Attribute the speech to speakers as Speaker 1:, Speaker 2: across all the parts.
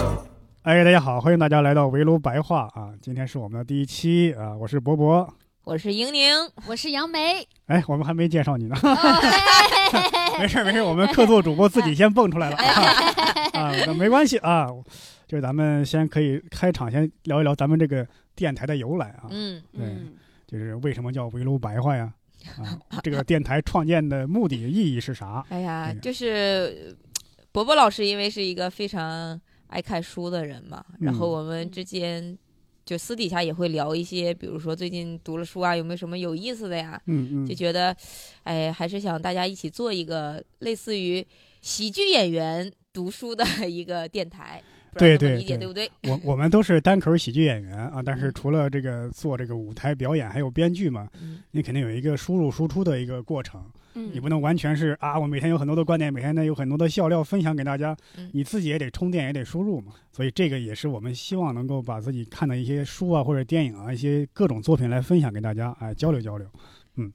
Speaker 1: 哎，大家好，欢迎大家来到围炉白话啊！今天是我们的第一期啊，我是博博。
Speaker 2: 我是英宁，
Speaker 3: 我是杨梅，
Speaker 1: 哎，我们还没介绍你呢，
Speaker 3: 哦嘿
Speaker 2: 哦
Speaker 1: 没事儿没事儿，我们客座主播自己先蹦出来
Speaker 2: 哎
Speaker 1: 了啊，啊 那没关系啊，就是咱们先可以开场先聊一聊咱们这个电台的由来啊，
Speaker 2: 嗯，
Speaker 1: 对，
Speaker 3: 嗯，
Speaker 1: 就是为什么叫围炉白话呀？ 啊，这个电台创建的目的意义是啥？
Speaker 2: 哎呀
Speaker 1: 哎呀，
Speaker 2: 就是呃博博老师，因为是一个非常爱看书的人嘛，然后我们之间就私底下也会聊一些，比如说最近读了书啊，有没有什么有意思的呀？
Speaker 1: 嗯
Speaker 2: 就
Speaker 1: 嗯，
Speaker 2: 觉得，哎，还是想大家一起做一个类似于喜剧演员读书的一个电台，不知
Speaker 1: 对
Speaker 2: 道这么
Speaker 1: 对
Speaker 2: 理解
Speaker 1: 对
Speaker 2: 对不对？
Speaker 1: 我我们都是单口喜剧演员啊，但是除了这个做这个舞台表演，还有编剧嘛，
Speaker 2: 嗯
Speaker 1: 你肯定有一个输入输出的一个过程。你
Speaker 3: 嗯，
Speaker 1: 不能完全是啊，我每天有很多的观点，每天呢有很多的笑料分享给大家
Speaker 2: 嗯，
Speaker 1: 你自己也得充电，也得输入嘛。所以这个也是我们希望能够把自己看的一些书啊，或者电影啊，一些各种作品来分享给大家，哎，交流交流。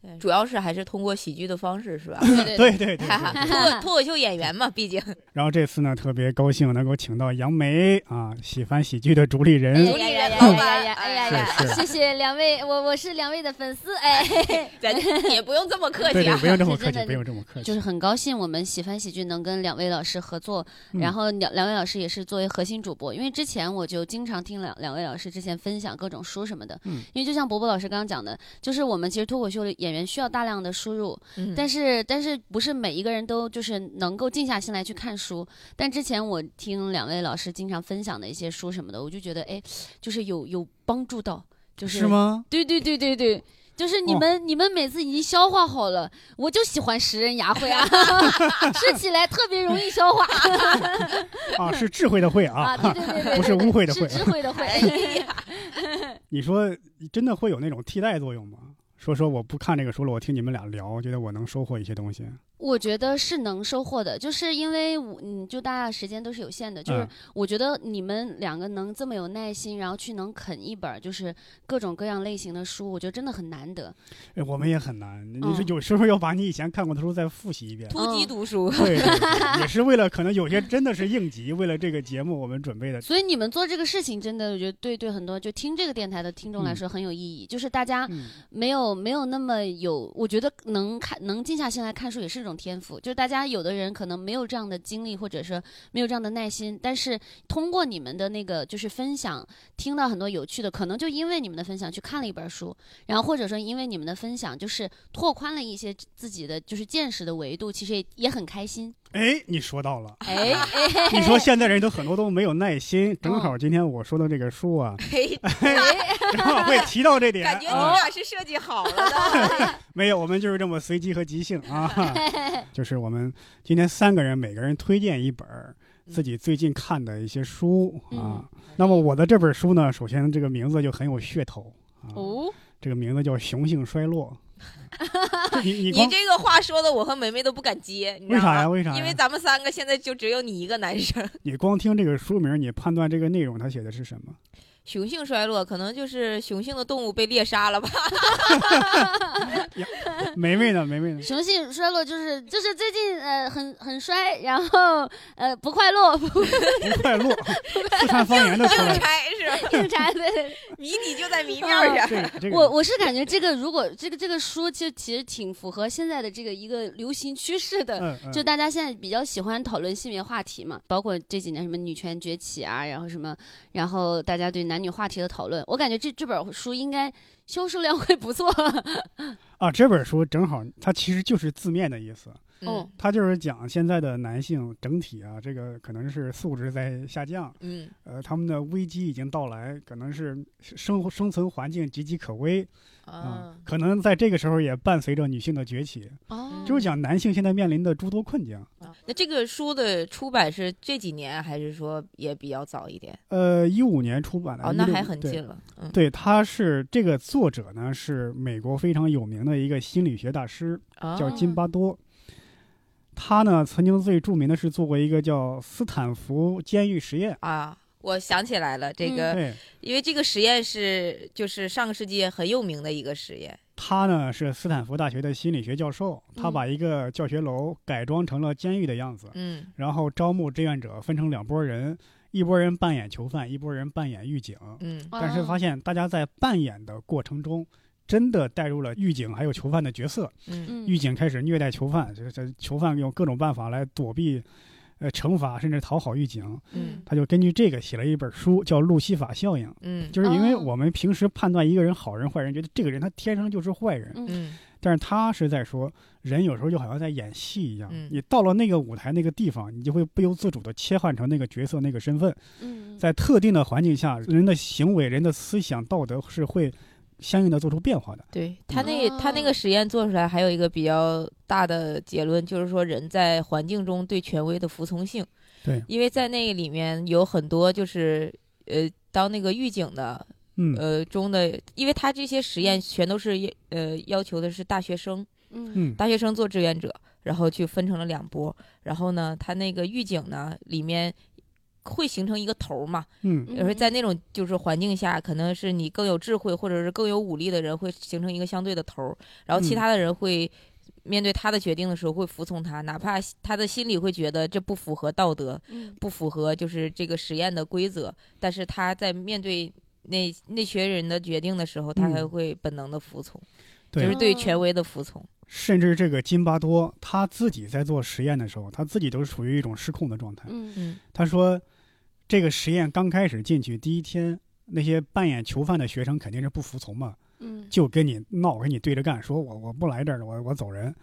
Speaker 2: 对主要是还是通过喜剧的方式，是吧？
Speaker 1: 对
Speaker 3: 对
Speaker 1: 对对对。
Speaker 2: 哈
Speaker 1: 对
Speaker 2: 哈脱脱口秀演员嘛，毕竟
Speaker 1: 然后这次呢，特别高兴能够请到杨梅啊，喜翻喜剧的主理
Speaker 3: 哎
Speaker 1: 人。
Speaker 3: 呀呀呀呀呀！哎呀
Speaker 1: 是是
Speaker 3: 呀，谢谢两位，我我是两位的粉丝，哎，
Speaker 2: 咱 也不用这么客
Speaker 1: 对对，
Speaker 2: 气啊。
Speaker 1: 不用这么客
Speaker 3: 是真
Speaker 1: 气，
Speaker 3: 的
Speaker 1: 不用这么客气。
Speaker 3: 就是很高兴我们喜翻喜剧能跟两位老师合作，
Speaker 1: 嗯
Speaker 3: 然后两两位老师也是作为核心主播，因为之前我就经常听两两位老师之前分享各种书什么的，
Speaker 1: 嗯
Speaker 3: 因为就像博博老师刚刚讲的，就是我们其实脱口秀的演员需要大量的输入，
Speaker 2: 嗯
Speaker 3: 但是但是不是每一个人都就是能够静下心来去看书。但之前我听两位老师经常分享的一些书什么的，我就觉得哎，就是有有帮助到，就是
Speaker 1: 是？吗？哦
Speaker 3: 对对对对对。就是你们、你们每次已经消化好了，我就喜欢食人牙慧啊， 吃起来特别容易消化
Speaker 1: 啊，是智慧的慧啊
Speaker 3: 啊，，对对对对，
Speaker 1: 不是污秽的
Speaker 3: 是
Speaker 1: 慧。
Speaker 3: 智 慧的慧
Speaker 2: 哎，呀，
Speaker 1: 你说真的会有那种替代作用吗？说说我不看这个书了，我听你们俩聊，我觉得我能收获一些东西。
Speaker 3: 我觉得是能收获的，就是因为我，嗯，就大家时间都是有限的，就是
Speaker 1: 嗯
Speaker 3: 我觉得你们两个能这么有耐心，然后去能啃一本儿就是各种各样类型的书，我觉得真的很难得。
Speaker 1: 哎，我们也很难。你
Speaker 3: 嗯
Speaker 1: 说有时候要把你以前看过的书再复习一遍，
Speaker 2: 突击读书，
Speaker 1: 对，对对也是为了可能有些真的是应急，为了这个节目我们准备的。
Speaker 3: 所以你们做这个事情，真的我觉得对对很多就听这个电台的听众来说很有意义，就是大家
Speaker 1: 嗯，
Speaker 3: 没有没有那么有，我觉得能看能静下心来看书也是一种天赋。就是大家有的人可能没有这样的精力，或者是没有这样的耐心，但是通过你们的那个就是分享，听到很多有趣的，可能就因为你们的分享去看了一本书，然后或者说因为你们的分享就是拓宽了一些自己的就是见识的维度，其实也也很开心。。
Speaker 1: 哎，你说到了
Speaker 3: 哎，
Speaker 1: 你说现在人都很多都没有耐心，正好今天我说的这个书啊，
Speaker 2: 嘿，
Speaker 1: 正好会提到这点。
Speaker 2: 哎感觉你们
Speaker 1: 啊
Speaker 2: 俩是设计好了的。
Speaker 1: 没有，我们就是这么随机和即兴啊。就是我们今天三个人，每个人推荐一本儿自己最近看的一些书啊。那么我的这本书呢，首先这个名字就很有噱头啊。
Speaker 3: 哦，
Speaker 1: 这个名字叫《雄性衰落》。你 你
Speaker 2: 你
Speaker 1: 光
Speaker 2: 这个话说的，我和梅梅都不敢接，你知
Speaker 1: 为
Speaker 2: 道
Speaker 1: 啥呀？
Speaker 2: 吗？
Speaker 1: 为啥呀？
Speaker 2: 因为咱们三个现在就只有你一个男生。
Speaker 1: 你光听这个书名，你判断这个内容它写的是什么？
Speaker 2: 雄性衰落可能就是雄性的动物被猎杀了吧？
Speaker 1: 梅梅呢？梅梅呢？
Speaker 3: 雄性衰落就是就是最近呃很很衰，然后呃不快乐，不
Speaker 1: 不快乐，四川方言都出来
Speaker 2: 应
Speaker 1: 了。
Speaker 2: 该是
Speaker 3: 应差对。
Speaker 2: 谜底就在谜面儿 上。
Speaker 1: 这个这个，
Speaker 3: 我我是感觉这个如果这个这个书就其实挺符合现在的这个一个流行趋势的，
Speaker 1: 嗯嗯
Speaker 3: 就大家现在比较喜欢讨论性别话题嘛，包括这几年什么女权崛起啊，然后什么，然后大家对男女话题的讨论，我感觉这这本书应该 销售量会不错。
Speaker 2: 哦
Speaker 1: 啊，这本书正好它其实就是字面的意思，
Speaker 3: 哦
Speaker 2: 嗯，
Speaker 1: 他就是讲现在的男性整体啊，这个可能是素质在下降，
Speaker 2: 嗯
Speaker 1: 呃，他们的危机已经到来，可能是生活生存环境岌岌可危啊、
Speaker 2: 啊，
Speaker 1: 可能在这个时候也伴随着女性的崛起，
Speaker 3: 哦，
Speaker 1: 就是讲男性现在面临的诸多困境。
Speaker 2: 啊那这个书的出版是这几年，啊还是说也比较早一点？
Speaker 1: 呃，啊一五年出版的，
Speaker 2: 哦，那
Speaker 1: 16
Speaker 2: 还很
Speaker 1: 对
Speaker 2: 近了。嗯，
Speaker 1: 对，他是这个作者呢，是美国非常有名的一个心理学大师，叫
Speaker 2: 哦
Speaker 1: 金巴多。他呢，曾经最著名的是做过一个叫斯坦福监狱实验。
Speaker 2: 啊，我想起来了，这
Speaker 3: 嗯
Speaker 2: 个
Speaker 1: 对，
Speaker 2: 因为这个实验是就是上个世纪很有名的一个实验。
Speaker 1: 他呢是斯坦福大学的心理学教授，他
Speaker 3: 嗯
Speaker 1: 把一个教学楼改装成了监狱的样子，
Speaker 2: 嗯
Speaker 1: 然后招募志愿者，分成两拨人，一拨人扮演囚犯，一拨人扮演狱警。
Speaker 2: 嗯
Speaker 1: 但
Speaker 3: 哦
Speaker 1: 是发现大家在扮演的过程中，真的带入了狱警还有囚犯的角色，
Speaker 2: 嗯
Speaker 3: 嗯
Speaker 1: 狱警开始虐待囚犯，这这囚犯用各种办法来躲避，呃，惩罚甚至讨好狱警。
Speaker 2: 嗯
Speaker 1: 他就根据这个写了一本书，叫《路西法效应》，
Speaker 2: 嗯
Speaker 1: 就是因为
Speaker 3: 哦
Speaker 1: 我们平时判断一个人好人坏人，觉得这个人他天生就是坏人，
Speaker 3: 嗯
Speaker 2: 嗯
Speaker 1: 但是他是在说，人有时候就好像在演戏一样，
Speaker 2: 嗯
Speaker 1: 你到了那个舞台那个地方，你就会不由自主的切换成那个角色那个身份，
Speaker 3: 嗯
Speaker 1: 在特定的环境下，人的行为、人的思想、道德是会相应的做出变化的。
Speaker 2: 对他那他那个
Speaker 3: 哦
Speaker 2: 实验做出来，还有一个比较大的结论，就是说人在环境中对权威的服从性。
Speaker 1: 对
Speaker 2: 因为在那个里面有很多就是呃，当那个狱警的
Speaker 1: 嗯，
Speaker 2: 呃中的，因为他这些实验全都是呃要求的是大学生，
Speaker 3: 嗯
Speaker 1: 嗯
Speaker 2: 大学生做志愿者，然后去分成了两波。然后呢，他那个狱警呢里面会形成一个头儿嘛，
Speaker 1: 嗯
Speaker 3: 嗯
Speaker 2: 有时候在那种就是环境下，可能是你更有智慧或者是更有武力的人会形成一个相对的头儿，然后其
Speaker 1: 嗯
Speaker 2: 他的人会面对他的决定的时候会服从他，哪怕他的心里会觉得这不符合道德，
Speaker 3: 嗯
Speaker 2: 不符合就是这个实验的规则，但是他在面对。那那群人的决定的时候，他还
Speaker 1: 嗯
Speaker 2: 会本能的服从，
Speaker 1: 对
Speaker 2: 就是对
Speaker 3: 哦
Speaker 2: 权威的服从。
Speaker 1: 甚至这个金巴多他自己在做实验的时候，他自己都是处于一种失控的状态。
Speaker 3: 嗯
Speaker 2: 嗯
Speaker 1: 他说，这个实验刚开始进去第一天，那些扮演囚犯的学生肯定是不服从嘛，
Speaker 3: 嗯
Speaker 1: 就跟你闹，跟你对着干，说我我不来这儿了，我我走人。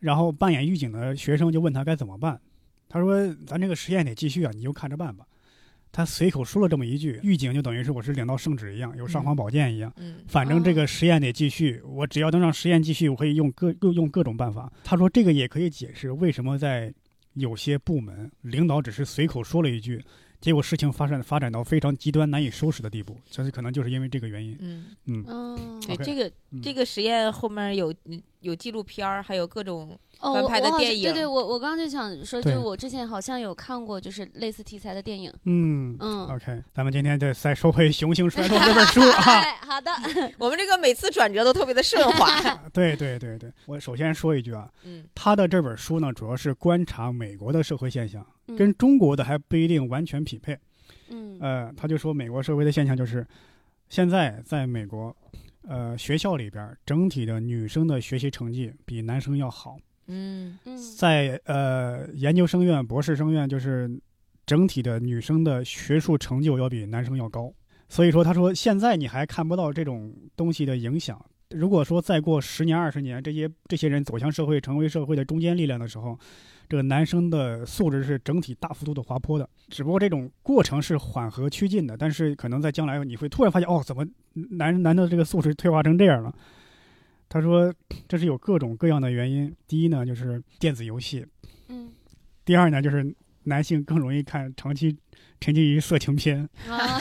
Speaker 1: 然后扮演狱警的学生就问他该怎么办，他说咱这个实验得继续啊，你就看着办吧。他随口说了这么一句，狱警就等于是我是领到圣旨一样，有尚方宝剑一样。
Speaker 2: 嗯
Speaker 1: 反正这个实验得继续，我只要能让实验继续，我可以用各各用各种办法。他说这个也可以解释为什么在有些部门领导只是随口说了一句，结果事情发展发展到非常极端难以收拾的地步，这是可能就是因为这个原因。
Speaker 2: 嗯，
Speaker 1: 嗯，
Speaker 3: 哦
Speaker 2: 对
Speaker 1: OK，
Speaker 2: 这个
Speaker 1: 嗯
Speaker 2: 这个实验后面有嗯有纪录片儿，还有各种
Speaker 3: 哦，
Speaker 2: 翻
Speaker 3: 我
Speaker 2: 拍的
Speaker 3: 我好
Speaker 2: 电
Speaker 3: 像
Speaker 2: 影
Speaker 3: 对对，我我刚刚就想说，
Speaker 1: 对
Speaker 3: 就我之前好像有看过，就是类似题材的电影。
Speaker 1: 嗯
Speaker 3: 嗯，
Speaker 1: ，OK，咱们今天再再说回《雄性衰落》这本书 啊。
Speaker 3: 哎， 好的，
Speaker 2: 我们这个每次转折都特别的顺滑。
Speaker 1: 对对对对，我首先说一句啊，
Speaker 2: 嗯
Speaker 1: 他的这本书呢，主要是观察美国的社会现象，
Speaker 3: 嗯
Speaker 1: 跟中国的还不一定完全匹配。
Speaker 3: 嗯
Speaker 1: 呃，他就说美国社会的现象就是，现在在美国，呃，学校里边儿整体的女生的学习成绩比男生要好，
Speaker 2: 嗯
Speaker 3: 嗯
Speaker 1: 在呃研究生院、博士生院，就是整体的女生的学术成就要比男生要高。所以说，他说现在你还看不到这种东西的影响。如果说再过十年、二十年，这些这些人走向社会，成为社会的中坚力量的时候，这个男生的素质是整体大幅度的滑坡的。只不过这种过程是缓和趋近的，但是可能在将来你会突然发现，哦，怎么男男的这个素质退化成这样了？他说这是有各种各样的原因。第一呢，就是电子游戏；
Speaker 3: 嗯
Speaker 1: 第二呢，就是男性更容易看长期沉浸于色情片。
Speaker 3: 啊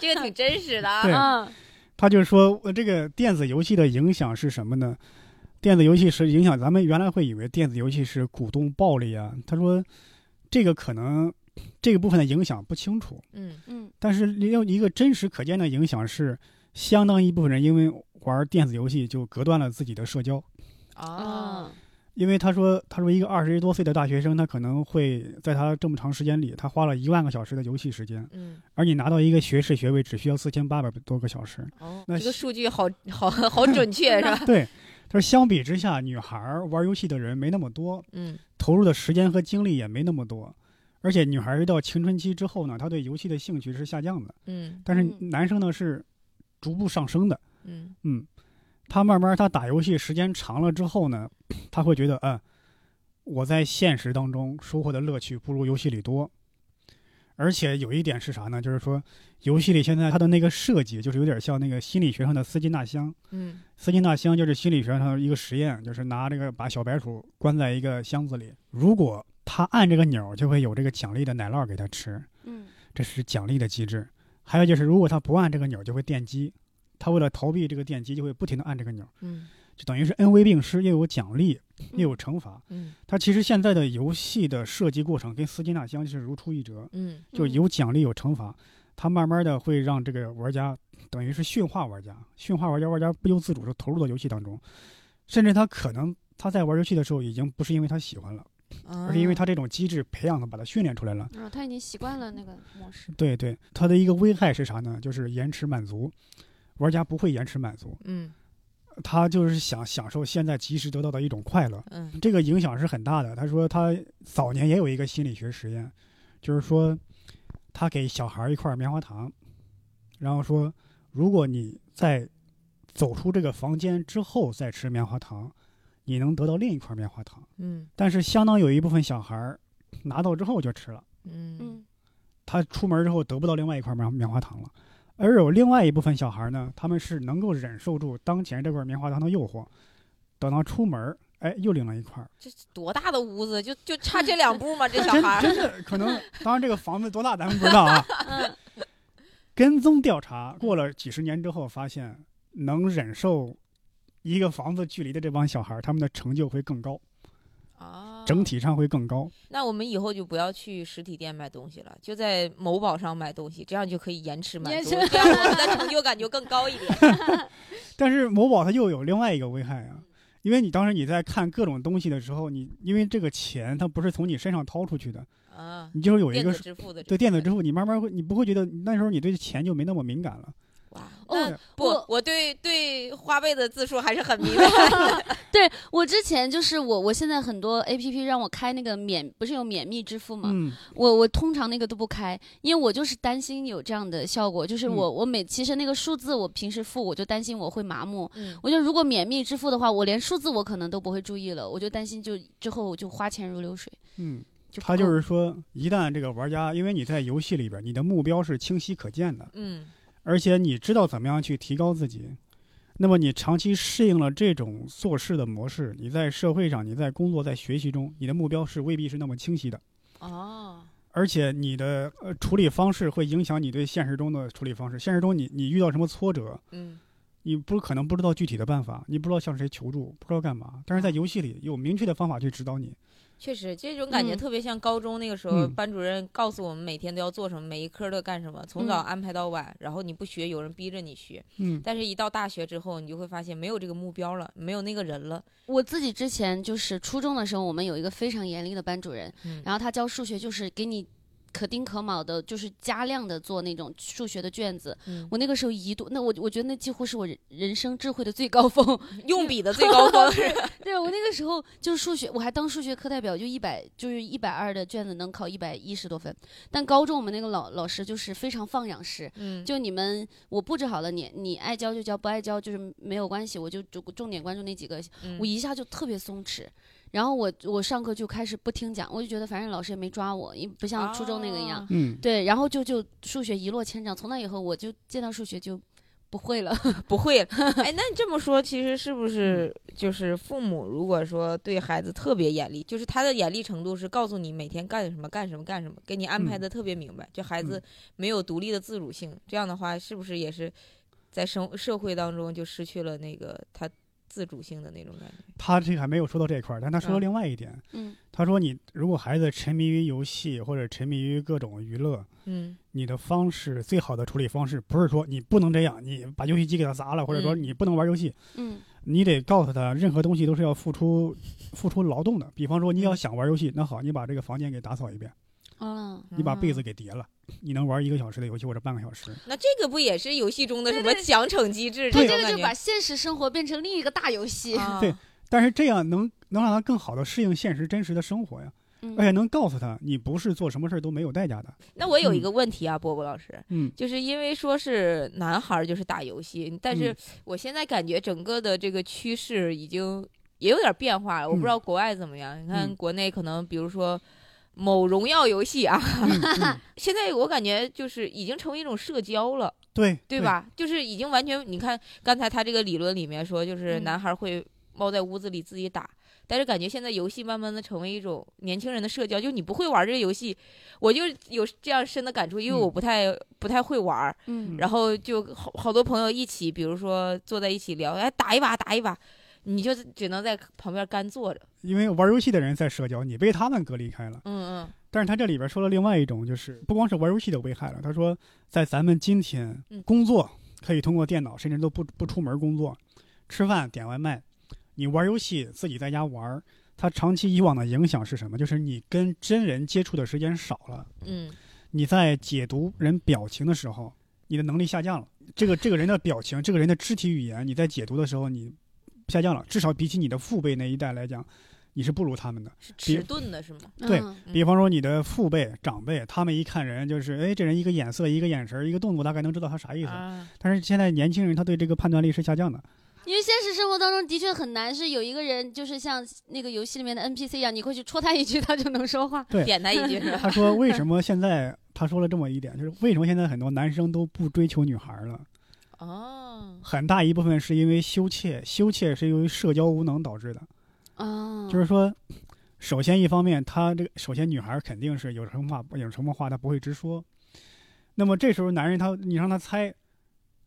Speaker 2: 这个 挺真实的啊。
Speaker 1: 对
Speaker 3: 啊
Speaker 1: 他就说，呃这个电子游戏的影响是什么呢？电子游戏是影响咱们原来会以为电子游戏是鼓动暴力啊。他说，这个可能这个部分的影响不清楚，
Speaker 2: 嗯
Speaker 3: 嗯
Speaker 1: 但是另一个真实可见的影响是，相当一部分人因为玩电子游戏就隔断了自己的社交。
Speaker 2: 啊，
Speaker 3: 啊
Speaker 1: 因为他说，他说一个二十多岁的大学生，他可能会在他这么长时间里，他花了一万个小时的游戏时间，
Speaker 2: 嗯
Speaker 1: 而你拿到一个学士学位只需要四千八百多个小时。
Speaker 2: 哦，
Speaker 1: 那
Speaker 2: 这个数据好 好好 准确是吧？
Speaker 1: 对，他说相比之下，女孩儿玩游戏的人没那么多，
Speaker 2: 嗯
Speaker 1: 投入的时间和精力也没那么多，而且女孩儿一到青春期之后呢，她对游戏的兴趣是下降的，
Speaker 2: 嗯
Speaker 1: 但是
Speaker 3: 嗯
Speaker 1: 男生呢是逐步上升的。
Speaker 2: 嗯
Speaker 1: 嗯，他慢慢他打游戏时间长了之后呢，他会觉得，嗯，我在现实当中收获的乐趣不如游戏里多。而且有一点是啥呢？就是说，游戏里现在它的那个设计，就是有点像那个心理学上的斯金纳箱。
Speaker 2: 嗯
Speaker 1: 斯金纳箱就是心理学上的一个实验，就是拿这个把小白鼠关在一个箱子里，如果它按这个钮儿，就会有这个奖励的奶酪给它吃，
Speaker 3: 嗯
Speaker 1: 这是奖励的机制。还有就是，如果它不按这个钮儿，就会电击。它为了逃避这个电击，就会不停的按这个钮儿，
Speaker 2: 嗯
Speaker 1: 就等于是恩威并施，又有奖励，又有惩罚。
Speaker 2: 嗯
Speaker 1: 它其实现在的游戏的设计过程跟斯金纳箱是如出一辙。
Speaker 2: 嗯
Speaker 1: 就
Speaker 3: 嗯
Speaker 1: 有奖励有惩罚，它慢慢的会让这个玩家等于是驯化玩家，驯化玩家，玩家不由自主的投入到游戏当中，甚至他可能他在玩游戏的时候已经不是因为他喜欢了，
Speaker 2: 嗯，
Speaker 1: 而是因为他这种机制培养他，把他训练出来了。
Speaker 3: 嗯
Speaker 4: 然后他已经习惯了那个模式。
Speaker 1: 对对，它的一个危害是啥呢？就是延迟满足，玩家不会延迟满足，
Speaker 2: 嗯
Speaker 1: 他就是想享受现在及时得到的一种快乐。
Speaker 2: 嗯
Speaker 1: 这个影响是很大的。他说他早年也有一个心理学实验，就是说他给小孩一块棉花糖，然后说如果你在走出这个房间之后再吃棉花糖，你能得到另一块棉花糖。
Speaker 2: 嗯
Speaker 1: 但是相当有一部分小孩儿拿到之后就吃了，
Speaker 2: 嗯
Speaker 4: 嗯
Speaker 1: 他出门之后得不到另外一块棉棉花糖了。而有另外一部分小孩呢，他们是能够忍受住当前这块棉花糖的诱惑，等到出门儿，哎，又领了一块儿。
Speaker 2: 这是多大的屋子，就就差这两步吗？ 这小
Speaker 1: 真
Speaker 2: 孩儿，
Speaker 1: 真 的可能，当然这个房子多大咱们不知道啊。
Speaker 3: 嗯
Speaker 1: 跟踪调查过了几十年之后，发现能忍受一个房子距离的这帮小孩儿，他们的成就会更高，
Speaker 2: 哦啊
Speaker 1: 整体上会更高。
Speaker 2: 那我们以后就不要去实体店买东西了，就在某宝上买东西，这样就可以延迟满足，这
Speaker 4: 延迟
Speaker 2: 样我们的成就感就更高一点。
Speaker 1: 但是某宝它又有另外一个危害
Speaker 2: 嗯
Speaker 1: 啊，因为你当时你在看各种东西的时候，你因为这个钱它不是从你身上掏出去的，
Speaker 2: 啊，
Speaker 1: 你就是有一
Speaker 2: 电
Speaker 1: 个
Speaker 2: 子支付的
Speaker 1: 对电子支
Speaker 2: 付
Speaker 1: 付，你慢慢会你不会觉得那时候你对钱就没那么敏感了。
Speaker 2: 哇，
Speaker 3: 哦
Speaker 2: 那不，
Speaker 3: 我
Speaker 2: 我对对花呗的字数还是很敏感。
Speaker 3: 对我之前就是我，我现在很多 A P P 让我开那个免，不是有免密支付吗？
Speaker 1: 嗯
Speaker 3: 我我通常那个都不开，因为我就是担心有这样的效果，就是我、
Speaker 1: 嗯
Speaker 3: 我每其实那个数字我平时付，我就担心我会麻木。
Speaker 2: 嗯
Speaker 3: 我觉得如果免密支付的话，我连数字我可能都不会注意了，我就担心就之后我就花钱如流水。
Speaker 1: 嗯，
Speaker 3: 就不
Speaker 1: 他就
Speaker 3: 够
Speaker 1: 是说，一旦这个玩家，因为你在游戏里边，你的目标是清晰可见的，
Speaker 2: 嗯
Speaker 1: 而且你知道怎么样去提高自己，那么你长期适应了这种做事的模式，你在社会上、你在工作、在学习中，你的目标是未必是那么清晰的，
Speaker 2: 哦，
Speaker 1: 而且你的呃处理方式会影响你对现实中的处理方式。现实中你你遇到什么挫折，
Speaker 2: 嗯
Speaker 1: 你不可能不知道具体的办法，你不知道向谁求助，不知道干嘛，但是在游戏里有明确的方法去指导你。
Speaker 2: 确实，这种感觉
Speaker 3: 嗯
Speaker 2: 特别像高中那个时候，
Speaker 1: 嗯
Speaker 2: 班主任告诉我们每天都要做什么，每一科都要干什么，从早安排到晚。然后你不学，有人逼着你学。
Speaker 1: 嗯
Speaker 2: 但是，一到大学之后，你就会发现没有这个目标了，没有那个人了。
Speaker 3: 我自己之前就是初中的时候，我们有一个非常严厉的班主任，
Speaker 2: 嗯
Speaker 3: 然后他教数学就是给你可丁可卯的，就是加量的做那种数学的卷子。
Speaker 2: 嗯，
Speaker 3: 我那个时候一度，那我我觉得那几乎是我人人生智慧的最高峰。
Speaker 2: 用笔的最高峰是
Speaker 3: 对我那个时候就是数学，我还当数学课代表，就一百就是一百二的卷子能考一百一十多分。但高中我们那个老老师就是非常放养式，
Speaker 2: 嗯
Speaker 3: 就你们我布置好了你，你爱教就教，不爱教就是没有关系，我就就重点关注那几个
Speaker 2: 嗯
Speaker 3: 我一下就特别松弛。然后我我上课就开始不听讲，我就觉得反正老师也没抓我，因为不像初中那个一样。
Speaker 2: 啊
Speaker 1: 嗯，
Speaker 3: 对，然后就就数学一落千丈，从那以后我就见到数学就不会了。
Speaker 2: 不会 了。哎，那你这么说，其实是不是
Speaker 1: 嗯
Speaker 2: 就是父母如果说对孩子特别严厉，就是他的严厉程度是告诉你每天干什么干什么干什么，给你安排的特别明白，就孩子
Speaker 1: 嗯
Speaker 2: 没有独立的自主性。这样的话，是不是也是在生社会当中就失去了那个他自主性的那种感觉？
Speaker 1: 他这个还没有说到这一块儿，但他说到
Speaker 2: 嗯
Speaker 1: 另外一点。
Speaker 3: 嗯
Speaker 1: 他说：“你如果孩子沉迷于游戏或者沉迷于各种娱乐，
Speaker 2: 嗯
Speaker 1: 你的方式最好的处理方式不是说你不能这样，你把游戏机给他砸了，或者说
Speaker 2: 嗯
Speaker 1: 你不能玩游戏，
Speaker 3: 嗯
Speaker 1: 你得告诉他，任何东西都是要付出付出劳动的。比方说你要想玩游戏，那好，你把这个房间给打扫一遍，
Speaker 3: 啊，
Speaker 2: 嗯
Speaker 1: 你把被子给叠了，你能玩一个小时的游戏或者半个小时。
Speaker 2: 那这个不也是游戏中的什么
Speaker 3: 对对
Speaker 2: 奖惩机制？
Speaker 3: 他
Speaker 1: 对
Speaker 3: 这
Speaker 2: 种
Speaker 3: 个
Speaker 2: 感
Speaker 3: 就
Speaker 2: 觉
Speaker 3: 把现实生活变成另一个大游戏。
Speaker 2: 啊
Speaker 1: 对但是这样能能让他更好的适应现实真实的生哎活呀，
Speaker 3: 嗯
Speaker 1: 而且能告诉他，你不是做什么事儿都没有代价的。
Speaker 2: 那我有
Speaker 1: 嗯
Speaker 2: 一个问题啊，波波老师，
Speaker 1: 嗯
Speaker 2: 就是因为说是男孩儿就是打游戏，但是
Speaker 1: 嗯
Speaker 2: 我现在感觉整个的这个趋势已经也有点变化了。我不知
Speaker 1: 嗯
Speaker 2: 道国外怎么样，你看
Speaker 1: 嗯
Speaker 2: 国内可能比如说某荣耀游戏啊，
Speaker 1: 嗯嗯
Speaker 2: 现在我感觉就是已经成为一种社交了。
Speaker 1: 对
Speaker 2: 对？吧？就是已经完全，你看刚才他这个理论里面说，就是
Speaker 4: 嗯
Speaker 2: 男孩会猫在屋子里自己打，但是感觉现在游戏慢慢的成为一种年轻人的社交，就你不会玩这个游戏，我就有这样深的感触，因
Speaker 1: 嗯
Speaker 2: 为我不太、不太会玩儿，
Speaker 3: 嗯
Speaker 2: 然后就好好多朋友一起，比如说坐在一起聊，哎，打一把打一把，你就只能在旁边干坐着，
Speaker 1: 因为玩游戏的人在社交，你被他们隔离开了。
Speaker 2: 嗯
Speaker 1: 但是他这里边说了另外一种，就是不光是玩游戏的危害了。他说，在咱们今天
Speaker 2: 嗯
Speaker 1: 工作可以通过电脑，甚至都不不出门工作，吃饭点外卖，你玩游戏自己在家玩儿，它长期以往的影响是什么？就是你跟真人接触的时间少了，
Speaker 2: 嗯
Speaker 1: 你在解读人表情的时候，你的能力下降了。这个这个人的表情，这个人的肢体语言，你在解读的时候你下降了，至少比起你的父辈那一代来讲，你是不如他们的。
Speaker 2: 嗯，是迟钝的是吗？
Speaker 1: 对
Speaker 3: 嗯
Speaker 2: 嗯
Speaker 1: 比方说你的父辈、长辈，他们一看人就是，哎，这人一个眼色、一个眼神、一个动作，大概能知道他啥意思。
Speaker 2: 啊，
Speaker 1: 但是现在年轻人他对这个判断力是下降的，
Speaker 3: 因为现实生活当中的确很难是有一个人就是像那个游戏里面的 NPC 一样，你过去戳他一句，他就能说话。
Speaker 1: 对
Speaker 2: 点他一句是吧？
Speaker 1: 他说：“为什么现在？”他说了这么一点，就是为什么现在很多男生都不追求女孩了？
Speaker 2: 哦，
Speaker 1: 很大一部分是因为羞怯，羞怯是由于社交无能导致的。
Speaker 3: 啊，
Speaker 1: 就是说，首先一方面，他这个首先女孩肯定是有什么话有什么话她不会直说，那么这时候男人他你让他猜，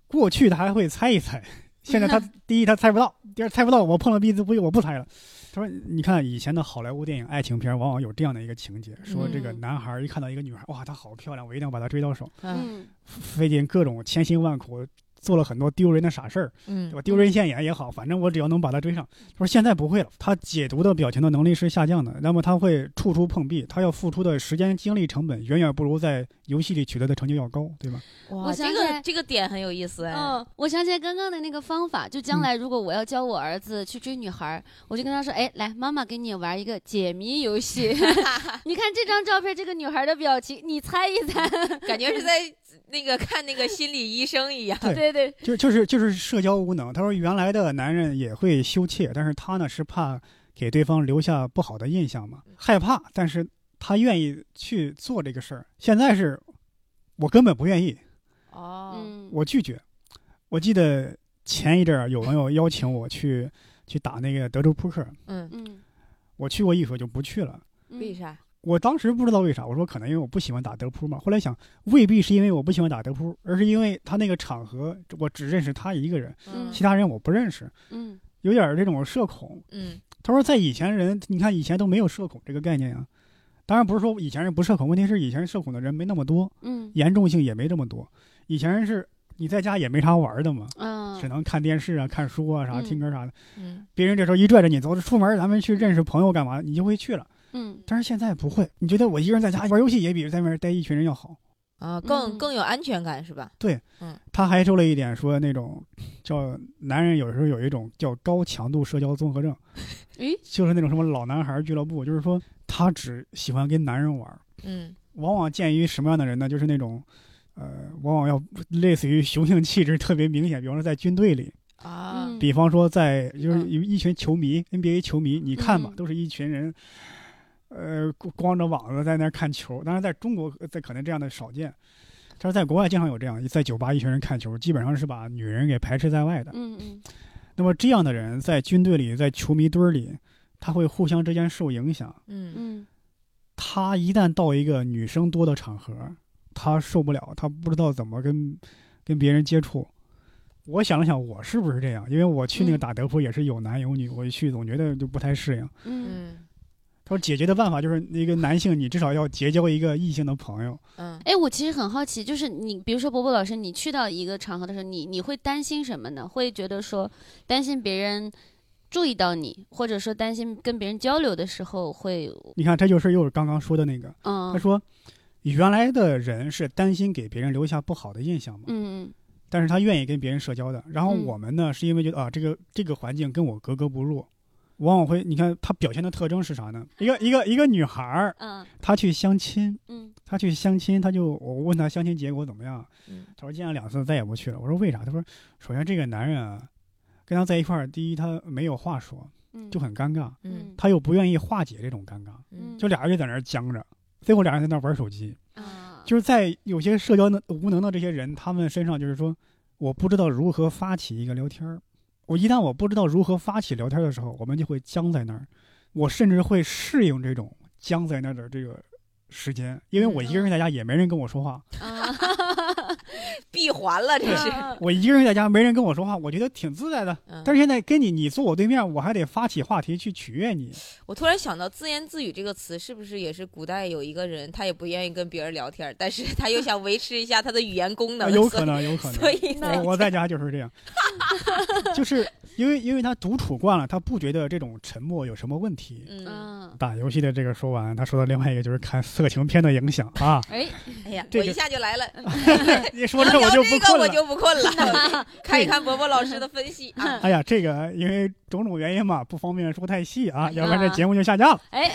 Speaker 1: 过去他还会猜一猜，现在他第一他猜不到，第二猜不到，我碰了壁子不我不猜了。他说：“你看以前的好莱坞电影爱情片，往往有这样的一个情节，说这个
Speaker 3: 嗯
Speaker 1: 男孩一看到一个女孩，哇，她好漂亮，我一定要把她追到手，
Speaker 2: 嗯
Speaker 3: 嗯
Speaker 1: 费尽各种千辛万苦，做了很多丢人的傻事儿，对
Speaker 2: 嗯
Speaker 1: 吧？丢人现眼也好，反正我只要能把他追上。他说现在不会了，他解读的表情的能力是下降的，那么他会处处碰壁，他要付出的时间精力成本远远不如在游戏里取得的成就要高，对吧？
Speaker 2: 哇，
Speaker 3: 我想
Speaker 2: 这
Speaker 3: 起
Speaker 2: 个
Speaker 3: 来
Speaker 2: 这个点很有意思哎，
Speaker 3: 嗯，我想起来刚刚的那个方法，就将
Speaker 1: 嗯
Speaker 3: 来如果我要教我儿子去追女孩儿，我就跟他说：“哎，来，妈妈给你玩一个解谜游戏。你看这张照片，这个女孩的表情，你猜一猜。
Speaker 2: 感觉是在那个看那个心理医生一样。
Speaker 1: 对
Speaker 3: 对对，
Speaker 1: 就就是就是社交无能。他说原来的男人也会羞怯，但是他呢是怕给对方留下不好的印象
Speaker 2: 嗯
Speaker 1: 嘛，害怕，但是他愿意去做这个事儿。现在是我根本不愿意，
Speaker 2: 嗯哦，
Speaker 3: 嗯，
Speaker 1: 我拒绝。我记得前一阵儿有朋友邀请我去去打那个德州扑克，
Speaker 2: 嗯，
Speaker 3: 嗯，
Speaker 1: 我去过一回就不去了。
Speaker 3: 嗯
Speaker 2: 为？啥？
Speaker 1: 我当时不知道为啥，我说可能因为我不喜欢打德扑嘛。后来想，未必是因为我不喜欢打德扑，而是因为他那个场合我只认识他一个人，
Speaker 3: 嗯
Speaker 1: 其他人我不认识，
Speaker 3: 嗯
Speaker 1: 有点儿这种社恐。
Speaker 2: 嗯
Speaker 1: 他说在以前人，你看以前都没有社恐这个概念啊。当然不是说以前人不社恐，问题是以前社恐的人没那么多，
Speaker 3: 嗯
Speaker 1: 严重性也没这么多。以前人是你在家也没啥玩儿的嘛，
Speaker 3: 嗯
Speaker 1: 只能看电视啊、看书啊啥、
Speaker 3: 嗯
Speaker 1: 听歌啥的。
Speaker 2: 嗯，
Speaker 1: 别人这时候一拽着你走，出门咱们去认识朋友干嘛？你就会去了。
Speaker 3: 嗯
Speaker 1: 但是现在不会，你觉得我一个人在家哎玩游戏也比在外面待一群人要好？
Speaker 2: 啊，更
Speaker 3: 嗯
Speaker 2: 更有安全感是吧？
Speaker 1: 他还说了一点，说那种叫男人有时候有一种叫高强度社交综合症，
Speaker 3: 咦，
Speaker 1: 就是那种什么老男孩俱乐部，就是说他只喜欢跟男人玩。
Speaker 2: 嗯
Speaker 1: 往往见于什么样的人呢？就是那种，呃，往往要类似于雄性气质特别明显，比方说在军队里，
Speaker 2: 啊，
Speaker 3: 嗯
Speaker 1: 比方说在就是
Speaker 2: 嗯
Speaker 1: 有一群球迷、n b a 球迷，你看吧
Speaker 3: 嗯，
Speaker 1: 都是一群人，呃，光光着膀子在那儿看球。当然，在中国呃在可能这样的少见，但是在国外经常有这样，在酒吧一群人看球，基本上是把女人给排斥在外的。
Speaker 3: 嗯嗯
Speaker 1: 那么这样的人在军队里，在球迷堆儿里，他会互相之间受影响。
Speaker 2: 嗯
Speaker 3: 嗯
Speaker 1: 他一旦到一个女生多的场合，他受不了，他不知道怎么跟跟别人接触。我想了想，我是不是这样？因为我去那个
Speaker 3: 嗯
Speaker 1: 打德扑也是有男有女，我一去总觉得就不太适应。
Speaker 3: 嗯
Speaker 2: 嗯
Speaker 1: 他说解决的办法就是，一个男性你至少要结交一个异性的朋友。
Speaker 2: 嗯，
Speaker 3: 哎，我其实很好奇，就是你，比如说伯伯老师，你去到一个场合的时候，你你会担心什么呢？会觉得说担心别人注意到你，或者说担心跟别人交流的时候会，
Speaker 1: 你看，这就是又是刚刚说的那个，
Speaker 3: 哦嗯
Speaker 1: 他说原来的人是担心给别人留下不好的印象嘛，
Speaker 3: 嗯
Speaker 1: 但是他愿意跟别人社交的。然后
Speaker 3: 嗯
Speaker 1: 我们呢，是因为觉得啊，这个这个环境跟我格格不入，往往会你看他表现的特征是啥呢？一个一个一个女孩儿，
Speaker 3: 嗯
Speaker 1: 她去相亲，
Speaker 3: 嗯
Speaker 1: 她去相亲，她就我问她相亲结果怎么样
Speaker 2: 嗯，
Speaker 1: 她说见了两次再也不去了。我说为啥？她说首先这个男人啊，跟她在一块儿，第一他没有话说，
Speaker 3: 嗯
Speaker 4: 嗯
Speaker 1: 就很尴尬，
Speaker 2: 嗯
Speaker 1: 他又不愿意化解这种尴尬，
Speaker 2: 嗯
Speaker 1: 就俩人就在那儿僵着，最后俩人在那儿玩手机，
Speaker 3: 啊，
Speaker 1: 就是在有些社交能无能的这些人，他们身上就是说，我不知道如何发起一个聊天儿。我一旦我不知道如何发起聊天儿的时候，我们就会僵在那儿。我甚至会适应这种僵在那儿的这个时间，因
Speaker 2: 嗯
Speaker 1: 为我一个人在家也没人跟我说话，
Speaker 3: 啊，
Speaker 2: 闭环
Speaker 3: 嗯
Speaker 2: 了，这是。
Speaker 1: 我一个人在家没人跟我说话，我觉得挺自在的。
Speaker 2: 嗯
Speaker 1: 但是现在跟你，你坐我对面，我还得发起话题去取悦你。
Speaker 2: 我突然想到“自言自语”这个词，是不是也是古代有一个人，他也不愿意跟别人聊天，但是他又想维持一下他的语言功
Speaker 1: 啊
Speaker 2: 能，
Speaker 1: 有可 能，有可能。
Speaker 2: 所以，所以
Speaker 1: 我我在家就是这 样，就是因为因为他独处惯了，他不觉得这种沉默有什么问题。
Speaker 2: 嗯，
Speaker 3: 嗯，。
Speaker 1: 打游戏的这个说完，他说到另外一个就是看色情片的影响 啊
Speaker 3: 哎，
Speaker 2: 哎呀，
Speaker 1: 这
Speaker 2: 我
Speaker 1: 个
Speaker 2: 一下就来了，
Speaker 1: 你说
Speaker 2: 我
Speaker 1: 这 我
Speaker 2: 聊
Speaker 1: 就
Speaker 2: 这
Speaker 1: 不
Speaker 2: 个
Speaker 1: 困
Speaker 2: 我
Speaker 1: 了。
Speaker 2: 就不困了， 看一看伯伯老师的分析啊，
Speaker 1: 哎呀，这个因为种种原因嘛，不方便说太细啊，要不然这
Speaker 3: 啊
Speaker 1: 节目就下架了。
Speaker 3: 哎，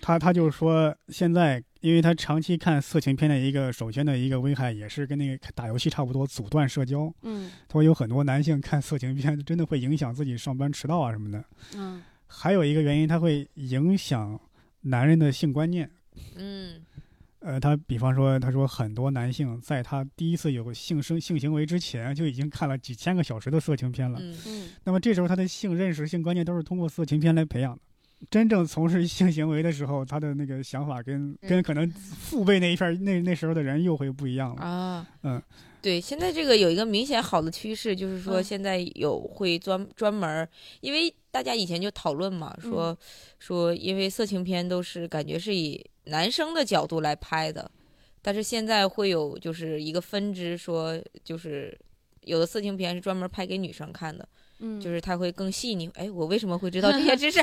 Speaker 1: 他他就说，现在因为他长期看色情片的一个首先的一个危害，也是跟那个打游戏差不多，阻断社交。
Speaker 3: 嗯
Speaker 1: 他说有很多男性看色情片，真的会影响自己上班迟到啊什么的。
Speaker 3: 嗯
Speaker 1: 还有一个原因，它会影响男人的性观念。
Speaker 2: 嗯
Speaker 1: 呃，他比方说，他说很多男性在他第一次有性生性行为之前，就已经看了几千个小时的色情片了。
Speaker 2: 嗯，
Speaker 3: 嗯
Speaker 1: 那么这时候他的性认识、性观念都是通过色情片来培养的。真正从事性行为的时候，他的那个想法跟
Speaker 2: 嗯
Speaker 1: 跟可能父辈那一片儿那那时候的人又会不一样了。
Speaker 2: 啊，
Speaker 1: 嗯，
Speaker 2: 对，现在这个有一个明显好的趋势，就是说
Speaker 3: 嗯
Speaker 2: 现在有会专专门儿，因为大家以前就讨论嘛，说、说因为色情片都是感觉是以男生的角度来拍的，但是现在会有就是一个分支说，就是有的色情片是专门拍给女生看的，
Speaker 3: 嗯，
Speaker 2: 就是它会更细腻。哎，我为什么会知道这些知识？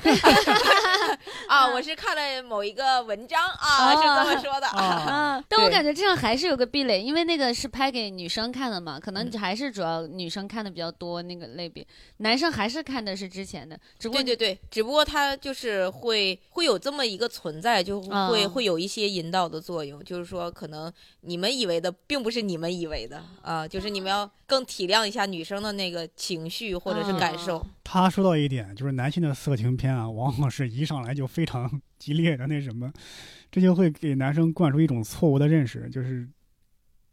Speaker 2: 啊，我是看了某一个文章啊，是这么说的。
Speaker 1: 啊，
Speaker 3: 啊，但我
Speaker 2: 对
Speaker 3: 感觉这样还是有个壁垒，因为那个是拍给女生看的嘛，可能
Speaker 2: 嗯
Speaker 3: 还是主要女生看的比较多那个类别，男生还是看的是之前的，只不过
Speaker 2: 对对对，只不过它就是会会有这么一个存在，就会、
Speaker 3: 啊
Speaker 2: 会有一些引导的作用，就是说可能你们以为的并不是你们以为的啊，就是你们要更体谅一下女生的那个情绪或者是感受。
Speaker 1: 他说到一点，就是男性的色情片啊，往往是一上来就非常 激烈的那什么，这就会给男生灌输一种错误的认识，就是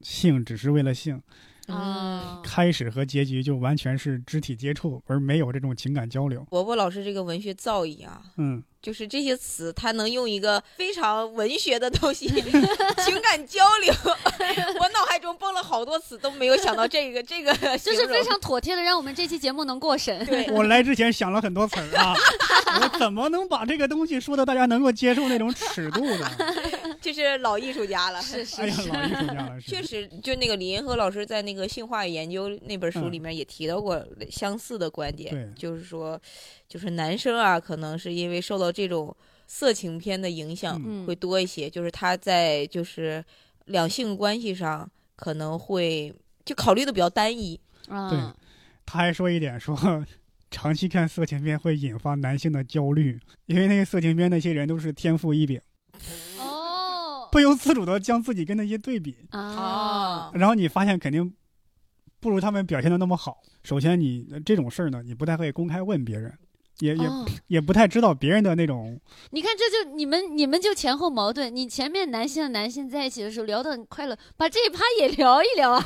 Speaker 1: 性只是为了性，
Speaker 3: 啊，
Speaker 1: 开始和结局就完全是肢体接触，而没有这种情感交流。
Speaker 2: 伯伯老师这个文学造诣啊，
Speaker 1: 嗯，
Speaker 2: 就是这些词，他能用一个非常文学的东 西，情感交流。我脑海中蹦了好多词，都没有想到这个这个
Speaker 3: 就
Speaker 2: 形容，
Speaker 3: 是非常妥帖的让我们这期节目能过审。
Speaker 2: 对。
Speaker 1: 我来之前想了很多词儿啊， 我怎么能把这个东西说的大家能够接受那种尺度呢？
Speaker 2: 就是老艺术家了，
Speaker 3: 是
Speaker 1: 哎
Speaker 3: 是
Speaker 1: 呀，
Speaker 3: 是，
Speaker 1: 老艺术家了，
Speaker 2: 确
Speaker 1: 是。
Speaker 2: 实，就那个林银河老师在那个《性化与研究》那本书里面也提到过相似的观点，
Speaker 1: 嗯对
Speaker 2: 就是说，就是男生啊，可能是因为受到这种色情片的影响
Speaker 1: 嗯
Speaker 2: 会多一些，就是他在就是两性关系上可能会就考虑的比较单一。
Speaker 3: 啊，
Speaker 1: 他还说一点说。 长期看色情片会引发男性的焦虑，因为那些色情片那些人都是天赋异禀，
Speaker 3: 哦
Speaker 1: 不由自主的将自己跟那些对比，
Speaker 3: 啊，
Speaker 1: 然后你发现肯定不如他们表现的那么好。首先你，呃这种事儿呢，你不太会公开问别人，也也、
Speaker 3: 哦
Speaker 1: 也不太知道别人的那种
Speaker 3: 你看，这就你们你们就前后矛盾。你前面男性和男性在一起的时候聊得很快乐，把这一趴也聊一聊 啊。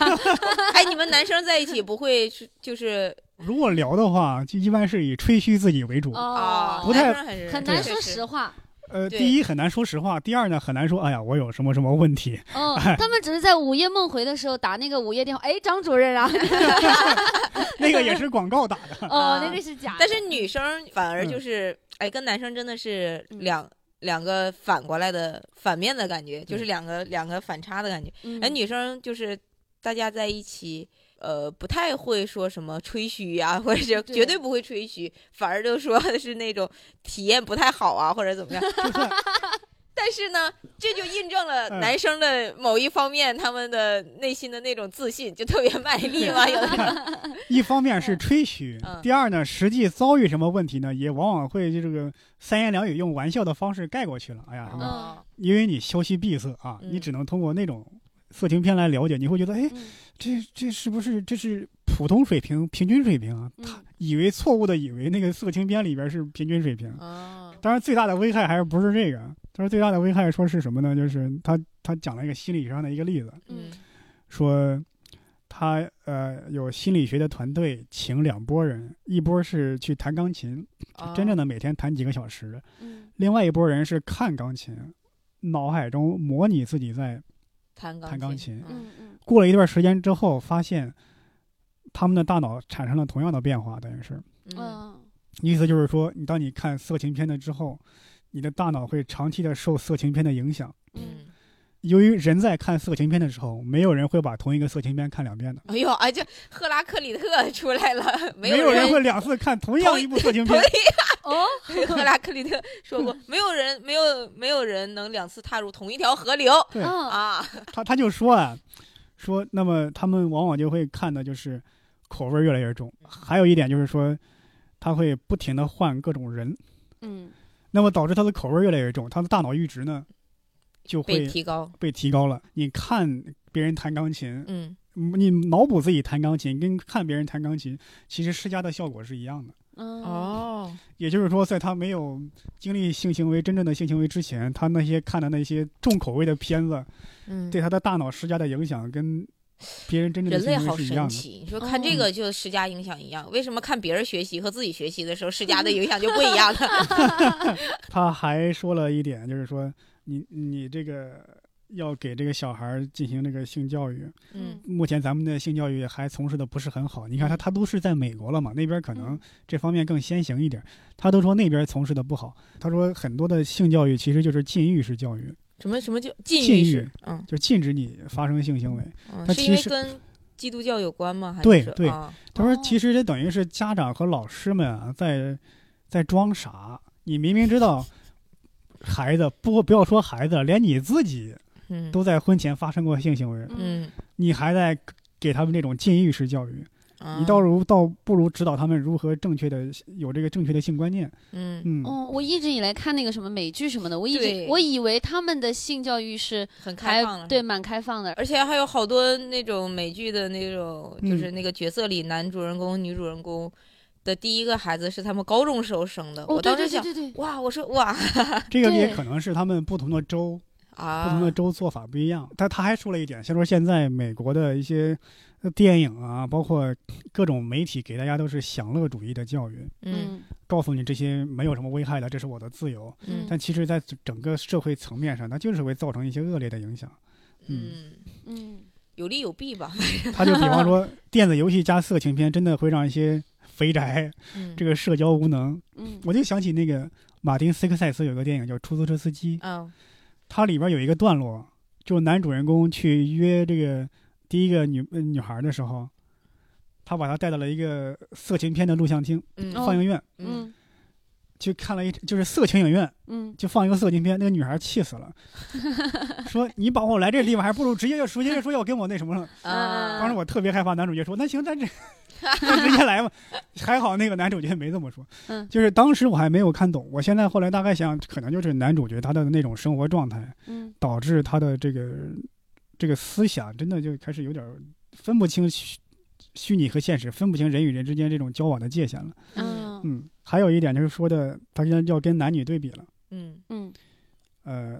Speaker 2: 哎，你们男生在一起不会是就是
Speaker 1: 如果聊的话，就一般是以吹嘘自己为主。
Speaker 2: 啊，
Speaker 1: 不太
Speaker 2: 男生还是
Speaker 3: 哦很难
Speaker 2: 确
Speaker 3: 说
Speaker 2: 实
Speaker 3: 实话。
Speaker 1: 呃，
Speaker 2: 对
Speaker 1: 第一很难说实话，第二呢很难说，哎呀，我有什么什么问 题。
Speaker 3: 哦，他们只是在午夜梦回的时候打那个午夜电话，哎，张主 任啊，
Speaker 1: 那个也是广告打的，
Speaker 3: 哦，那个是假的。
Speaker 2: 啊但是女生反而就
Speaker 1: 嗯
Speaker 2: 是，哎，跟男生真的是
Speaker 3: 嗯
Speaker 2: 两、两个反过来的反面的感觉，就是
Speaker 1: 对
Speaker 2: 两个两个反差的感觉。
Speaker 3: 嗯，
Speaker 2: 哎，女生就是大家在一起，呃，不太会说什么吹嘘呀、 或者是
Speaker 3: 对
Speaker 2: 绝对不会吹嘘，反而就说的是那种体验不太好啊，或者怎么样。
Speaker 1: 就算
Speaker 2: 但是呢，这就印证了
Speaker 1: 嗯
Speaker 2: 男生的某一方面，他们的内心的那种自信，就特别卖力嘛，有的时候。
Speaker 1: 一方面是吹嘘，
Speaker 2: 嗯
Speaker 1: 第二呢，实际遭遇什么问题呢，也往往会就这个三言两语用玩笑的方式盖过去了。哎呀，什么
Speaker 2: 啊
Speaker 1: 因为你消息闭塞啊，
Speaker 2: 嗯
Speaker 1: 你只能通过那种色情片来了解，你会觉得，哎，
Speaker 3: 嗯
Speaker 1: 这这是不是这是普通水平、平均水平啊？
Speaker 3: 嗯
Speaker 1: 他以为错误的以为那个四个清编里边是平均水平。
Speaker 2: 啊，
Speaker 1: 当然，最大的危害还是不是这个？他说最大的危害说是什么呢？就是他他讲了一个心理学上的一个例子，
Speaker 2: 嗯
Speaker 1: 说他呃有心理学的团队请两拨人，一波是去弹钢琴，
Speaker 2: 啊
Speaker 1: 真正的每天弹几个小时；
Speaker 3: 嗯
Speaker 1: 另外一拨人是看钢琴，脑海中模拟自己在
Speaker 2: 弹钢
Speaker 1: 弹钢琴
Speaker 2: 嗯
Speaker 3: 嗯嗯
Speaker 1: 过了一段时间之后，发现他们的大脑产生了同样的变化，等于是
Speaker 2: 嗯
Speaker 4: 嗯，
Speaker 1: 意思就是说，你当你看色情片的之后，你的大脑会长期的受色情片的影响。
Speaker 3: 嗯，
Speaker 2: 嗯，
Speaker 1: 由于人在看色情片的时候，没有人会把同一个色情片看两遍的，
Speaker 2: 哎呦，哎，这赫拉克里特 出来了，没
Speaker 1: 有
Speaker 2: 人
Speaker 1: 人 会两次看同样一部色情
Speaker 2: 同
Speaker 1: 片。
Speaker 2: 嗯
Speaker 3: 哦，
Speaker 2: 赫拉克里特说过，没有人，没有，没有人能两次踏入同一条河流
Speaker 1: 对
Speaker 3: 嗯
Speaker 2: 啊。
Speaker 1: 他他就说啊，说那么他们往往就会看的就是口味越来越重，还有一点就是说，他会不停的换各种人，
Speaker 3: 嗯
Speaker 1: 那么导致他的口味越来越重，他的大脑阈值呢就
Speaker 2: 被
Speaker 1: 会
Speaker 2: 提高，
Speaker 1: 被提高了。你看别人弹钢琴，
Speaker 2: 嗯，
Speaker 1: 你脑补自己弹钢琴，跟看别人弹钢琴，其实施加的效果是一样的。
Speaker 3: 嗯，
Speaker 2: 哦，
Speaker 1: 也就是说，在他没有经历性行为、真正的性行为之前，他那些看的那些重口味的片子，
Speaker 2: 嗯，
Speaker 1: 对他的大脑施加的影响，跟别人真正的
Speaker 2: 人类
Speaker 1: 性行
Speaker 2: 好
Speaker 1: 为是一样
Speaker 2: 神
Speaker 1: 的。
Speaker 2: 奇，你啊说看
Speaker 3: 哦
Speaker 2: 这个就施加影响一样，为什么看别人学习和自己学习的时候施加 的影响就不一样了？嗯
Speaker 1: 他还说了一点，就是说，你你这个要给这个小孩儿进行这个性教育，
Speaker 2: 嗯，
Speaker 1: 目前咱们的性教育还从事的不是很好。你看他，他都是在美国了嘛，那边可能
Speaker 3: 嗯
Speaker 1: 这方面更先行一点。他都说那边从事的不好，他说很多的性教育其实就是禁欲式教育，
Speaker 2: 什么什么叫禁
Speaker 1: 禁
Speaker 2: 欲
Speaker 1: 欲
Speaker 2: 式？嗯，
Speaker 1: 就禁止你发生性行为。
Speaker 2: 嗯
Speaker 1: 它
Speaker 2: 是
Speaker 1: 其
Speaker 2: 因为
Speaker 1: 实
Speaker 2: 跟基督教有关吗？还
Speaker 1: 对
Speaker 2: 是
Speaker 1: 对
Speaker 2: 啊
Speaker 1: 他说
Speaker 3: 哦
Speaker 1: 其实这等于是家长和老师们啊在在装傻，你明明知道。孩子，不不要说孩子，连你自己
Speaker 2: 嗯
Speaker 1: 都在婚前发生过性行为，
Speaker 2: 嗯，
Speaker 1: 你还在给他们这种禁欲式教育，
Speaker 2: 啊
Speaker 3: 嗯
Speaker 1: 你倒如倒不如指导他们如何正确的有这个正确的性观念。
Speaker 2: 嗯
Speaker 1: 嗯，
Speaker 3: 哦，我一直以来看那个什么美剧什么的，我一直
Speaker 2: 对嗯
Speaker 3: 我以为他们的性教育是
Speaker 2: 很开放
Speaker 3: 还
Speaker 2: 了，
Speaker 3: 对蛮开放的，
Speaker 2: 而且还有好多那种美剧的那种，
Speaker 1: 嗯
Speaker 2: 就是那个角色里男主人公、女主人公的第一个孩子是他们高中时候生的。
Speaker 3: 哦，
Speaker 2: 我
Speaker 3: 对
Speaker 2: 当
Speaker 3: 对
Speaker 2: 时
Speaker 3: 对
Speaker 2: 想，
Speaker 3: 对对，
Speaker 2: 哇，我说 哇
Speaker 1: 这个也
Speaker 3: 对
Speaker 1: 可能是他们不同的州、不
Speaker 2: 啊
Speaker 1: 同的，州做法不一样。他他还说了一点，先说现在美国的一些呃电影啊，包括各种媒体给大家都是享乐主义的教育，
Speaker 2: 嗯
Speaker 1: 告诉你这些没有什么危害的，这是我的自由。
Speaker 2: 嗯
Speaker 1: 但其实，在整个社会层面上，它就是会造成一些恶劣的影响。
Speaker 2: 嗯，
Speaker 3: 嗯
Speaker 2: 有利有弊吧。
Speaker 1: 他就比方说，电子游戏加色情片，真的会让一些肥宅
Speaker 2: 嗯
Speaker 1: 这个社交无能。
Speaker 3: 嗯
Speaker 1: 我就想起那个马丁·斯科塞斯有个电影叫《出租车司机》，
Speaker 2: 啊
Speaker 1: 它里边有一个段落，就男主人公去约这个第一个女、呃女孩的时候，他把她带到了一个色情片的录像厅
Speaker 2: 嗯
Speaker 3: 哦
Speaker 1: 放映院，
Speaker 2: 嗯
Speaker 3: 嗯
Speaker 1: 去看了一就是色情影院，
Speaker 3: 嗯，
Speaker 1: 就放一个色情片，那个女孩气死 了，说你把我来这地方，还不如直接就直接说要跟我那什么了。
Speaker 3: 嗯
Speaker 2: 啊，
Speaker 1: 当时我特别害怕男主角说那行，那这就直接来吧。 还好那个男主角没这么说，
Speaker 3: 嗯
Speaker 1: 就是当时我还没有看懂，我现在后来大概想，可能就是男主角他的那种生活状态。
Speaker 3: 嗯
Speaker 1: 导致他的这个这个思想真的就开始有点儿分不清虚虚拟和现实，分不清人与人之间这种交往的界限了。
Speaker 2: 嗯
Speaker 3: 嗯
Speaker 1: 嗯，还有一点就是说的，他现在要跟男女对比了。
Speaker 2: 嗯
Speaker 3: 嗯，
Speaker 1: 呃，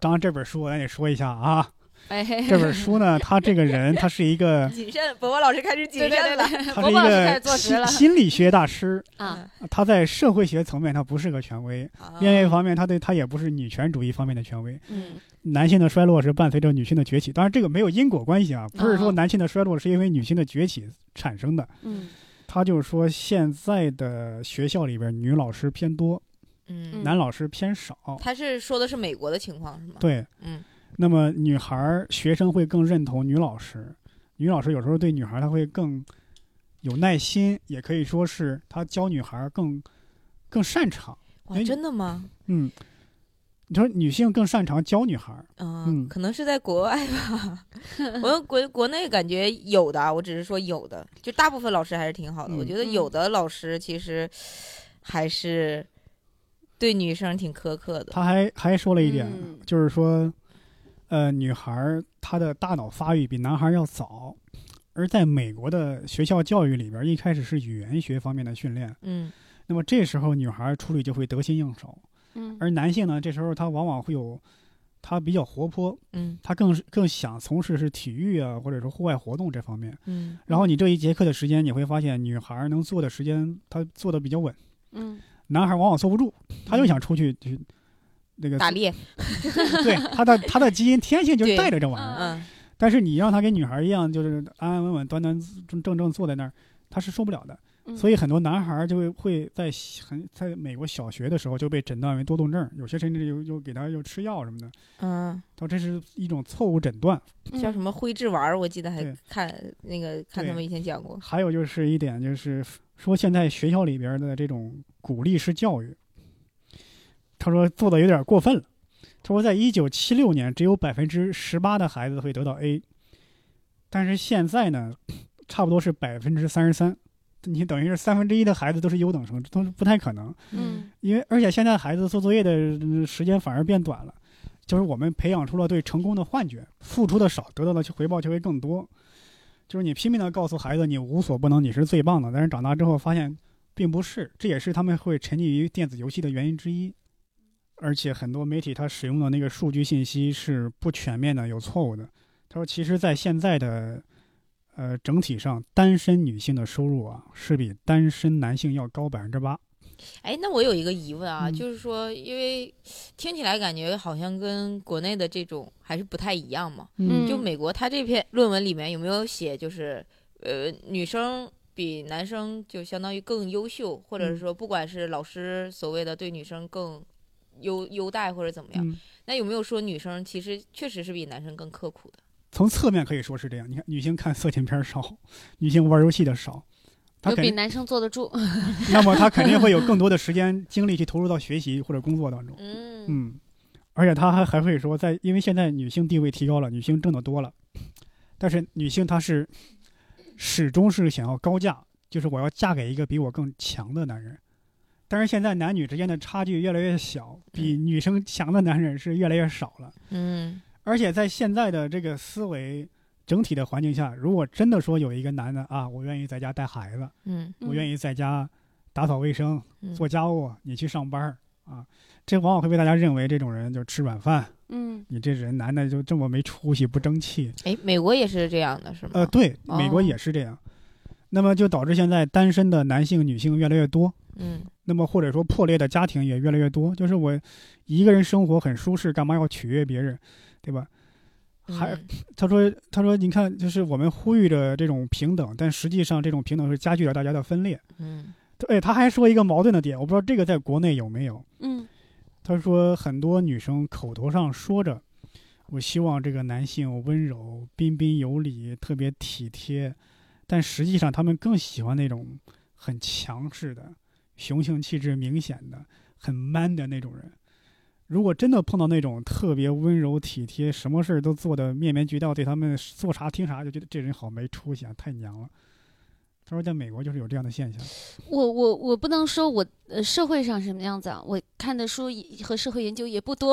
Speaker 1: 当然这本书我也说一下啊，
Speaker 3: 哎，
Speaker 1: 这本书呢，他这个人他是一 个
Speaker 2: 谨慎，博博老师开始谨
Speaker 3: 对对
Speaker 2: 慎
Speaker 3: 对
Speaker 2: 了。
Speaker 3: 对，
Speaker 1: 他是
Speaker 3: 伯
Speaker 1: 一
Speaker 3: 伯老师开始
Speaker 1: 个
Speaker 3: 坐直
Speaker 1: 心
Speaker 3: 了
Speaker 1: 心理学大师，
Speaker 3: 啊，
Speaker 2: 嗯
Speaker 1: 他在社会学层面他不是个权威，
Speaker 2: 啊，
Speaker 1: 另外一方面他对他也不是女权主义方面的权威。
Speaker 3: 嗯
Speaker 1: 男性的衰落是伴随着女性的崛起，当然这个没有因果关系啊，不是说男性的衰落是因为女性的崛起产生的。
Speaker 3: 嗯
Speaker 1: 他就是说，现在的学校里边女老师偏多，
Speaker 2: 嗯，
Speaker 1: 男老师偏少。
Speaker 2: 他是说的是美国的情况是吗？，
Speaker 1: 对，
Speaker 2: 嗯
Speaker 1: 那么女孩儿学生会更认同女老师，女老师有时候对女孩儿她会更有耐心，也可以说是她教女孩儿更更擅长。
Speaker 2: 哇，
Speaker 1: 哎
Speaker 2: 真的吗？
Speaker 1: 嗯，你说女性更擅长教女孩儿，
Speaker 2: 啊
Speaker 1: 嗯
Speaker 2: 可能是在国外吧。我们国国内感觉有的啊，我只是说有的，就大部分老师还是挺好的。
Speaker 1: 嗯
Speaker 2: 我觉得有的老师其实还是对女生挺苛刻的。
Speaker 1: 他还还说了一点，
Speaker 3: 嗯
Speaker 1: 就是说，呃，女孩儿她的大脑发育比男孩儿要早，而在美国的学校教育里边，一开始是语言学方面的训练，
Speaker 2: 嗯
Speaker 1: 那么这时候女孩处理就会得心应手，
Speaker 3: 嗯
Speaker 1: 而男性呢，这时候他往往会有，他比较活泼，
Speaker 2: 嗯
Speaker 1: 他更是更想从事是体育啊，或者说户外活动这方面。
Speaker 2: 嗯
Speaker 1: 然后你这一节课的时间，你会发现女孩能坐的时间，她坐的比较稳，
Speaker 3: 嗯
Speaker 1: 男孩往往坐不住，他就想出去去那个
Speaker 2: 打猎，
Speaker 1: 对他的他的基因天性就
Speaker 2: 对
Speaker 1: 带着这玩意儿。
Speaker 2: 嗯
Speaker 1: 但是你让他跟女孩一样，就是安安稳稳、端端正正正坐在那儿，他是受不了的。
Speaker 3: 嗯
Speaker 1: 所以很多男孩就会会在小很在美国小学的时候就被诊断为多动症，有些甚至又又给他又吃药什么的。
Speaker 2: 嗯，
Speaker 1: 他这是一种错误诊断。
Speaker 3: 嗯
Speaker 2: 叫什么灰质丸儿，我记得还
Speaker 1: 对
Speaker 2: 看那个看他
Speaker 1: 对
Speaker 2: 们以前讲过，
Speaker 1: 还有就是一点就是说，现在学校里边的这种鼓励式教育，他说做的有点过分了。他说，在一九七六年，只有百分之十八的孩子会得到 A，但是现在呢，差不多是百分之三十三。你等于是三分之一的孩子都是优等生，都是不太可能。
Speaker 3: 嗯
Speaker 1: 因为而且现在孩子做作业的呃时间反而变短了，就是我们培养出了对成功的幻觉，付出的少，得到的回报就会更多。就是你拼命的告诉孩子你无所不能，你是最棒的，但是长大之后发现并不是，这也是他们会沉溺于电子游戏的原因之一。而且很多媒体它使用的那个数据信息是不全面的，有错误的。他说，其实，在现在的呃整体上，单身女性的收入啊是比单身男性要高百分之八。
Speaker 2: 哎，那我有一个疑问啊，
Speaker 1: 嗯
Speaker 2: 就是说，因为听起来感觉好像跟国内的这种还是不太一样嘛。
Speaker 3: 嗯
Speaker 2: 就美国，他这篇论文里面有没有写，就是呃，女生比男生就相当于更优秀，或者是
Speaker 1: 嗯
Speaker 2: 说，不管是老师所谓的对女生更优优待或者怎么样，
Speaker 1: 嗯
Speaker 2: 那有没有说女生其实确实是比男生更刻苦的？
Speaker 1: 从侧面可以说是这样。你看，女性看色情片儿少，女性玩游戏的少，她
Speaker 3: 就
Speaker 1: 肯
Speaker 3: 比
Speaker 1: 定，
Speaker 3: 男生坐得住，
Speaker 1: 那么她肯定会有更多的时间精力去投入到学习或者工作当中。
Speaker 2: 嗯
Speaker 1: 嗯，而且她还还会说，在因为现在女性地位提高了，女性挣得多了，但是女性她是始终是想要高价，就是我要嫁给一个比我更强的男人。但是现在男女之间的差距越来越小，比女生强的男人是越来越少了。
Speaker 2: 嗯
Speaker 1: 而且在现在的这个思维整体的环境下，如果真的说有一个男的啊，我愿意在家带孩子，
Speaker 2: 嗯
Speaker 1: 我愿意在家打扫卫生、
Speaker 2: 嗯
Speaker 1: 做家务，你去上班儿啊，这往往会被大家认为这种人就吃软饭，
Speaker 3: 嗯
Speaker 1: 你这人男的就这么没出息、不争气。
Speaker 2: 哎，美国也是这样的，是吗？
Speaker 1: 呃，对，
Speaker 2: 哦
Speaker 1: 美国也是这样，那么就导致现在单身的男性、女性越来越多。
Speaker 2: 嗯
Speaker 1: 那么或者说破裂的家庭也越来越多，就是我一个人生活很舒适，干嘛要取悦别人，对吧？还
Speaker 2: 嗯
Speaker 1: 他说：“他说，你看，就是我们呼吁着这种平等，但实际上这种平等是加剧了大家的分裂。
Speaker 2: 嗯
Speaker 1: 对，他还说一个矛盾的点，我不知道这个在国内有没有。
Speaker 3: 嗯
Speaker 1: 他说，很多女生口头上说着，我希望这个男性温柔、彬彬有礼、特别体贴，但实际上他们更喜欢那种很强势的、雄性气质明显的、很 man 的那种人。如果真的碰到那种特别温柔体贴、什么事儿都做的面面俱到，对他们做啥听啥，就觉得这人好没出息啊，太娘了。他说，在美国就是有这样的现象。
Speaker 3: 我我我不能说我呃社会上什么样子啊，我看的书也和社会研究也不多，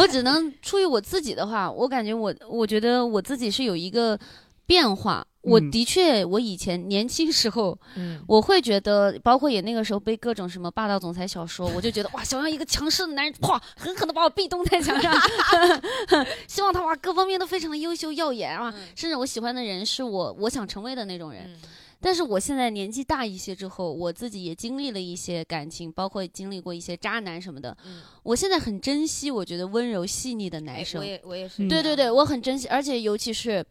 Speaker 3: 我只能出于我自己的话，我感觉我我觉得我自己是有一个变化。我
Speaker 1: 嗯
Speaker 3: 的确，我以前年轻时候，
Speaker 2: 嗯
Speaker 3: 我会觉得，包括也那个时候被各种什么霸道总裁小说，我就觉得哇，想让一个强势的男人，哇，狠狠的把我壁咚在墙上， 希望他哇各方面都非常优秀耀眼啊，
Speaker 2: 嗯
Speaker 3: 甚至我喜欢的人是我我想成为的那种人。
Speaker 2: 嗯
Speaker 3: 但是我现在年纪大一些之后，我自己也经历了一些感情，包括经历过一些渣男什么的。
Speaker 2: 嗯
Speaker 3: 我现在很珍惜，我觉得温柔细腻的男
Speaker 2: 哎
Speaker 3: 生
Speaker 2: 我。也我也
Speaker 1: 嗯
Speaker 2: 是，
Speaker 3: 对对对，，我很珍惜，而且尤其是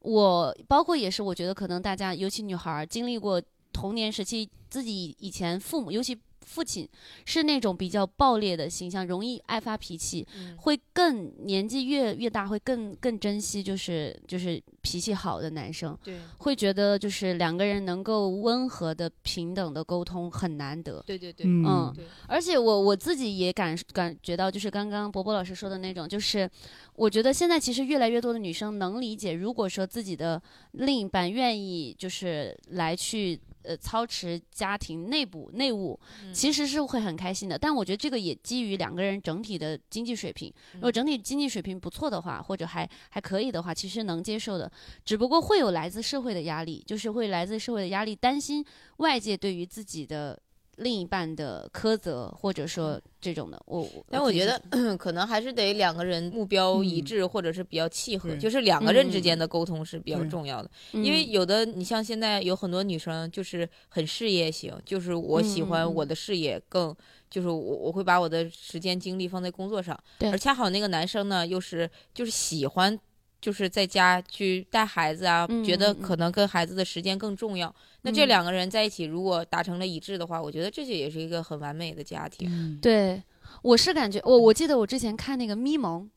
Speaker 3: 我，包括也是，我觉得可能大家，尤其女孩儿经历过童年时期，自己以前父母，尤其父亲是那种比较暴烈的形象，容易爱发脾气，
Speaker 2: 嗯
Speaker 3: 会更年纪越越大，会更更珍惜，就是就是脾气好的男生，
Speaker 2: 对
Speaker 3: 会觉得就是两个人能够温和的、平等的沟通很难得。
Speaker 2: 对对对，
Speaker 1: 嗯
Speaker 3: 嗯
Speaker 2: 对，
Speaker 3: 而且我我自己也感感觉到，就是刚刚博博老师说的那种，就是我觉得现在其实越来越多的女生能理解，如果说自己的另一半愿意就是来去呃操持家庭内部内务，
Speaker 2: 嗯
Speaker 3: 其实是会很开心的。但我觉得这个也基于两个人整体的经济水平，
Speaker 2: 嗯
Speaker 3: 如果整体经济水平不错的话，或者还还可以的话，其实能接受的。只不过会有来自社会的压力，就是会来自社会的压力，担心外界对于自己的另一半的苛责，或者说这种的。我
Speaker 2: 嗯但我觉得
Speaker 3: 挺
Speaker 2: 可能还是得两个人目标一致，或者是比较契合，
Speaker 1: 对
Speaker 2: 就是两个人之
Speaker 3: 嗯
Speaker 2: 间的沟通是比较
Speaker 1: 对
Speaker 2: 重要的。
Speaker 3: 嗯
Speaker 2: 因为有的你像现在有很多女生就是很事业型，就是我喜
Speaker 3: 嗯嗯
Speaker 2: 欢
Speaker 3: 嗯
Speaker 2: 我的事业更，就是我我会把我的时间精力放在工作上，
Speaker 3: 对
Speaker 2: 而恰好那个男生呢又是就是喜欢。就是在家去带孩子啊，
Speaker 3: 嗯
Speaker 2: 觉得
Speaker 3: 嗯嗯
Speaker 2: 可能跟孩子的时间更重要。那这
Speaker 3: 嗯
Speaker 2: 两个人在一起，如果达成了一致的话，我觉得这就也是一个很完美的家庭。
Speaker 3: 对，我是感觉我我记得我之前看那个咪蒙，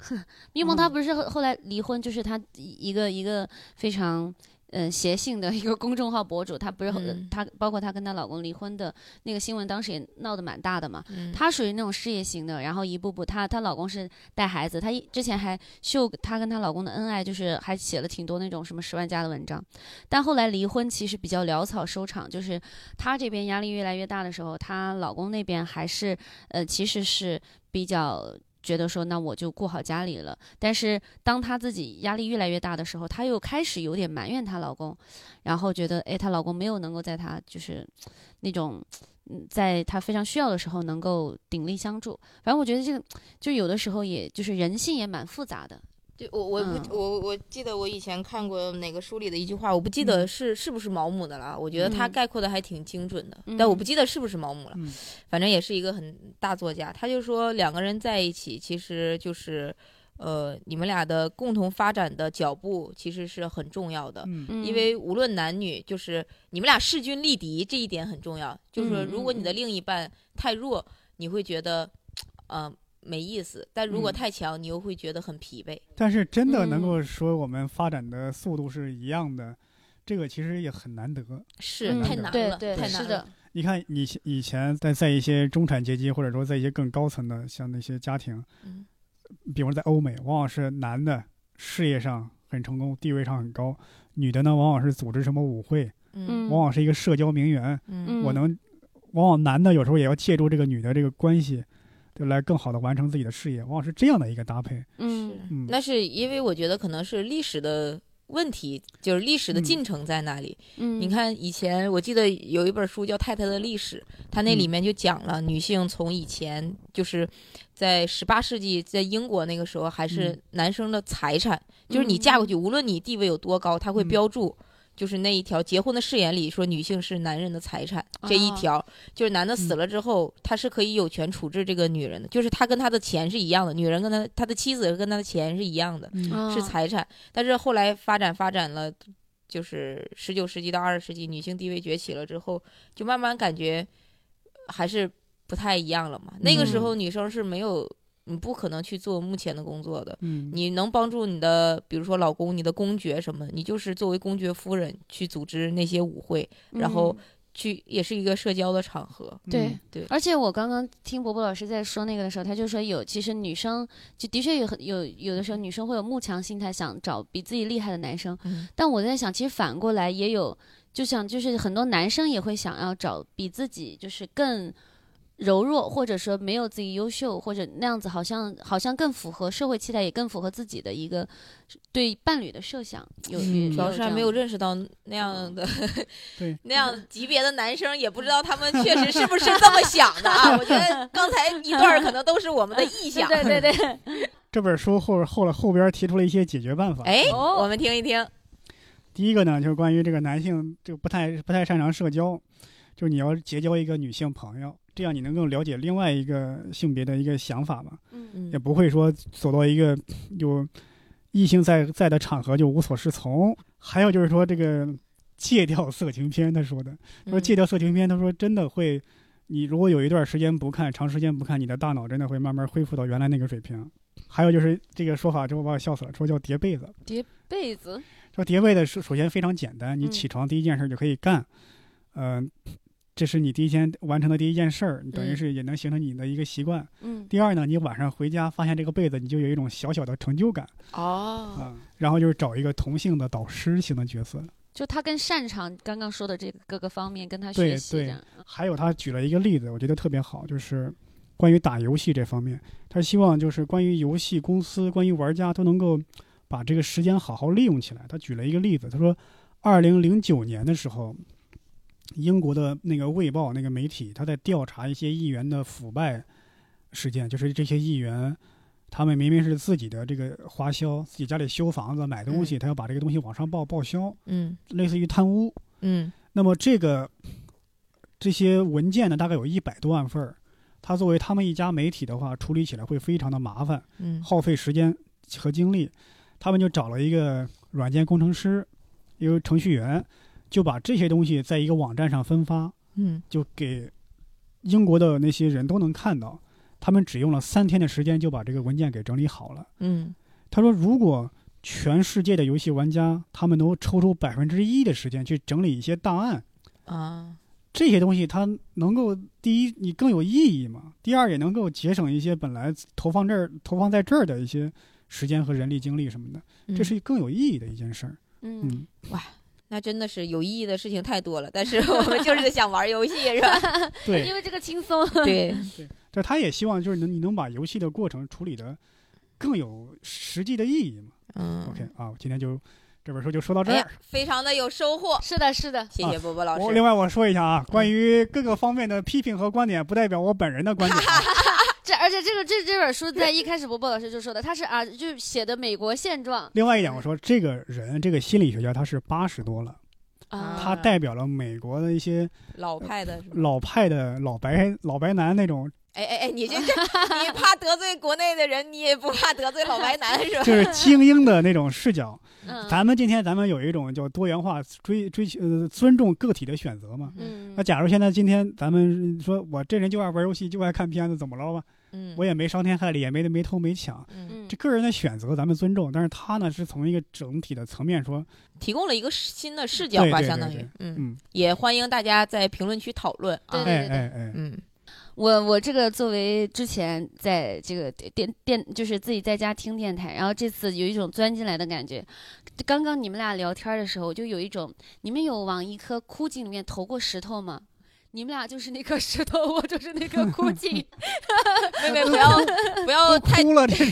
Speaker 3: 咪蒙他
Speaker 2: 嗯
Speaker 3: 不是后后来离婚，就是他一一个一个非常。嗯，邪性的一个公众号博主，他不是、
Speaker 2: 嗯
Speaker 3: 他包括她跟她老公离婚的那个新闻，当时也闹得蛮大的嘛。
Speaker 2: 嗯，
Speaker 3: 她属于那种事业型的，然后一步步，她她老公是带孩子，她一之前还秀她跟她老公的恩爱，就是还写了挺多那种什么十万加的文章，但后来离婚其实比较潦草收场，就是她这边压力越来越大的时候，她老公那边还是呃其实是比较。觉得说，那我就顾好家里了。但是当她自己压力越来越大的时候，她又开始有点埋怨她老公，然后觉得，哎，她老公没有能够在她就是那种嗯，在他非常需要的时候能够鼎力相助。反正我觉得这个，就有的时候也就是人性也蛮复杂的。
Speaker 2: 对，我我不、
Speaker 3: 嗯
Speaker 2: 我我记得我以前看过哪个书里的一句话，我不记得是、是不是毛姆的了。我觉得他
Speaker 3: 嗯
Speaker 2: 概括的还挺精准的，
Speaker 3: 嗯
Speaker 2: 但我不记得是不是毛姆了。
Speaker 1: 嗯
Speaker 2: 反正也是一个很大作家，他就说两个人在一起其实就是，呃，你们俩的共同发展的脚步其实是很重要的。
Speaker 1: 嗯
Speaker 3: 嗯，
Speaker 2: 因为无论男女，就是你们俩势均力敌这一点很重要。就是说，
Speaker 3: 嗯
Speaker 2: 如果你的
Speaker 3: 嗯
Speaker 2: 另一半太弱，你会觉得，呃，没意思；但如果
Speaker 3: 嗯
Speaker 2: 太强，你又会觉得很疲惫。
Speaker 1: 但是真的能够说我们发展的速度是一样的，这个其实也很难得。
Speaker 2: 是
Speaker 1: 嗯
Speaker 2: 太难
Speaker 3: 对
Speaker 2: 了，
Speaker 3: 对
Speaker 2: 太难
Speaker 3: 是
Speaker 2: 了
Speaker 3: 的。，
Speaker 1: 你看以前以前在在一些中产阶级，或者说在一些更高层的像那些家庭，
Speaker 2: 嗯
Speaker 1: 比如在欧美，往往是男的事业上很成功，地位上很高，女的呢往往是组织什么舞会，
Speaker 2: 嗯
Speaker 1: 往往是一个社交名媛。
Speaker 2: 嗯
Speaker 1: 我
Speaker 3: 嗯
Speaker 1: 能，往往男的有时候也要借助这个女的这个关系，就来更好的完成自己的事业，往往是这样的一个搭配。
Speaker 3: 嗯，
Speaker 1: 嗯
Speaker 2: 那是因为我觉得可能是历史的问题，就是历史的
Speaker 1: 嗯
Speaker 2: 进程在那里。
Speaker 3: 嗯，
Speaker 2: 你，看以前我记得有一本书叫《太太的历史》，它
Speaker 1: 嗯
Speaker 2: 那里面就讲了女性从以前就是在十八世纪在英国那个时候还是
Speaker 1: 嗯
Speaker 2: 男生的财产，就是你嫁过
Speaker 3: 嗯
Speaker 2: 去，无论你地位有多高，他会
Speaker 1: 嗯
Speaker 2: 标注。就是那一条结婚的誓言里说，女性是男人的财产这一
Speaker 3: 哦
Speaker 2: 条，就是男的死
Speaker 1: 嗯
Speaker 2: 了之后，他是可以有权处置这个女人的，就是他跟他的钱是一样的，女人跟他他的妻子跟他的钱是一样的，
Speaker 1: 嗯
Speaker 3: 啊
Speaker 2: 是财产。但是后来发展发展了，就是十九世纪到二十世纪，女性地位崛起了之后，就慢慢感觉还是不太一样了嘛。那个时候女生是没有，你不可能去做目前的工作的。
Speaker 1: 嗯，
Speaker 2: 你能帮助你的，比如说老公、你的公爵什么的，你就是作为公爵夫人去组织那些舞会，然后
Speaker 3: 嗯
Speaker 2: 去也是一个社交的场合。
Speaker 3: 对
Speaker 2: 对
Speaker 3: 而且我刚刚听伯伯老师在说那个的时候，他就说有，其实女生就的确有很有有的时候女生会有慕强心态，想找比自己厉害的男生。
Speaker 2: 嗯
Speaker 3: 但我在想，其实反过来也有，就像就是很多男生也会想要找比自己就是更柔弱，或者说没有自己优秀，或者那样子好像好像更符合社会期待，也更符合自己的一个对伴侣的设想。有
Speaker 1: 嗯
Speaker 3: 有
Speaker 2: 主要是还
Speaker 3: 这
Speaker 2: 没有
Speaker 3: 样的嗯
Speaker 2: 认识到那样的、
Speaker 1: 对
Speaker 2: 那样级别的男生，也不知道他们确实是不是这么想的啊。我觉 得刚才一段儿可能都是我们的臆想。
Speaker 3: 对对对 对，
Speaker 1: 这本书后后后边提出了一些解决办法。
Speaker 2: 哎，
Speaker 3: 哦
Speaker 2: 我们听一听。
Speaker 1: 第一个呢，就是关于这个男性就不太不太擅长社交，就是你要结交一个女性朋友，这样你能更了解另外一个性别的一个想法嘛，
Speaker 3: 嗯
Speaker 2: 嗯
Speaker 1: 也不会说走到一个有异性在在的场合就无所适从。还有就是说这个戒掉色情片，他说的，他
Speaker 2: 嗯
Speaker 1: 说戒掉色情片，他说真的会，你如果有一段时间不看，长时间不看，你的大脑真的会慢慢恢复到原来那个水平。还有就是这个说法，之后把我笑死了，说叫叠被子。
Speaker 3: 被子，
Speaker 1: 说叠被的首首先非常简单，你
Speaker 3: 嗯
Speaker 1: 起床第一件事就可以干，嗯、这是你第一天完成的第一件事儿，等于
Speaker 2: 嗯
Speaker 1: 是也能形成你的一个习惯。
Speaker 3: 嗯
Speaker 1: 第二呢，你晚上回家发现这个被子，你就有一种小小的成就感
Speaker 2: 哦
Speaker 1: 啊、然后就是找一个同性的导师型的角色，
Speaker 3: 就他更擅长刚刚说的这个各个方面，跟他
Speaker 1: 对
Speaker 3: 学习
Speaker 1: 对
Speaker 3: 这样。
Speaker 1: 还有他举了一个例子，我觉得特别好，就是关于打游戏这方面，他希望就是关于游戏公司、关于玩家都能够把这个时间好好利用起来。他举了一个例子，他说，二零零九年的时候，英国的那个《卫报》那个媒体，他在调查一些议员的腐败事件，就是这些议员。他们明明是自己的这个花销，自己家里修房子、买东西，他要把这个东西往上报报销，
Speaker 2: 嗯
Speaker 1: 类似于贪污。
Speaker 2: 嗯
Speaker 1: 那么这个这些文件呢，大概有一百多万份儿。它作为他们一家媒体的话，处理起来会非常的麻烦，
Speaker 2: 嗯
Speaker 1: 耗费时间和精力。他们就找了一个软件工程师，一个程序员，就把这些东西在一个网站上分发，
Speaker 2: 嗯
Speaker 1: 就给英国的那些人都能看到。他们只用了三天的时间就把这个文件给整理好了。
Speaker 2: 嗯
Speaker 1: 他说，如果全世界的游戏玩家他们能抽出百分之一的时间去整理一些档案，
Speaker 2: 啊
Speaker 1: 这些东西它能够第一，你更有意义嘛；第二，也能够节省一些本来投放这儿、投放在这儿的一些时间和人力、精力什么的，
Speaker 2: 嗯
Speaker 1: 这是更有意义的一件事儿。
Speaker 3: 嗯，
Speaker 1: 嗯，
Speaker 2: 那真的是有意义的事情太多了，但是我们就是想玩游戏，是 吧？
Speaker 1: 对
Speaker 3: 因，为这个轻松。
Speaker 2: 对，
Speaker 1: 这他也希望就是能你能把游戏的过程处理的更有实际的意义嘛。
Speaker 2: 嗯
Speaker 1: OK 啊，我今天就这本书就说到这
Speaker 2: 哎
Speaker 1: 儿啊
Speaker 2: 呀。，非常的有收获，
Speaker 3: 是的，是的，
Speaker 2: 谢谢波波老
Speaker 1: 我
Speaker 2: 师。
Speaker 1: 另外我说一下啊，关于各个方面的批评和观点，不代表我本人的观点啊。
Speaker 3: 这而且这个这这本书在一开始伯伯老师就说的，他是啊，就写的美国现状
Speaker 1: 另外一点，我说这个人，这个心理学家他是八十多了，
Speaker 2: 啊
Speaker 1: 他代表了美国的一些
Speaker 2: 老派的是吧？
Speaker 1: 老派的老白老白男那 种，
Speaker 2: 哎哎哎，你这这，你怕得罪国内的人，你也不怕得罪老白男是吧？
Speaker 1: 就是精英的那种视角。
Speaker 3: 嗯
Speaker 1: 咱们今天咱们有一种叫多元化，追追求呃尊重个体的选择嘛。
Speaker 3: 嗯
Speaker 1: 那假如现在今天咱们说我这人就爱玩游戏，就爱看片子，怎么了吧？
Speaker 2: 嗯，
Speaker 1: 我也没伤天害理，也没没偷没抢，
Speaker 2: 嗯，
Speaker 3: 嗯
Speaker 1: 这个人的选择咱们尊重。但是他呢，是从一个整体的层面说，
Speaker 2: 提供了一个视新的视角
Speaker 1: 对
Speaker 2: 吧，
Speaker 1: 对
Speaker 2: 相
Speaker 1: 对
Speaker 2: 当
Speaker 1: 对
Speaker 2: 于，嗯，
Speaker 1: 嗯，
Speaker 2: 也欢迎大家在评论区讨论
Speaker 3: 对
Speaker 2: 啊。
Speaker 1: 哎
Speaker 3: 对对
Speaker 1: 哎哎，
Speaker 2: 嗯
Speaker 3: 我我这个作为之前在这个电电就是自己在家听电台，然后这次有一种钻进来的感觉。刚刚你们俩聊天的时候，我就有一种你们有往一颗枯井里面投过石头吗？你们俩就是那颗石头， 我就是那颗枯井。
Speaker 2: 妹妹不要不 要
Speaker 3: 哦
Speaker 1: 都
Speaker 2: 太
Speaker 1: 哭了， 这是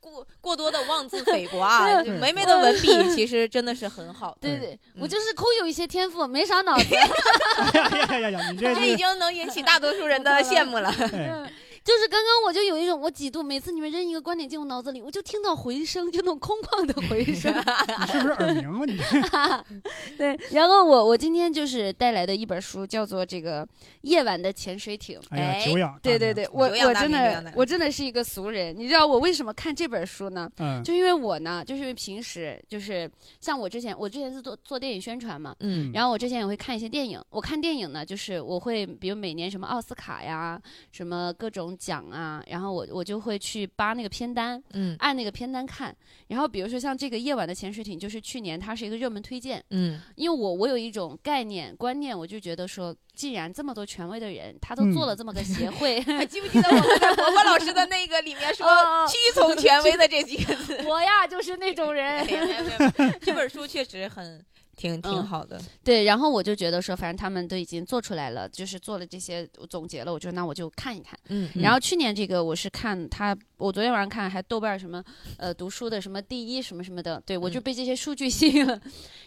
Speaker 2: 过过多的妄自菲薄啊！
Speaker 3: 对
Speaker 2: 就梅梅的文笔其实真的是很 好的，
Speaker 3: 对
Speaker 1: 对
Speaker 3: 对，
Speaker 2: 嗯
Speaker 3: 我就是空有一些天赋，没 啥脑子。
Speaker 1: 哎呀呀呀呀，你这
Speaker 2: 这已
Speaker 1: 是
Speaker 2: 经能引起大多数 人的羡慕了。
Speaker 1: 哎
Speaker 3: 就是刚刚我就有一种，我几度每次你们扔一个观点进我脑子里，我就听到回声，就那种空旷的回 声。
Speaker 1: 你是不是耳鸣啊？ 你
Speaker 3: 对，然后我我今天就是带来的一本书，叫做这个《夜晚的潜水艇》。
Speaker 1: 哎呀，久仰。
Speaker 3: 对对对，我
Speaker 2: 久仰
Speaker 3: 我
Speaker 2: 大
Speaker 3: 真
Speaker 2: 名久仰
Speaker 3: 的
Speaker 2: 大
Speaker 3: 我真的是一个俗人，你知道我为什么看这本书呢？
Speaker 1: 嗯
Speaker 3: 就因为我呢，就是因为平时就是像我之前，我之前是做做电影宣传嘛，
Speaker 2: 嗯
Speaker 3: 然后我之前也会看一些电影。我看电影呢，就是我会比如每年什么奥斯卡呀，什么各种奖啊，然后我我就会去扒那个片单，
Speaker 2: 嗯
Speaker 3: 按那个片单看。然后比如说像这个《夜晚的潜水艇》，就是去年它是一个热门推荐，
Speaker 2: 嗯
Speaker 3: 因为我我有一种概念观念，我就觉得说，既然这么多权威的人，他
Speaker 2: 嗯
Speaker 3: 都做了这么个 协会，
Speaker 2: 还记不记得我们在伯伯老师的那个里面说“
Speaker 3: 哦
Speaker 2: 屈从权威”的这几个字？
Speaker 3: 我呀就是那种
Speaker 2: 哎
Speaker 3: 人。
Speaker 2: 没有没有没有这本书确实很挺挺
Speaker 3: 嗯
Speaker 2: 好的，
Speaker 3: 对，然后我就觉得说，反正他们都已经做出来了，就是做了这些总结了，我就那我就看一看。
Speaker 2: 嗯
Speaker 3: 然后去年这个我是看他，我昨天晚上看还豆瓣儿什么，呃，读书的什么第一什么什么的，对我就
Speaker 2: 嗯
Speaker 3: 被这些数据 吸引了。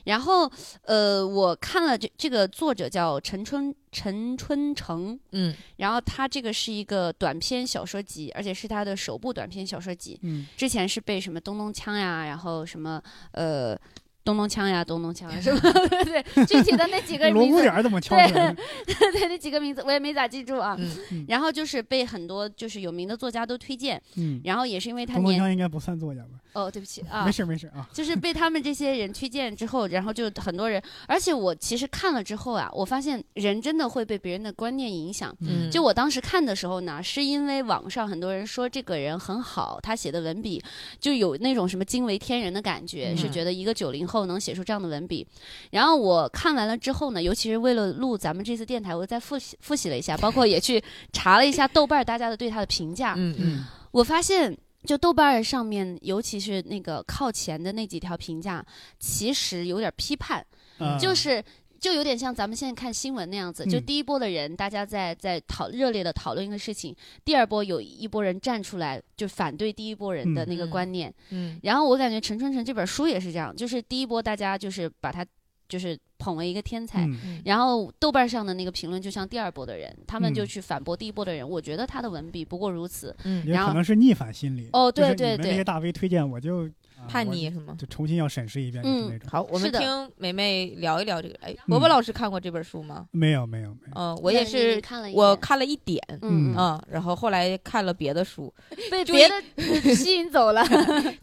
Speaker 3: 然后呃，我看了这这个作者叫陈春陈春成，
Speaker 2: 嗯
Speaker 3: 然后他这个是一个短篇小说集，而且是他的首部短篇小说集。
Speaker 1: 嗯，
Speaker 3: 之前是被什么东东锵呀，然后什么呃东东锵呀，东东锵 呀什么，对对，具体的那几个
Speaker 1: 锣
Speaker 3: 名
Speaker 1: 鼓
Speaker 3: 字
Speaker 1: 点，儿怎么敲出来的？
Speaker 3: 对那几个名字我也没咋记住啊。
Speaker 2: 嗯
Speaker 1: 嗯
Speaker 3: 然后就是被很多就是有名的作家都推荐，
Speaker 1: 嗯，
Speaker 3: 然后也是因为他
Speaker 1: 东东
Speaker 3: 年
Speaker 1: 锵应该不算作家吧？
Speaker 3: 哦，对不起啊
Speaker 1: 没，事没事啊，
Speaker 3: 就是被他们这些人推荐之后，然后就很多人，而且我其实看了之后啊，我发现人真的会被别人的观念影响。
Speaker 2: 嗯，
Speaker 3: 就我当时看的时候呢，是因为网上很多人说这个人很好，他写的文笔就有那种什么惊为天人的感觉，
Speaker 2: 嗯
Speaker 3: 是觉得一个九零后能写出这样的文笔。然后我看完了之后呢，尤其是为了录咱们这次电台，我再复习啊复习了一下，包括也去查了一下豆瓣儿大家的对他的评价。
Speaker 2: 嗯嗯
Speaker 1: 嗯
Speaker 3: 我发现就豆瓣儿上面，尤其是那个靠前的那几条评价，其实有点批判，
Speaker 1: 嗯
Speaker 3: 就是。就有点像咱们现在看新闻那样子，
Speaker 1: 嗯
Speaker 3: 就第一波的人，大家在在讨热烈的讨论一个事情，第二波有一波人站出来，就反对第一波人的那个
Speaker 2: 嗯
Speaker 3: 观念。
Speaker 2: 嗯
Speaker 3: 然后我感觉陈春成这本书也是这样，就是第一波大家就是把他就是捧为一个天才，
Speaker 1: 嗯
Speaker 2: 嗯
Speaker 3: 然后豆瓣上的那个评论就像第二波的人，他们就
Speaker 1: 嗯
Speaker 3: 去反驳第一波的人。我觉得他的文笔不过如此。
Speaker 2: 嗯，
Speaker 1: 也
Speaker 3: 然后
Speaker 1: 可能是逆反心理。
Speaker 3: 哦
Speaker 1: 就是
Speaker 3: 对
Speaker 1: 你
Speaker 3: 对
Speaker 1: 们
Speaker 3: 对
Speaker 1: 那些大 V 推荐我就啊
Speaker 2: 叛
Speaker 1: 我
Speaker 2: 逆是吗？
Speaker 1: 就重新要审视
Speaker 3: 嗯
Speaker 1: 一遍，就是那种。
Speaker 2: 好，我们
Speaker 3: 是的
Speaker 2: 听梅梅聊一聊这个。哎，伯伯老师看过这本书吗？
Speaker 1: 没有没有
Speaker 3: 哦
Speaker 1: 没有，
Speaker 2: 嗯，我也
Speaker 3: 那你
Speaker 2: 是，
Speaker 3: 看了一
Speaker 2: 我
Speaker 3: 遍
Speaker 2: 看了一点，
Speaker 1: 嗯
Speaker 3: 嗯
Speaker 2: 嗯，然后后来看了别的书，
Speaker 3: 被
Speaker 2: 注
Speaker 3: 别
Speaker 2: 意
Speaker 3: 的 吸引走了。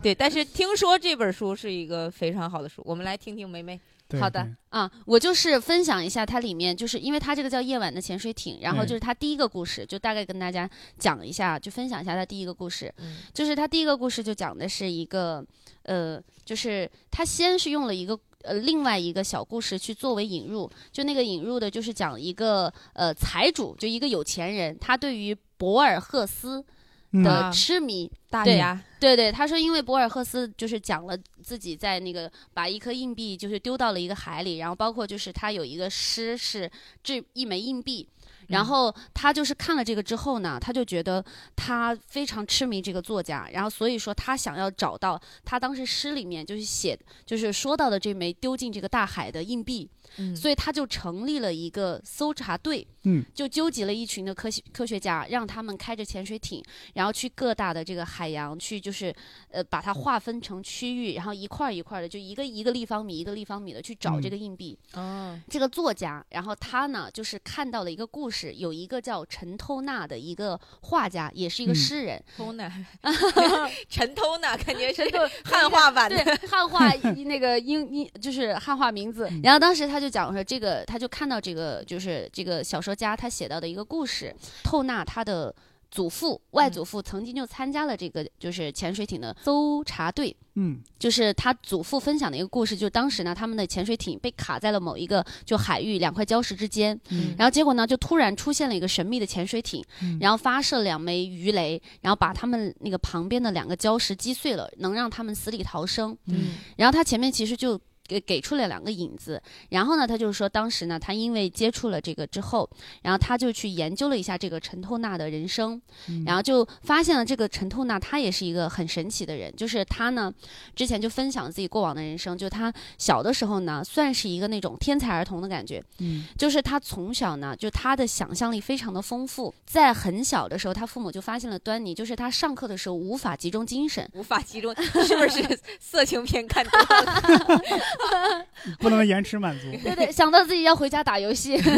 Speaker 2: 对，但是听说这本书是一个非常好的书，我们来听听梅梅。
Speaker 1: 对
Speaker 3: 好的
Speaker 1: 对
Speaker 3: 啊，我就是分享一下它里面，就是因为它这个叫《夜晚的潜水艇》，然后就是它第一个故事，就大概跟大家讲一下，就分享一下它第一个故事。
Speaker 2: 嗯
Speaker 3: 就是它第一个故事就讲的是一个，呃，就是它先是用了一个。呃，另外一个小故事去作为引入，就那个引入的，就是讲一个呃财主，就一个有钱人，他对于博尔赫斯
Speaker 1: 嗯
Speaker 3: 的痴迷，
Speaker 2: 啊大
Speaker 3: 对
Speaker 2: 家，
Speaker 3: 对对，他说因为博尔赫斯就是讲了自己在那个把一颗硬币就是丢到了一个海里，然后包括就是他有一个诗是这一枚硬币。然后他就是看了这个之后呢，他就觉得他非常痴迷这个作家，然后所以说他想要找到他当时诗里面就是写就是说到的这枚丢进这个大海的硬币，
Speaker 2: 嗯
Speaker 3: 所以他就成立了一个搜查队，
Speaker 1: 嗯，
Speaker 3: 就纠集了一群的科学科学家，让他们开着潜水艇，然后去各大的这个海洋去，就是呃把它划分成区域，然后一块儿一块儿的，就一个一个立方米一个立方米的去找
Speaker 1: 嗯
Speaker 3: 这个硬币。
Speaker 2: 哦，
Speaker 3: 这个作家，然后他呢就是看到了一个故事，有一个叫陈偷纳的一个画家，也是一个
Speaker 1: 嗯
Speaker 3: 诗人，
Speaker 2: 偷呢， 陈偷呢，感觉是
Speaker 3: 偷
Speaker 2: 汉化版的。
Speaker 3: 对汉化一那个英英就是汉化名字。然后当时他就讲说，这个他就看到这个就是这个小说家他写到的一个故事，透纳他的祖父、外祖父曾经就参加了这个就是潜水艇的搜查队。
Speaker 1: 嗯
Speaker 3: 就是他祖父分享的一个故事，就当时呢，他们的潜水艇被卡在了某一个就海域两块礁石之间，
Speaker 1: 嗯
Speaker 3: 然后结果呢，就突然出现了一个神秘的潜水艇，然后发射两枚鱼雷，然后把他们那个旁边的两个礁石击碎了，能让他们死里逃生。
Speaker 1: 嗯
Speaker 3: 然后他前面其实就给给出了两个引子，然后呢，他就是说当时呢，他因为接触了这个之后，然后他就去研究了一下这个陈透纳的人生，
Speaker 1: 嗯
Speaker 3: 然后就发现了这个陈透纳他也是一个很神奇的人，就是他呢之前就分享自己过往的人生，就他小的时候呢算是一个那种天才儿童的感觉，
Speaker 1: 嗯
Speaker 3: 就是他从小呢，就他的想象力非常的丰富，在很小的时候，他父母就发现了端倪，就是他上课的时候无法集中精神，
Speaker 2: 无法集中，是不是色情片看多了？
Speaker 1: 不能延迟满 足，
Speaker 3: 对对，想到自己要回家打游戏。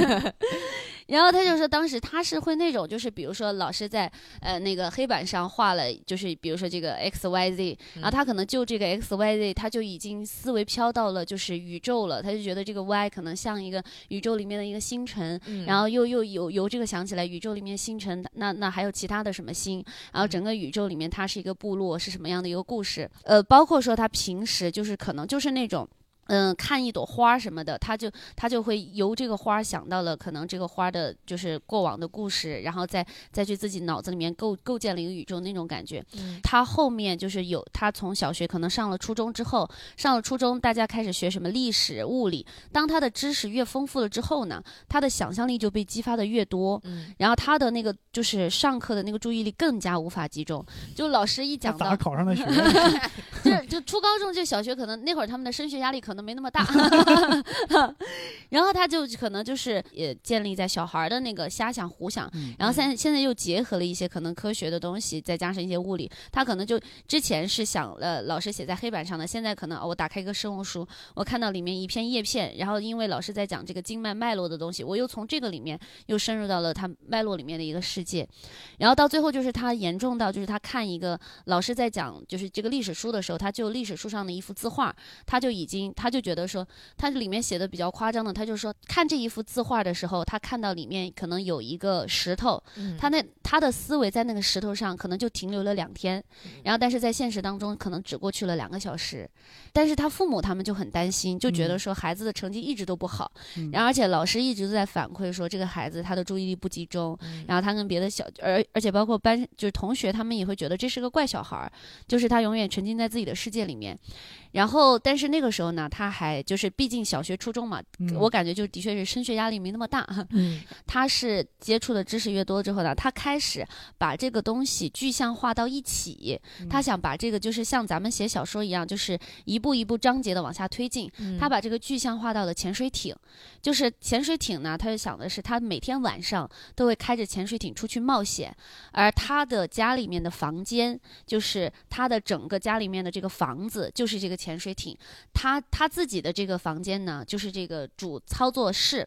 Speaker 3: 然后他就说，当时他是会那种，就是比如说老师在呃那个黑板上画了，就是比如说这个 x y z，然后他可能就这个 x y z，他就已经思维飘到了就是宇宙了，他就觉得这个 y 可能像一个宇宙里面的一个星辰，
Speaker 2: 嗯
Speaker 3: 然后又又由由这个想起来，宇宙里面星辰，那那还有其他的什么星？然后整个宇宙里面，它是一个部落，是什么样的一个故事？呃，包括说他平时就是可能就是那种。嗯，看一朵花什么的，他就他就会由这个花想到了可能这个花的就是过往的故事，然后再再去自己脑子里面构构建了一个宇宙那种感觉。
Speaker 2: 嗯
Speaker 3: 他后面就是有他从小学可能上了初中之后，上了初中大家开始学什么历史、物理。当他的知识越丰富了之后呢，他的想象力就被激发的越多，
Speaker 2: 嗯，
Speaker 3: 然后他的那个就是上课的那个注意力更加无法集中。就老师一讲
Speaker 1: 咋
Speaker 3: 到，
Speaker 1: 考上的学？
Speaker 3: 就是就初高中就小学可能那会儿他们的升学压力可能没那么大， 然后他就可能就是也建立在小孩儿的那个瞎想胡想
Speaker 1: 嗯
Speaker 3: 然后现现在又结合了一些可能科学的东西，再加上一些物理，他可能就之前是想了老师写在黑板上的，现在可能、哦、我打开一个生物书，我看到里面一片叶片，然后因为老师在讲这个经脉脉络的东西，我又从这个里面又深入到了他脉络里面的一个世界，然后到最后就是他严重到就是他看一个老师在讲就是这个历史书的时候，他就历史书上的一幅字画，他就已经他就觉得说他里面写的比较夸张的，他他就说看这一幅字画的时候，他看到里面可能有一个石头，
Speaker 2: 嗯
Speaker 3: 他那他的思维在那个石头上可能就停留了两天，然后但是在现实当中可能只过去了两个小时，但是他父母他们就很担心，就觉得
Speaker 1: 嗯
Speaker 3: 说孩子的成绩一直都不好，
Speaker 1: 嗯
Speaker 3: 然后而且老师一直都在反馈说这个孩子他的注意力不集中，
Speaker 2: 嗯
Speaker 3: 然后他跟别的小，而而且包括班就是同学，他们也会觉得这是个怪小孩儿，就是他永远沉浸在自己的世界里面。然后，但是那个时候呢，他还就是毕竟小学、初中嘛，
Speaker 1: 嗯
Speaker 3: 我感觉就的确是升学压力没那么大。
Speaker 2: 嗯
Speaker 3: 他是接触的知识越多之后呢，他开始把这个东西具象化到一起，他想把这个就是像咱们写小说一样，就是一步一步章节的往下推进。
Speaker 2: 嗯
Speaker 3: 他把这个具象化到了潜水艇，就是潜水艇呢，他就想的是他每天晚上都会开着潜水艇出去冒险，而他的家里面的房间，就是他的整个家里面的这个房子，就是这个潜水艇，他他自己的这个房间呢，就是这个主操作室，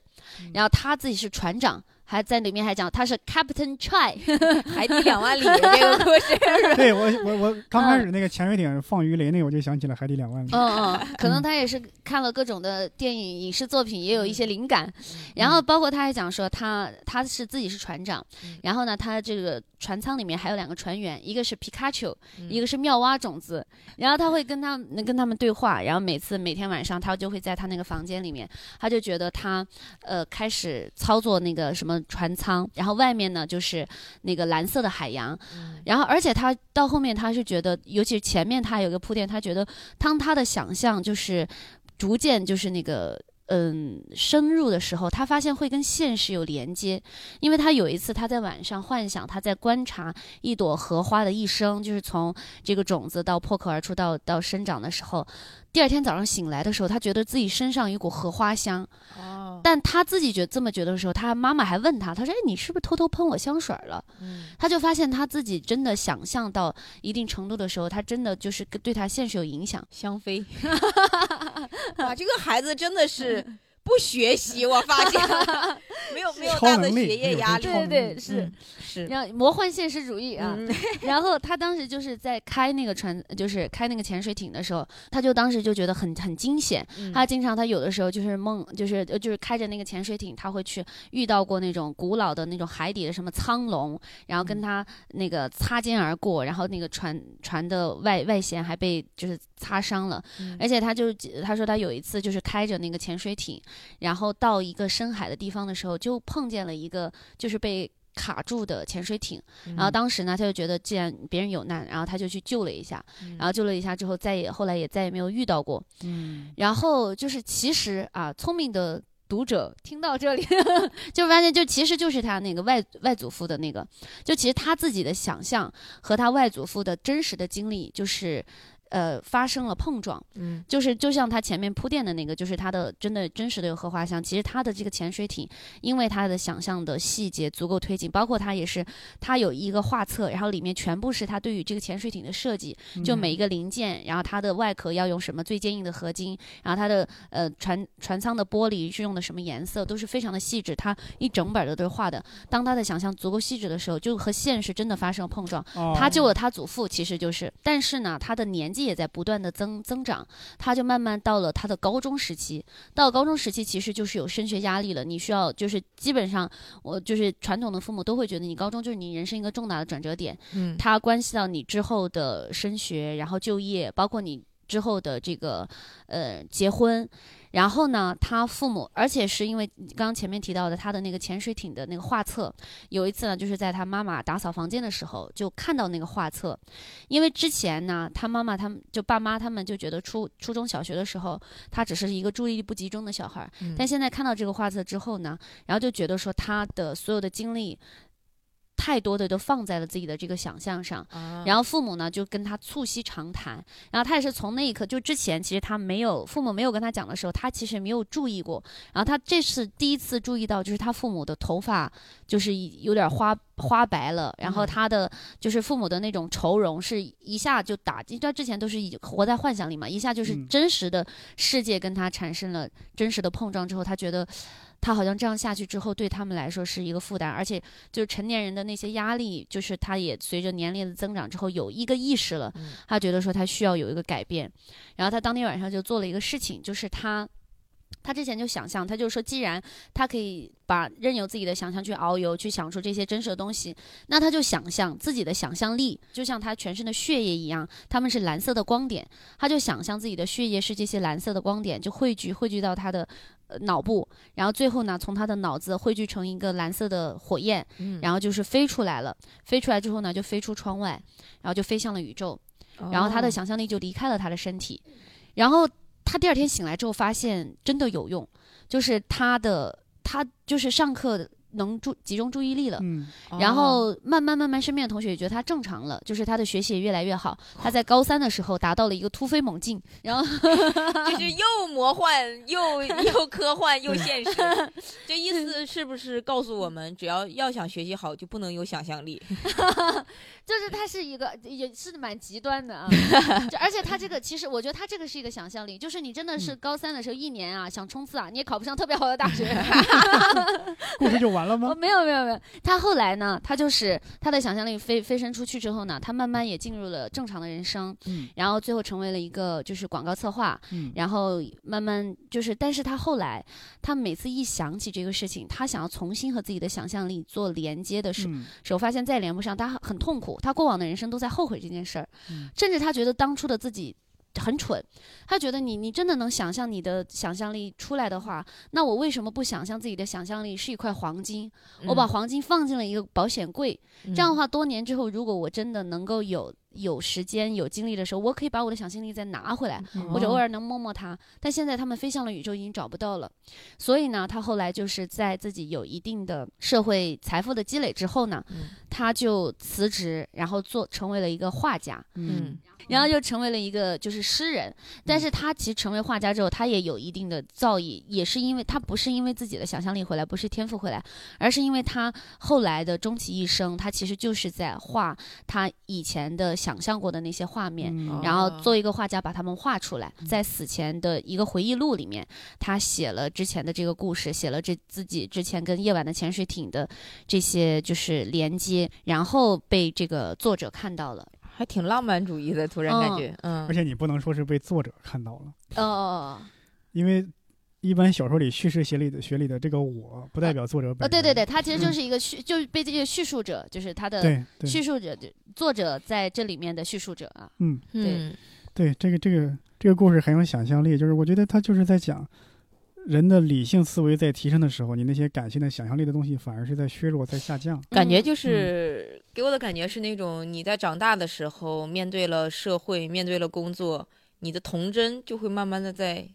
Speaker 3: 然后他自己是船长。还在里面还讲他是 Captain Try，
Speaker 2: 海底两万里这个故 事，
Speaker 1: 对我我我 刚开始那个潜水艇放鱼雷那个，我就想起了《海底两万里》。
Speaker 3: 嗯嗯，可能他也是看了各种的电影、影视作品，也有一些灵感。
Speaker 2: 嗯
Speaker 3: 然后包括他还讲说他，他是自己是船长，
Speaker 2: 嗯
Speaker 3: 然后呢，他这个船舱里面还有两个船员，一个是皮卡丘，
Speaker 2: 嗯
Speaker 3: 一个是妙蛙种子。然后他会跟他们跟他们对话，然后每次每天晚上他就会在他那个房间里面，他就觉得他呃开始操作那个什么船舱，然后外面呢就是那个蓝色的海洋，
Speaker 2: 嗯
Speaker 3: 然后，而且他到后面他是觉得，尤其是前面他有个铺垫，他觉得当他的想象就是逐渐就是那个。嗯，深入的时候，他发现会跟现实有连接，因为他有一次他在晚上幻想他在观察一朵荷花的一生，就是从这个种子到破壳而出到到生长的时候，第二天早上醒来的时候，他觉得自己身上有一股荷花香，
Speaker 2: 哦
Speaker 3: 但他自己觉这么觉得的时候，他妈妈还问他，他说：“哎，你是不是偷偷喷我香水儿了？”
Speaker 2: 嗯
Speaker 3: 他就发现他自己真的想象到一定程度的时候，他真的就是跟对他现实有影响。
Speaker 2: 香妃， 哇，这个孩子真的是不学习，我发 现没有没有
Speaker 1: 超
Speaker 2: 大的
Speaker 1: 能力
Speaker 2: 学
Speaker 1: 有
Speaker 2: 业
Speaker 1: 这
Speaker 2: 压力
Speaker 1: 超，能力
Speaker 3: 是
Speaker 2: 嗯是
Speaker 3: 然后魔幻现实主义啊。
Speaker 2: 嗯
Speaker 3: 然后他当时就是在开那个船，就是开那个潜水艇的时候，他就当时就觉得很很惊险。
Speaker 2: 嗯
Speaker 3: 他经常他有的时候就是梦，就是呃就是开着那个潜水艇，他会去遇到过那种古老的那种海底的什么苍龙，
Speaker 2: 嗯
Speaker 3: 然后跟他那个擦肩而过，然后那个船船的外外弦还被就是擦伤了。
Speaker 2: 嗯
Speaker 3: 而且他就是他说他有一次就是开着那个潜水艇，然后到一个深海的地方的时候，就碰见了一个就是被。卡住的潜水艇，
Speaker 2: 嗯
Speaker 3: 然后当时呢，他就觉得既然别人有难，然后他就去救了一下，
Speaker 2: 嗯
Speaker 3: 然后救了一下之后，再也后来也再也没有遇到过。
Speaker 1: 嗯，
Speaker 3: 然后就是其实啊，聪明的读者听到这里 就发现，就其实就是他那个外外祖父的那个，就其实他自己的想象和他外祖父的真实的经历就是。呃，发生了碰撞，
Speaker 2: 嗯
Speaker 3: 就是就像他前面铺垫的那个，就是他的真的真实的有荷花香。其实他的这个潜水艇，因为他的想象的细节足够推进，包括他也是他有一个画册，然后里面全部是他对于这个潜水艇的设计，
Speaker 1: 嗯
Speaker 3: 就每一个零件，然后它的外壳要用什么最坚硬的合金，然后它的呃船船舱的玻璃是用的什么颜色，都是非常的细致。它一整本儿的都是画的。当他的想象足够细致的时候，就和现实真的发生了碰撞。
Speaker 1: 哦
Speaker 3: 他救了他祖父，其实就是，但是呢，他的年纪也在不断的增增长，他就慢慢到了他的高中时期。到高中时期，其实就是有升学压力了，你需要就是基本上我就是传统的父母都会觉得你高中就是你人生一个重大的转折点。
Speaker 2: 嗯
Speaker 3: 它关系到你之后的升学，然后就业，包括你之后的这个呃结婚。然后呢，他父母，而且是因为刚刚前面提到的他的那个潜水艇的那个画册，有一次呢，就是在他妈妈打扫房间的时候就看到那个画册，因为之前呢，他妈妈他们就爸妈他们就觉得初初中小学的时候，他只是一个注意力不集中的小孩儿，
Speaker 2: 嗯
Speaker 3: 但现在看到这个画册之后呢，然后就觉得说他的所有的精力。太多的都放在了自己的这个想象上，
Speaker 2: 啊
Speaker 3: 然后父母呢就跟他促膝长谈，然后他也是从那一刻，就之前其实他没有父母没有跟他讲的时候，他其实没有注意过，然后他这是第一次注意到，就是他父母的头发就是有点花花白了，然后
Speaker 2: 嗯
Speaker 3: 他的就是父母的那种愁容是一下就打击，他之前都是一活在幻想里嘛，一下就是
Speaker 1: 嗯
Speaker 3: 真实的世界跟他产生了真实的碰撞之后，他觉得。他好像这样下去之后，对他们来说是一个负担，而且就是成年人的那些压力，就是他也随着年龄的增长之后有一个意识了，
Speaker 2: 嗯
Speaker 3: 他觉得说他需要有一个改变，然后他当天晚上就做了一个事情，就是他他之前就想象，他就说，既然他可以把任由自己的想象去遨游，去想出这些真实的东西，那他就想象自己的想象力，就像他全身的血液一样，他们是蓝色的光点，他就想象自己的血液是这些蓝色的光点，就汇聚汇聚到他的。呃脑部，然后最后呢，从他的脑子汇聚成一个蓝色的火焰，
Speaker 2: 嗯
Speaker 3: 然后就是飞出来了。飞出来之后呢，就飞出窗外，然后就飞向了宇宙。
Speaker 2: 哦嗯
Speaker 3: 然后他的想象力就离开了他的身体。然后他第二天醒来之后，发现真的有用，就是他的他就是上课能注集中注意力了。
Speaker 1: 嗯，
Speaker 3: 然
Speaker 2: 哦
Speaker 3: 后慢慢慢慢，身边的同学也觉得他正常了，就是他的学习也越来越好。他在高三的时候达到了一个突飞猛进，然后
Speaker 2: 就是又魔幻又又科幻又现 实，这意思是不是告诉我们，只要要想学习好，就不能有想象力？
Speaker 3: 就是他是一个也是蛮极端 的啊，就而且他这个其实我觉得他这个是一个想象力，就是你真的是高三的时候一年啊想冲刺啊，你也考不上特别好的大学。啊
Speaker 1: 故事就完了
Speaker 3: 哦，
Speaker 1: 吗？
Speaker 3: 没有没有没有，他后来呢，他就是他的想象力飞飞升出去之后呢，他慢慢也进入了正常的人生，
Speaker 1: 嗯
Speaker 3: 然后最后成为了一个就是广告策划，
Speaker 1: 嗯
Speaker 3: 然后慢慢就是，但是他后来他每次一想起这个事情，他想要重新和自己的想象力做连接的时候，
Speaker 1: 嗯
Speaker 3: 手发现再连不上，他很痛苦，他过往的人生都在后悔这件事儿，
Speaker 1: 嗯
Speaker 3: 甚至他觉得当初的自己。很蠢，他觉得你你真的能想象你的想象力出来的话，那我为什么不想象自己的想象力是一块黄金？ 我
Speaker 1: 嗯
Speaker 3: 把黄金放进了一个保险柜，
Speaker 2: 这
Speaker 3: 这样的话，多年之后，如果我真的能够有有时间、有精力的时候，我可以把我的想象力再拿回来，
Speaker 1: 嗯
Speaker 3: 或者偶
Speaker 2: 哦
Speaker 3: 尔能摸摸它。但现在他们飞向了宇宙，已经找不到了。所以呢，他后来就是在自己有一定的社会财富的积累之后呢，
Speaker 2: 嗯
Speaker 3: 他就辞职，然后做成为了一个画家，
Speaker 1: 嗯
Speaker 3: 然后又成为了一个就是诗人。但
Speaker 2: 嗯
Speaker 3: 是他其实成为画家之后，他也有一定的造诣，也是因为他不是因为自己的想象力回来，不是天赋回来，而是因为他后来的终其一生，他其实就是在画他以前的想象过的那些画面。
Speaker 1: 嗯
Speaker 3: 然后
Speaker 2: 哦
Speaker 3: 做一个画家把他们画出来，在死前的一个回忆录里面，他写了之前的这个故事，写了这自己之前跟夜晚的潜水艇的这些就是连接，然后被这个作者看到了。
Speaker 2: 还挺浪漫主义的，突然感觉，嗯
Speaker 1: 而，且你不能说是被作者看到了，
Speaker 3: 哦，
Speaker 1: 因为一般小说里叙事学里的学里的这个我不代表作者本
Speaker 3: 哦，
Speaker 1: 人。
Speaker 3: 对对对，他其实就
Speaker 1: 嗯
Speaker 3: 是一个叙，就是被这个叙述者，就是他的
Speaker 1: 对对
Speaker 3: 叙述者，就作者在这里面的叙述者啊。
Speaker 1: 嗯
Speaker 2: 嗯
Speaker 1: 对，这个这个这个故事很有想象力，就是我觉得他就是在讲。人的理性思维在提升的时候，你那些感性的想象力的东西反而是在削弱、在下降。
Speaker 2: 感
Speaker 3: 嗯
Speaker 2: 觉就是、给我的感觉是那种你在长大的时候，面对了社会，面对了工作，你的童真就会慢慢的在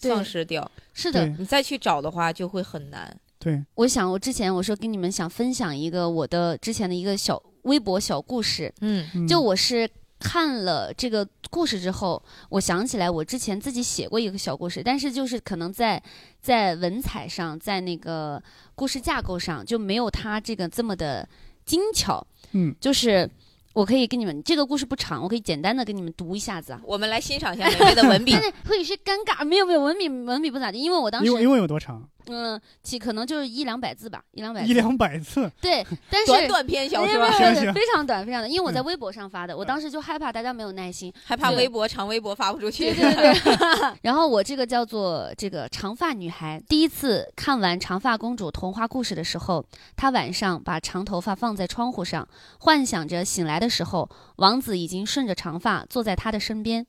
Speaker 3: 对
Speaker 2: 丧失掉，
Speaker 3: 是的，
Speaker 1: 对
Speaker 2: 你再去找的话就会很难。
Speaker 1: 对，
Speaker 3: 我想我之前我说跟你们想分享一个我的之前的一个小微博小故事，
Speaker 2: 嗯
Speaker 1: 嗯
Speaker 3: 就我是看了这个故事之后，我想起来我之前自己写过一个小故事，但是就是可能在在文采上，在那个故事架构上就没有他这个这么的精巧。
Speaker 1: 嗯，
Speaker 3: 就是我可以跟你们这个故事不长，我可以简单的跟你们读一下子啊。
Speaker 2: 我们来欣赏一下美味的 文笔
Speaker 3: 但。是会是尴尬，没有没有文笔文笔不咋地，因为我当
Speaker 1: 嗯
Speaker 3: 时
Speaker 1: 因为因为有多长，
Speaker 3: 嗯，其可能就是一两百字吧，一两百
Speaker 1: 一
Speaker 3: 字。
Speaker 1: 两百次，
Speaker 3: 对，但是
Speaker 2: 短短篇小
Speaker 3: 没有
Speaker 2: 说，
Speaker 3: 没有没有
Speaker 1: 行行嗯
Speaker 3: 非常短非常短，因为我在微博上发的，我当时就害怕大家没有耐心，
Speaker 2: 还怕
Speaker 3: 对
Speaker 2: 微博长微博发不出去
Speaker 3: 对。对 对对。然后我这个叫做这个长发女孩，第一次看完《长发公主》童话故事的时候，她晚上把长头发放在窗户上，幻想着醒来的时候，王子已经顺着长发坐在她的身边。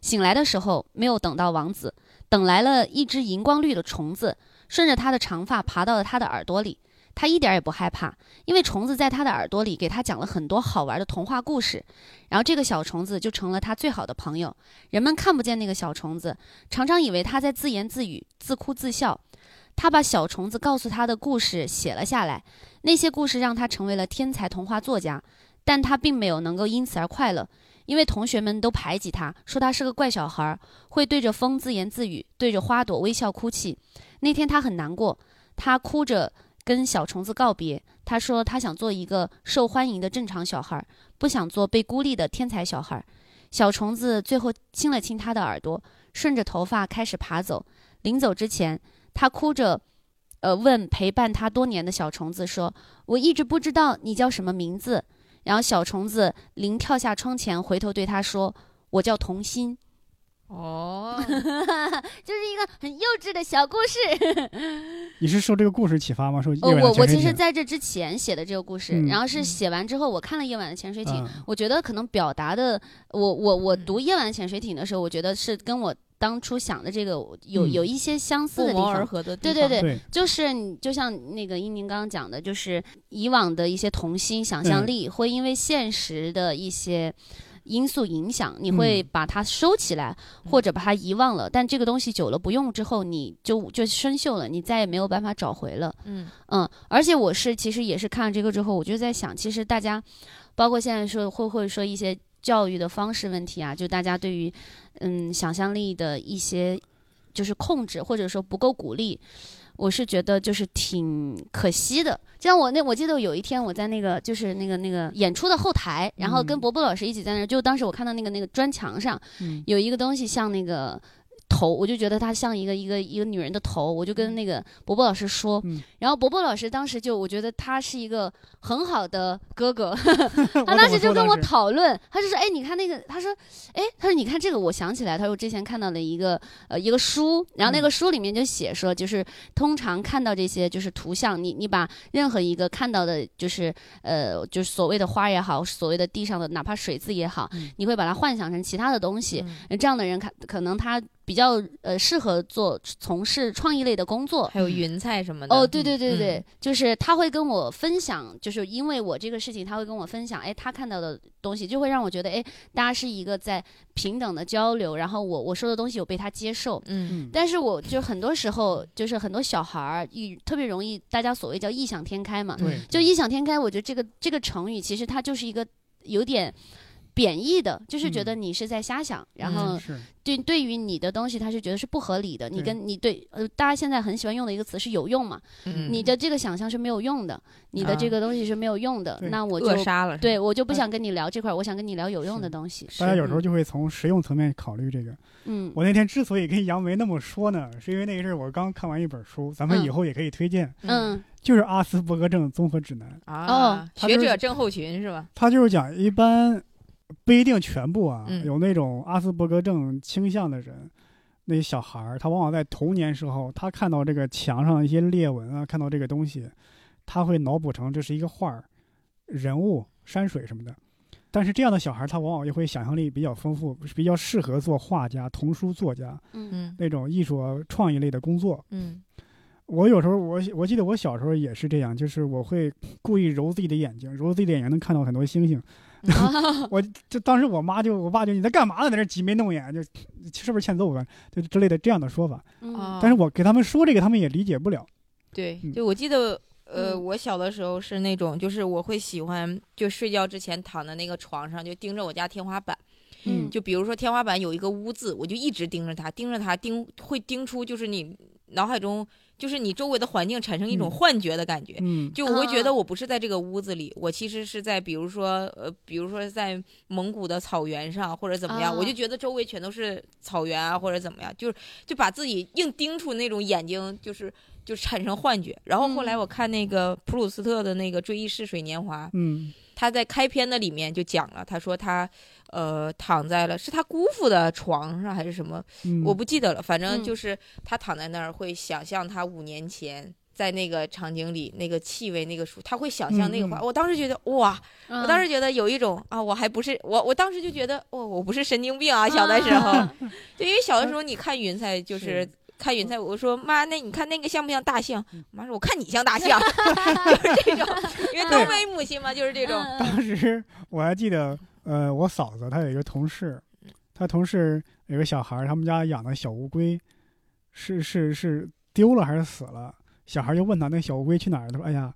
Speaker 3: 醒来的时候没有等到王子，等来了一只荧光绿的虫子，顺着她的长发爬到了她的耳朵里。她一点也不害怕，因为虫子在她的耳朵里给她讲了很多好玩的童话故事，然后这个小虫子就成了她最好的朋友。人们看不见那个小虫子，常常以为他在自言自语、自哭自笑。他把小虫子告诉他的故事写了下来，那些故事让他成为了天才童话作家，但他并没有能够因此而快乐，因为同学们都排挤他，说他是个怪小孩儿，会对着风自言自语，对着花朵微笑哭泣。那天他很难过，他哭着跟小虫子告别，他说他想做一个受欢迎的正常小孩儿，不想做被孤立的天才小孩儿。小虫子最后亲了亲他的耳朵，顺着头发开始爬走。临走之前，他哭着，呃，问陪伴他多年的小虫子说：“我一直不知道你叫什么名字。”然后小虫子临跳下窗前，回头对他说：“我叫童心。”
Speaker 2: 哦，
Speaker 3: 就是一个很幼稚的小故事。
Speaker 1: 你是受这个故事启发吗？受夜
Speaker 3: 哦，
Speaker 1: 晚的
Speaker 3: 我我
Speaker 1: 潜水
Speaker 3: 其实
Speaker 1: 艇
Speaker 3: 在这之前写的这个故事，
Speaker 1: 嗯
Speaker 3: 然后是
Speaker 2: 嗯
Speaker 3: 写完之后，我看了《夜晚的潜水艇》
Speaker 1: 嗯
Speaker 3: 我觉得可能表达的，我我我
Speaker 2: 嗯
Speaker 3: 读《夜晚的潜水艇》的时候，我觉得是跟我当初想的这个有
Speaker 1: 嗯
Speaker 3: 有一些相似
Speaker 2: 不
Speaker 3: 的地
Speaker 2: 谋而
Speaker 3: 方。
Speaker 2: 合的地
Speaker 3: 对
Speaker 2: 方，
Speaker 3: 对对，
Speaker 1: 对
Speaker 3: 就是你就像那个英宁刚刚讲的，就是以往的一些童心想
Speaker 2: 嗯
Speaker 3: 象力会因为现实的一些因素影响，你会把它收起来、
Speaker 2: 嗯
Speaker 3: 或者把它遗忘了。但这个东西久了不用之后，你就就生锈了，你再也没有办法找回了。
Speaker 2: 嗯
Speaker 3: 嗯，而且我是其实也是看了这个之后，我就在想，其实大家，包括现在说会会说一些教育的方式问题啊，就大家对于嗯想象力的一些就是控制，或者说不够鼓励，我是觉得就是挺可惜的。就像我那我记得有一天我在那个就是那个那个演出的后台，然后跟
Speaker 2: 嗯
Speaker 3: 伯伯老师一起在那儿，就当时我看到那个那个砖墙上
Speaker 1: 嗯
Speaker 3: 有一个东西像那个头，我就觉得它像一个一个一个女人的头，我就跟那个伯伯老师说，
Speaker 1: 嗯
Speaker 3: 然后伯伯老师当时就我觉得他是一个很好的 哥哥，
Speaker 1: 我
Speaker 3: 他
Speaker 1: 怎
Speaker 3: 当
Speaker 1: 么
Speaker 3: 时就
Speaker 1: 说
Speaker 3: 跟 我
Speaker 1: 当时
Speaker 3: 讨论，他就说，哎，你看那个，他说，哎，他说你看这个，我想起来，他说我之前看到了一个呃一个书，
Speaker 1: 嗯
Speaker 3: 然后那个书里面就写说，就是通常看到这些就是图像，你你把任何一个看到的，就是呃就是所谓的花也好，所谓的地上的哪怕水渍也好，
Speaker 1: 嗯
Speaker 3: 你会把它幻想成其他的东西，
Speaker 2: 嗯
Speaker 3: 这样的人看可能他比较呃适合做从事创意类的工作，
Speaker 2: 还有云彩什么的，
Speaker 3: 哦，对对对
Speaker 2: 嗯
Speaker 3: 对，就是他会跟我分享，就是因为我这个事情，他会跟我分享，哎，他看到的东西就会让我觉得，哎，大家是一个在平等的交流，然后我我说的东西有被他接受。
Speaker 2: 嗯，
Speaker 1: 嗯
Speaker 3: 但是我就很多时候，就是很多小孩儿，一特别容易，大家所谓叫异想天开嘛，
Speaker 1: 对
Speaker 3: 就异想天开，我觉得这个这个成语其实它就是一个有点贬义的，就是觉得你是在瞎想，然后
Speaker 2: 嗯
Speaker 1: 是
Speaker 3: 对，对于你的东西，他是觉得是不合理的。你
Speaker 1: 对
Speaker 3: 跟你对，呃，大家现在很喜欢用的一个词是有用嘛？
Speaker 2: 嗯啊
Speaker 3: 你的这个想象是没有用的，你的这个东西是没有用的。
Speaker 1: 对
Speaker 3: 那我就
Speaker 2: 扼杀了，
Speaker 3: 对我就不
Speaker 2: 嗯
Speaker 3: 想跟你聊这块儿，我想跟你聊有用的
Speaker 1: 是
Speaker 3: 东西。
Speaker 1: 大家有时候
Speaker 3: 嗯
Speaker 1: 就会从实用层面考虑这个。
Speaker 3: 嗯
Speaker 1: 我那天之所以跟杨梅那么说呢，是因为那个阵儿我刚看完一本书，咱们
Speaker 3: 嗯
Speaker 1: 以后也可以推荐，
Speaker 3: 嗯
Speaker 1: 就是《阿斯伯格症综合指南》，
Speaker 2: 啊，
Speaker 1: 他
Speaker 2: 学
Speaker 1: 就是
Speaker 2: 者症候群是吧？
Speaker 1: 它就是讲一般不一定全部啊，
Speaker 2: 嗯
Speaker 1: 有那种阿斯伯格症倾向的人。那些小孩儿，他往往在童年时候，他看到这个墙上一些裂纹啊，看到这个东西，他会脑补成这是一个画儿、人物、山水什么的。但是这样的小孩儿，他往往也会想象力比较丰富，比较适合做画家、童书作家。
Speaker 3: 嗯
Speaker 2: 嗯
Speaker 1: 那种艺术啊创意类的工作。
Speaker 2: 嗯
Speaker 1: 我有时候我我记得我小时候也是这样，就是我会故意揉自己的眼睛，揉自己的眼睛能看到很多星星。
Speaker 2: 嗯
Speaker 3: 哦
Speaker 1: 我就当时我妈就我爸就你在干嘛呢？在这挤眉弄眼，就是不是欠揍啊？就之类的这样的说法。
Speaker 3: 嗯
Speaker 2: 啊，
Speaker 1: 但是我给他们说这个，他们也理解不了。
Speaker 2: 对
Speaker 1: 嗯，
Speaker 2: 就我记得，呃，
Speaker 3: 嗯
Speaker 2: 我小的时候是那种，就是我会喜欢，就睡觉之前躺在那个床上，就盯着我家天花板。
Speaker 3: 嗯
Speaker 2: 就比如说天花板有一个污渍，我就一直盯着它，盯着它，盯会盯出就是你脑海中，就是你周围的环境产生一种
Speaker 1: 嗯
Speaker 2: 幻觉的感觉。
Speaker 1: 嗯
Speaker 2: 就我会觉
Speaker 3: 啊
Speaker 2: 得我不是在这个屋子里，我其实是在比如说呃，比如说在蒙古的草原上或者怎么样，我
Speaker 3: 啊
Speaker 2: 就觉得周围全都是草原啊或者怎么样，就是就把自己硬盯出那种眼睛就是就产生幻觉。然后后来
Speaker 3: 嗯
Speaker 2: 我看那个普鲁斯特的那个《追忆似水年华》，
Speaker 1: 嗯
Speaker 2: 他在开篇的里面就讲了，他说他呃躺在了是他姑父的床上还是什么，
Speaker 1: 嗯，
Speaker 2: 我不记得了，反正
Speaker 3: 嗯
Speaker 2: 就是他躺在那儿会想象他五年前。在那个场景里，那个气味，那个书，他会想象那个
Speaker 1: 嗯嗯
Speaker 2: 画。我当时觉得，哇！
Speaker 3: 嗯
Speaker 2: 我当时觉得有一种啊，我还不是我，我当时就觉得，哦，我不是神经病啊！小的时候，
Speaker 3: 啊
Speaker 2: 就因为 小的时候你看云彩就是
Speaker 1: 是
Speaker 2: 看云彩，我说妈，那你看那个像不像大象？
Speaker 3: 嗯
Speaker 2: 妈说我看你像大象， 就是这种，因
Speaker 1: 对
Speaker 2: 为东北母亲嘛，就是这种。
Speaker 3: 嗯
Speaker 1: 当时我还记得，呃，我嫂子她有一个同事，
Speaker 2: 嗯
Speaker 1: 她同事有个小孩儿，他们家养的小乌龟，是是是丢了还是死了？小孩儿就问他那小乌龟去哪儿了？他说：“哎呀，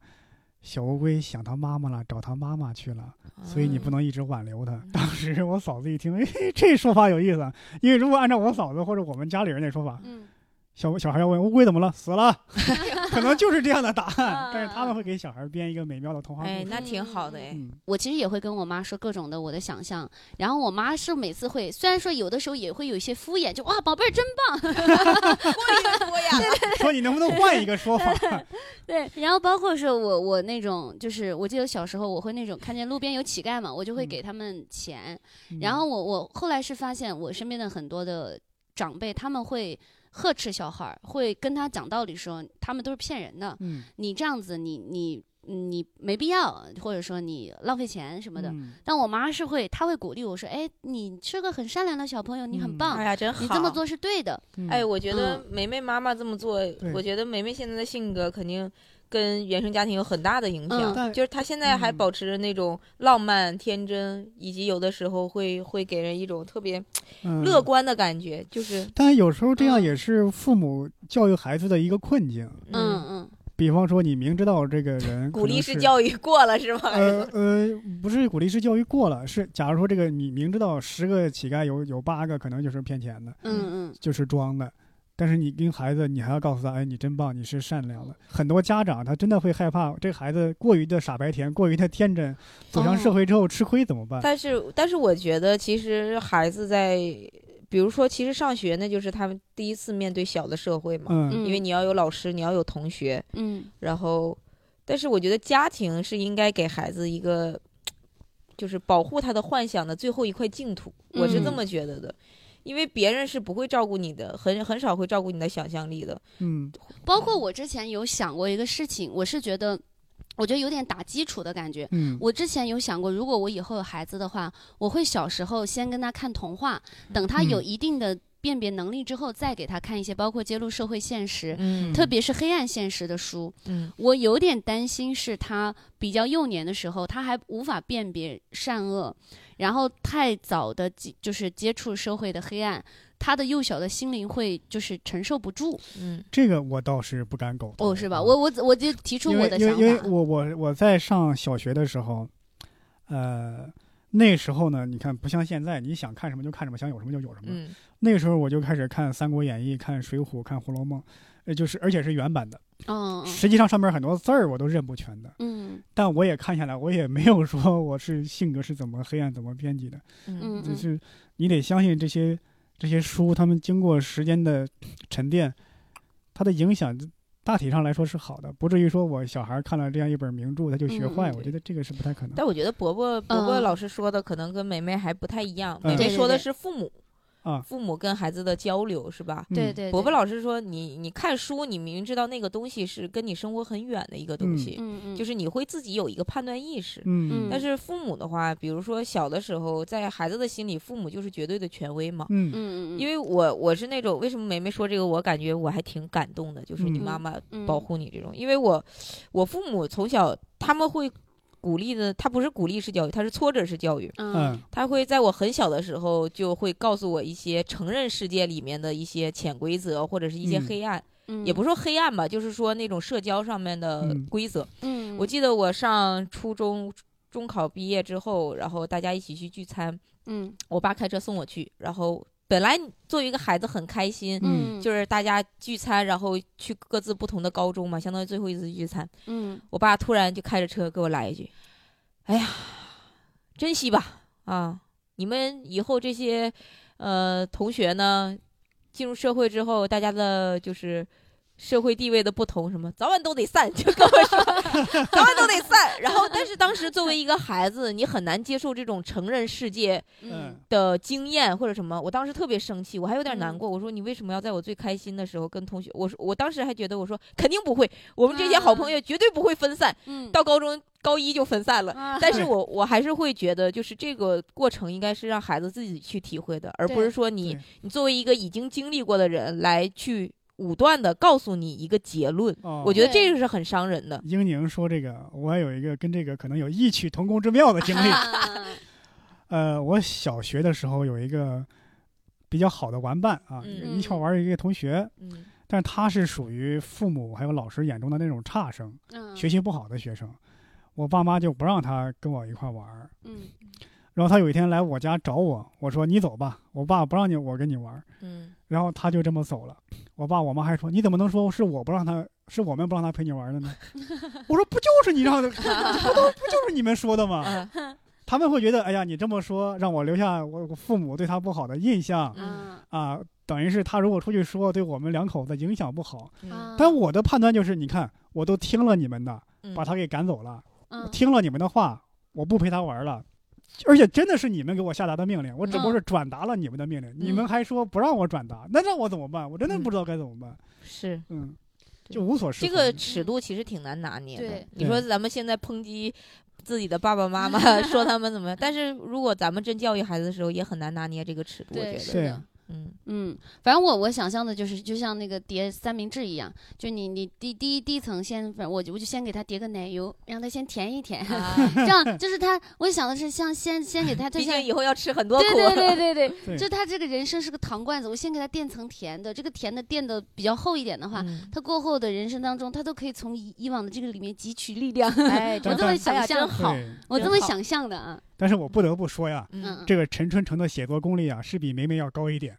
Speaker 1: 小乌龟想他妈妈了，找他妈妈去
Speaker 2: 啊
Speaker 1: 了，
Speaker 3: 嗯
Speaker 1: 所以你
Speaker 2: 嗯
Speaker 1: 不能一直挽留他。当时我嫂子一听，哎， 这说法有意思啊，因为如果按照我嫂子或者我们家里人那说法，
Speaker 3: 嗯
Speaker 1: 小小孩要问乌龟怎么了，死了，可能就是这样的答案，但是他们
Speaker 3: 啊
Speaker 1: 会给小孩编一个美妙的童话故事。
Speaker 2: 哎，那挺好的哎。
Speaker 1: 嗯，
Speaker 3: 我其实也会跟我妈说各种的我的想象，然后我妈是每次会，虽然说有的时候也会有一些敷衍，就哇宝贝儿真
Speaker 2: 多 呀，
Speaker 1: 说你能不能换一个说 法？
Speaker 3: 对，然后包括说我我那种就是我记得小时候我会那种看见路边有乞丐嘛，我就会
Speaker 1: 嗯
Speaker 3: 给他们钱，然后我我后来是发现我身边的很多的长辈他们会呵斥小孩儿，会跟他讲道理说他们都是骗人的，
Speaker 1: 嗯，
Speaker 3: 你这样子你你你没必要，或者说你浪费钱什
Speaker 1: 什
Speaker 3: 么的。但我妈是会，她会鼓励我说：“哎，你是个很善良的小朋友，你很
Speaker 1: 嗯
Speaker 3: 棒，
Speaker 2: 哎呀，真好。
Speaker 3: 你这么，做是对的。
Speaker 2: 哎，我觉得梅梅妈妈这么做，
Speaker 1: 对
Speaker 2: 我觉得梅梅现在的性格肯定跟原生家庭有很大的影
Speaker 3: 嗯
Speaker 2: 响，
Speaker 1: 但
Speaker 2: 就是她现在还
Speaker 1: 嗯
Speaker 2: 保持着那种浪漫、天真，以及有的时候会会给人一种特别
Speaker 1: 嗯
Speaker 2: 乐。观嗯的感觉，就是
Speaker 1: 但有时候这样也是父母教育孩子的一个困境。
Speaker 3: 嗯”嗯
Speaker 1: 比方说，你明知道这个人
Speaker 2: 鼓励
Speaker 1: 式
Speaker 2: 式教育过了是吗？
Speaker 1: 呃呃，不是鼓励式教育过了，是假如说这个你明知道十个乞丐有有八个可能就是骗钱的，
Speaker 3: 嗯嗯
Speaker 1: 就是装的。但是你跟孩子，你还要告诉他，哎，你真棒，你是善良的。很多家长他真的会害怕这个孩子过于的傻白甜，过于的天真，走
Speaker 2: 哦
Speaker 1: 上社会之后吃亏怎么办？
Speaker 2: 但是，但是我觉得，其实孩子在，比如说，其实上学那就是他们第一次面对小的社会嘛，
Speaker 1: 嗯
Speaker 3: 嗯，
Speaker 2: 因为你要有老师，你要有同学，
Speaker 3: 嗯
Speaker 2: 然后，但是我觉得家庭是应该给孩子一个，就是保护他的幻想的最后一块净土，我是这
Speaker 3: 嗯
Speaker 2: 么觉得的。因为别人是不会照顾你的，很很少会照顾你的想象力的。
Speaker 1: 嗯
Speaker 3: 包括我之前有想过一个事情，我是觉得，我觉得有点打基础的感觉。
Speaker 1: 嗯
Speaker 3: 我之前有想过，如果我以后有孩子的话，我会小时候先跟他看童话，等他有
Speaker 1: 嗯
Speaker 3: 一定的辨别能力之后，再给他看一些包括揭露社会现实，
Speaker 2: 嗯
Speaker 3: 特别是黑暗现实的书。
Speaker 2: 嗯
Speaker 3: 我有点担心是他比较幼年的时候，他还无法辨别善恶，然后太早的就是接触社会的黑暗，他的幼小的心灵会就是承受不住，
Speaker 2: 嗯
Speaker 1: 这个我倒是不敢苟同
Speaker 3: 哦，是吧？
Speaker 1: 啊
Speaker 3: 我我我就提出
Speaker 1: 因
Speaker 3: 我
Speaker 1: 为
Speaker 3: 的
Speaker 1: 因
Speaker 3: 想
Speaker 1: 为因为
Speaker 3: 法，
Speaker 1: 我我我在上小学的时候，呃，那时候呢，你看不像现在，你想看什么就看什么，想有什么就有什么。
Speaker 2: 嗯
Speaker 1: 那个时候我就开始看《三国演义》、看《水浒》、看《红楼梦》，呃，就是而且是原版的。
Speaker 3: 嗯
Speaker 1: 实际上上面很多字儿我都认不全的，
Speaker 3: 嗯
Speaker 1: 但我也看下来，我也没有说我是性格是怎么黑暗怎么编辑的，
Speaker 3: 嗯
Speaker 1: 就
Speaker 3: 嗯
Speaker 1: 是你得相信这些这些书，他们经过时间的沉淀，它的影响大体上来说是好的，不至于说我小孩看了这样一本名著他就学坏，
Speaker 3: 嗯嗯
Speaker 1: 我觉得这个是不太可能。
Speaker 2: 但我觉得伯伯伯伯
Speaker 3: 嗯
Speaker 2: 老师说的可能跟梅梅还不太一样，
Speaker 1: 嗯
Speaker 2: 梅
Speaker 1: 对
Speaker 2: 梅
Speaker 3: 对
Speaker 2: 说的
Speaker 3: 对
Speaker 2: 是父母
Speaker 1: 啊
Speaker 2: 父母跟孩子的交流是吧？
Speaker 1: 嗯
Speaker 3: 对对，
Speaker 2: 伯伯
Speaker 3: 对
Speaker 2: 老师说你你看书，你明知道那个东西是跟你生活很远的一个东西，
Speaker 3: 嗯嗯
Speaker 2: 就是你会自己有一个判断意识。
Speaker 1: 嗯
Speaker 2: 但是父母的话，比如说小的时候，在孩子的心里，父母就是绝对的权威嘛。
Speaker 1: 嗯
Speaker 3: 嗯嗯，
Speaker 2: 因为
Speaker 3: 为
Speaker 2: 我我是那种为什么梅梅说这个，我感觉我还挺感动的，就是你
Speaker 1: 嗯
Speaker 2: 妈妈保护你这种，因为我我父母从小他们会鼓励的，他不是鼓励式教育，他是挫折式教育，
Speaker 3: 嗯
Speaker 1: 嗯
Speaker 2: 他会在我很小的时候就会告诉我一些成人世界里面的一些潜规则或者是一些
Speaker 1: 嗯
Speaker 2: 黑暗，
Speaker 3: 嗯
Speaker 2: 也不是说黑暗吧，就是说那种社交上面的
Speaker 1: 嗯
Speaker 2: 规则。
Speaker 3: 嗯
Speaker 2: 我记得我上初中中考毕业之后，然后大家一起去聚餐，
Speaker 3: 嗯
Speaker 2: 我爸开车送我去，然后本来作为一个孩子很开心。
Speaker 1: 嗯
Speaker 2: 就是大家聚餐，然后去各自不同的高中嘛，相当于最后一次聚餐。
Speaker 3: 嗯
Speaker 2: 我爸突然就开着车给我来一句：“哎呀，珍惜吧，啊，你们以后这些呃同学呢，进入社会之后，大家的就是社会地位的不同，什么早晚都得散。”就跟我说，早晚都得散。然后，但是当时作为一个孩子，你很难接受这种成人世界
Speaker 3: 嗯
Speaker 2: 的经验或者什么。我当时特别生气，我还有点难过。我说你为什么要在我最开心的时候跟同学？我说我当时还觉得我说肯定不会，我们这些好朋友绝对不会分散。
Speaker 3: 嗯
Speaker 2: 到高中高一就分散了。
Speaker 3: 啊
Speaker 2: 但是我我还是会觉得，就是这个过程应该是让孩子自己去体会的，而不
Speaker 3: 对
Speaker 2: 是说你
Speaker 1: 对
Speaker 2: 你作为一个已经经历过的人来去武断的告诉你一个结论。
Speaker 1: 哦
Speaker 2: 我觉得
Speaker 3: 对
Speaker 2: 这个是很伤人的。
Speaker 1: 英宁说这个，我还有一个跟这个可能有异曲同工之妙的经历。
Speaker 3: 啊
Speaker 1: 呃，我小学的时候有一个比较好的玩伴啊，
Speaker 2: 嗯
Speaker 1: 一块玩儿一个同学，
Speaker 2: 嗯
Speaker 1: 但是他是属于父母还有老师眼中的那种差生，
Speaker 3: 嗯
Speaker 1: 学习不好的学生。我爸妈就不让他跟我一块玩儿，
Speaker 3: 嗯
Speaker 1: 然后他有一天来我家找我，我说你走吧，我爸不让你我跟你玩儿，
Speaker 2: 嗯
Speaker 1: 然后他就这么走了。我爸我妈还说你怎么能说是我不让他是我们不让他陪你玩的 呢？我说不就是你让的，不都不就是你们说的吗？
Speaker 2: 嗯
Speaker 1: 他们会觉得，哎呀，你这么说让我留下我我父母对他不好的印象
Speaker 3: 嗯
Speaker 1: 啊，等于是他如果出去说，对我们两口子影响不好。
Speaker 2: 嗯
Speaker 3: 啊，
Speaker 1: 但我的判断就是，你看，我都听了你们的，
Speaker 2: 嗯
Speaker 1: 把他给赶走了，
Speaker 3: 嗯
Speaker 1: 听了你们的话，我不陪他玩了。而且真的是你们给我下达的命令，我只不
Speaker 2: 嗯
Speaker 1: 过是转达了你们的命令，你们还说不让我转达，那让我怎么办？我真的不知道该怎么办，
Speaker 2: 是
Speaker 1: 嗯，
Speaker 2: 嗯对
Speaker 1: 就无所适
Speaker 2: 这
Speaker 1: 从。
Speaker 2: 个尺度其实挺难拿捏的
Speaker 4: 对。
Speaker 2: 你说咱们现在抨击自己的爸爸妈 妈，说他们怎么样，但是如果咱们真教育孩子的时候，也很难拿捏这个尺度。我
Speaker 3: 对，
Speaker 2: 觉
Speaker 3: 是
Speaker 2: 得，
Speaker 1: 对
Speaker 3: 的。
Speaker 2: 嗯
Speaker 3: 嗯，反正我我想象的就是，就像那个叠三明治一样，就你你第第一第一层先，反正我就我就先给它叠个奶油，让它先甜 一甜， 这样就是它。我想的是像先先给它，啊 就
Speaker 2: 毕
Speaker 3: 像
Speaker 2: 竟以后要吃很多苦。
Speaker 3: 对对对对对，
Speaker 1: 对
Speaker 3: 就他这个人生是个糖罐子，我先给他垫层甜的，这个甜的垫的比较厚一点的话，
Speaker 2: 嗯
Speaker 3: 他过后的人生当中，他都可以从以以往的这个里面汲取 力量。
Speaker 2: 哎，
Speaker 1: 但
Speaker 3: 我这么想
Speaker 2: 哎呀
Speaker 3: 象
Speaker 2: 真好。
Speaker 1: 对，
Speaker 3: 我
Speaker 2: 真
Speaker 3: 这么
Speaker 2: 好
Speaker 3: 想象的啊，
Speaker 1: 但是我不得不说呀，
Speaker 3: 嗯，
Speaker 1: 这个陈春成的写作功力啊，是比梅梅要高一
Speaker 2: 哎
Speaker 1: 点，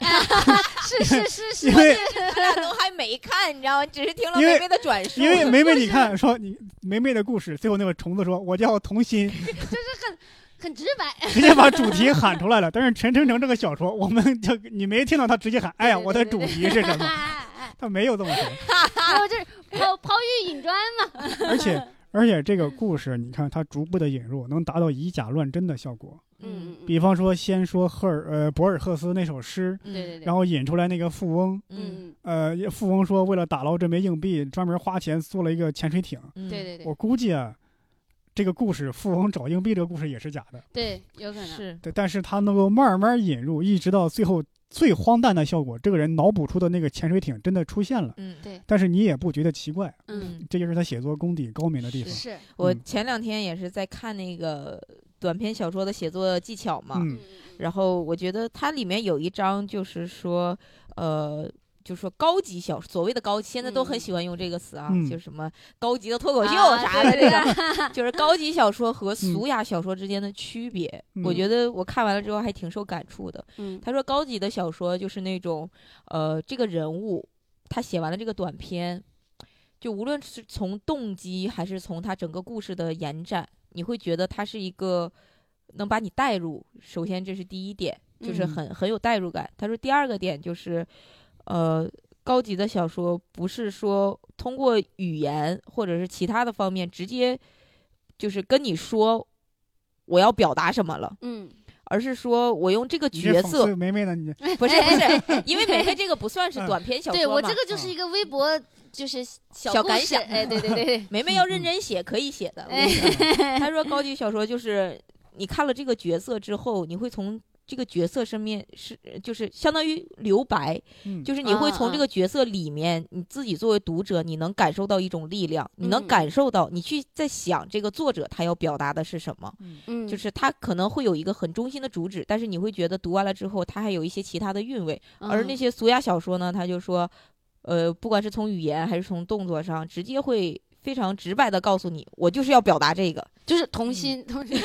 Speaker 3: 是是是 是
Speaker 1: 因，为
Speaker 2: 咱俩都还没看，你知道吗？只是听了
Speaker 1: 因为
Speaker 2: 梅梅的转述。
Speaker 1: 因为梅梅，你看说你梅梅的故事，最后那个虫子说我叫童心，
Speaker 3: 很直白。
Speaker 1: 直接把主题喊出来了。 但是陈春成这个小说，我们就你没听到他直接喊，哎呀，
Speaker 3: 对对
Speaker 1: 我的
Speaker 3: 对
Speaker 1: 主
Speaker 3: 对
Speaker 1: 题是 什
Speaker 3: 哎
Speaker 1: 么？
Speaker 3: 哎
Speaker 1: 他没有这么说，
Speaker 3: 哎，我就是抛抛玉引砖嘛。
Speaker 1: 而 且而且这个故事，你看他逐步的引入，能达到以假乱真的效果。
Speaker 3: 嗯嗯
Speaker 1: 比方说，先说赫尔呃博尔赫斯那首诗，
Speaker 3: 嗯，对对对。
Speaker 1: 然后引出来那个富翁，
Speaker 2: 嗯
Speaker 3: 嗯
Speaker 1: 呃，富翁说为了打捞这枚硬币，专门花钱租了一个潜水艇。
Speaker 2: 嗯，
Speaker 3: 嗯，对对对
Speaker 1: 我估计啊，这个故事富翁找硬币这个故事也是假的，
Speaker 3: 对，有可能。
Speaker 2: 是
Speaker 1: 对，但是他能够慢慢引入，一直到最后最荒诞的效果，这个人脑补出的那个潜水艇真的出现了，
Speaker 2: 嗯
Speaker 3: 对
Speaker 1: 但是你也不觉得奇怪，
Speaker 3: 嗯，
Speaker 1: 这就是他写作功底高明的地方。
Speaker 3: 是。
Speaker 2: 我
Speaker 1: 嗯
Speaker 2: 前两天也是在看那个短篇小说的写作技巧嘛，
Speaker 1: 嗯
Speaker 2: 然后我觉得它里面有一章就是说，呃。就说高级小所谓的高级，现在都很
Speaker 3: 嗯
Speaker 2: 喜欢用这个词啊，
Speaker 1: 嗯
Speaker 2: 就是什么高级的脱口秀
Speaker 3: 啊
Speaker 2: 啥的，这个、就是高级小说和俗雅小说之间的区别。
Speaker 1: 嗯
Speaker 2: 我觉得我看完了之后还挺受感触的。
Speaker 3: 嗯
Speaker 2: 他说高级的小说就是那种，呃，这个人物他写完了这个短篇，就无论是从动机还是从他整个故事的延展，你会觉得他是一个能把你带入。首先这是第一点，就是
Speaker 1: 嗯
Speaker 2: 很、很有代入感。他说第二个点就是，呃。高级的小说不是说通过语言或者是其他的方面直接就是跟你说我要表达什么了，
Speaker 3: 嗯，
Speaker 2: 而是说我用这个
Speaker 1: 你这
Speaker 2: 角
Speaker 1: 讽
Speaker 2: 色
Speaker 1: 刺嗯梅梅呢？你
Speaker 2: 不是不是，因为梅梅这个不算是短篇小说
Speaker 3: 哎对我
Speaker 2: 嘛
Speaker 3: 这个就是一个微博，就是小
Speaker 2: 小
Speaker 3: 故
Speaker 2: 感
Speaker 3: 事
Speaker 2: 想
Speaker 3: 哎，对对对对，
Speaker 2: 梅梅要认真写，可以写的。
Speaker 3: 哎
Speaker 2: 他说高级小说就是你看了这个角色之后，你会从这个角色身边是就是相当于留白，
Speaker 1: 嗯
Speaker 2: 就是你会
Speaker 3: 嗯
Speaker 2: 从这
Speaker 3: 嗯
Speaker 2: 个角色里面，你自己作为读者，你能感受到一种力量，你能
Speaker 3: 嗯
Speaker 2: 感受到你去在想这个作者他要表达的是什么。
Speaker 3: 嗯，
Speaker 2: 就是他可能会有一个很中心的主旨，但是你会觉得读完了之后，他还有一些其他的韵味。而那
Speaker 3: 嗯
Speaker 2: 些俗雅小说呢，他就说，呃，不管是从语言还是从动作上，直接会非常直白的告诉你，我就是要表达这个。
Speaker 3: 就是童心童 心，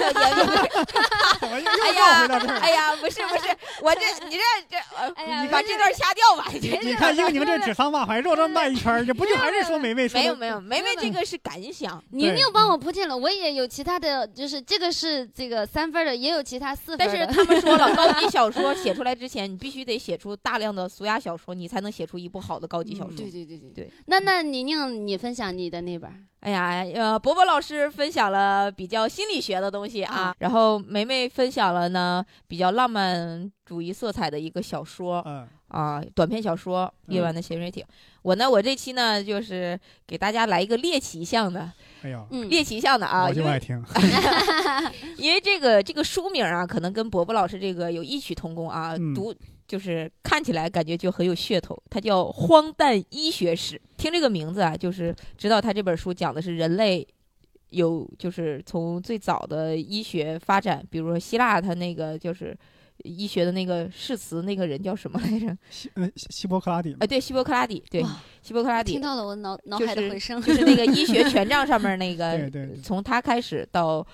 Speaker 1: 怎么又
Speaker 2: 哎
Speaker 1: 又绕回到这儿，
Speaker 2: 呀
Speaker 1: 了？
Speaker 2: 哎呀，不是不是，我这你这这，呃
Speaker 3: 哎呀
Speaker 2: 你把
Speaker 3: 没
Speaker 2: 这
Speaker 3: 事
Speaker 2: 段掐掉 吧。你这
Speaker 1: 你看英宁这指桑骂槐，绕这么一圈儿，这不就还是说梅梅说
Speaker 2: 没有
Speaker 1: 的？
Speaker 2: 没有，梅梅
Speaker 3: 没
Speaker 2: 这
Speaker 3: 有
Speaker 2: 个是感想，
Speaker 3: 宁宁帮我铺垫了，我也有其他的，就是这个是这个三分儿的，也有其他四 分
Speaker 2: 但
Speaker 3: 儿
Speaker 2: 是
Speaker 3: 的。
Speaker 2: 他们说了，高 级小说写出来之前，你必须得写出大量的俗雅小说，你才能写出一部好的高级小
Speaker 1: 嗯
Speaker 2: 说。
Speaker 3: 对对对对
Speaker 2: 对。
Speaker 3: 那那宁宁，你分享你的那本儿，
Speaker 2: 哎呀，呃，博博老师分享了比较心理学的东西啊，
Speaker 3: 嗯
Speaker 2: 然后梅梅分享了呢比较浪漫主义色彩的一个小说
Speaker 1: 嗯，
Speaker 2: 啊，短篇小说《
Speaker 1: 嗯
Speaker 2: 夜晚的潜水艇》。我呢，我这期呢就是给大家来一个猎奇向的，
Speaker 1: 哎呀，
Speaker 3: 嗯，
Speaker 2: 猎奇向的啊，
Speaker 1: 我就
Speaker 2: 因
Speaker 1: 爱
Speaker 2: 为
Speaker 1: 听。
Speaker 2: 因为这个这个书名啊，可能跟博博老师这个有异曲同工啊，
Speaker 1: 嗯
Speaker 2: 读就是看起来感觉就很有噱头，它叫《荒诞医学史》。听这个名字啊，就是知道他这本书讲的是人类有就是从最早的医学发展，比如说希腊，他那个就是。医学的那个誓词，那个人叫什么来着？
Speaker 1: 希呃希希波克拉底嘛
Speaker 2: 啊，对，希波克拉底，对
Speaker 3: 哇，
Speaker 2: 希波克拉
Speaker 3: 啊听
Speaker 2: 底
Speaker 3: 到了我脑脑
Speaker 2: 就
Speaker 3: 海的
Speaker 2: 是
Speaker 3: 回声，
Speaker 2: 呃就是那个医学权杖上面那个
Speaker 1: 对对对
Speaker 2: 从他开始到，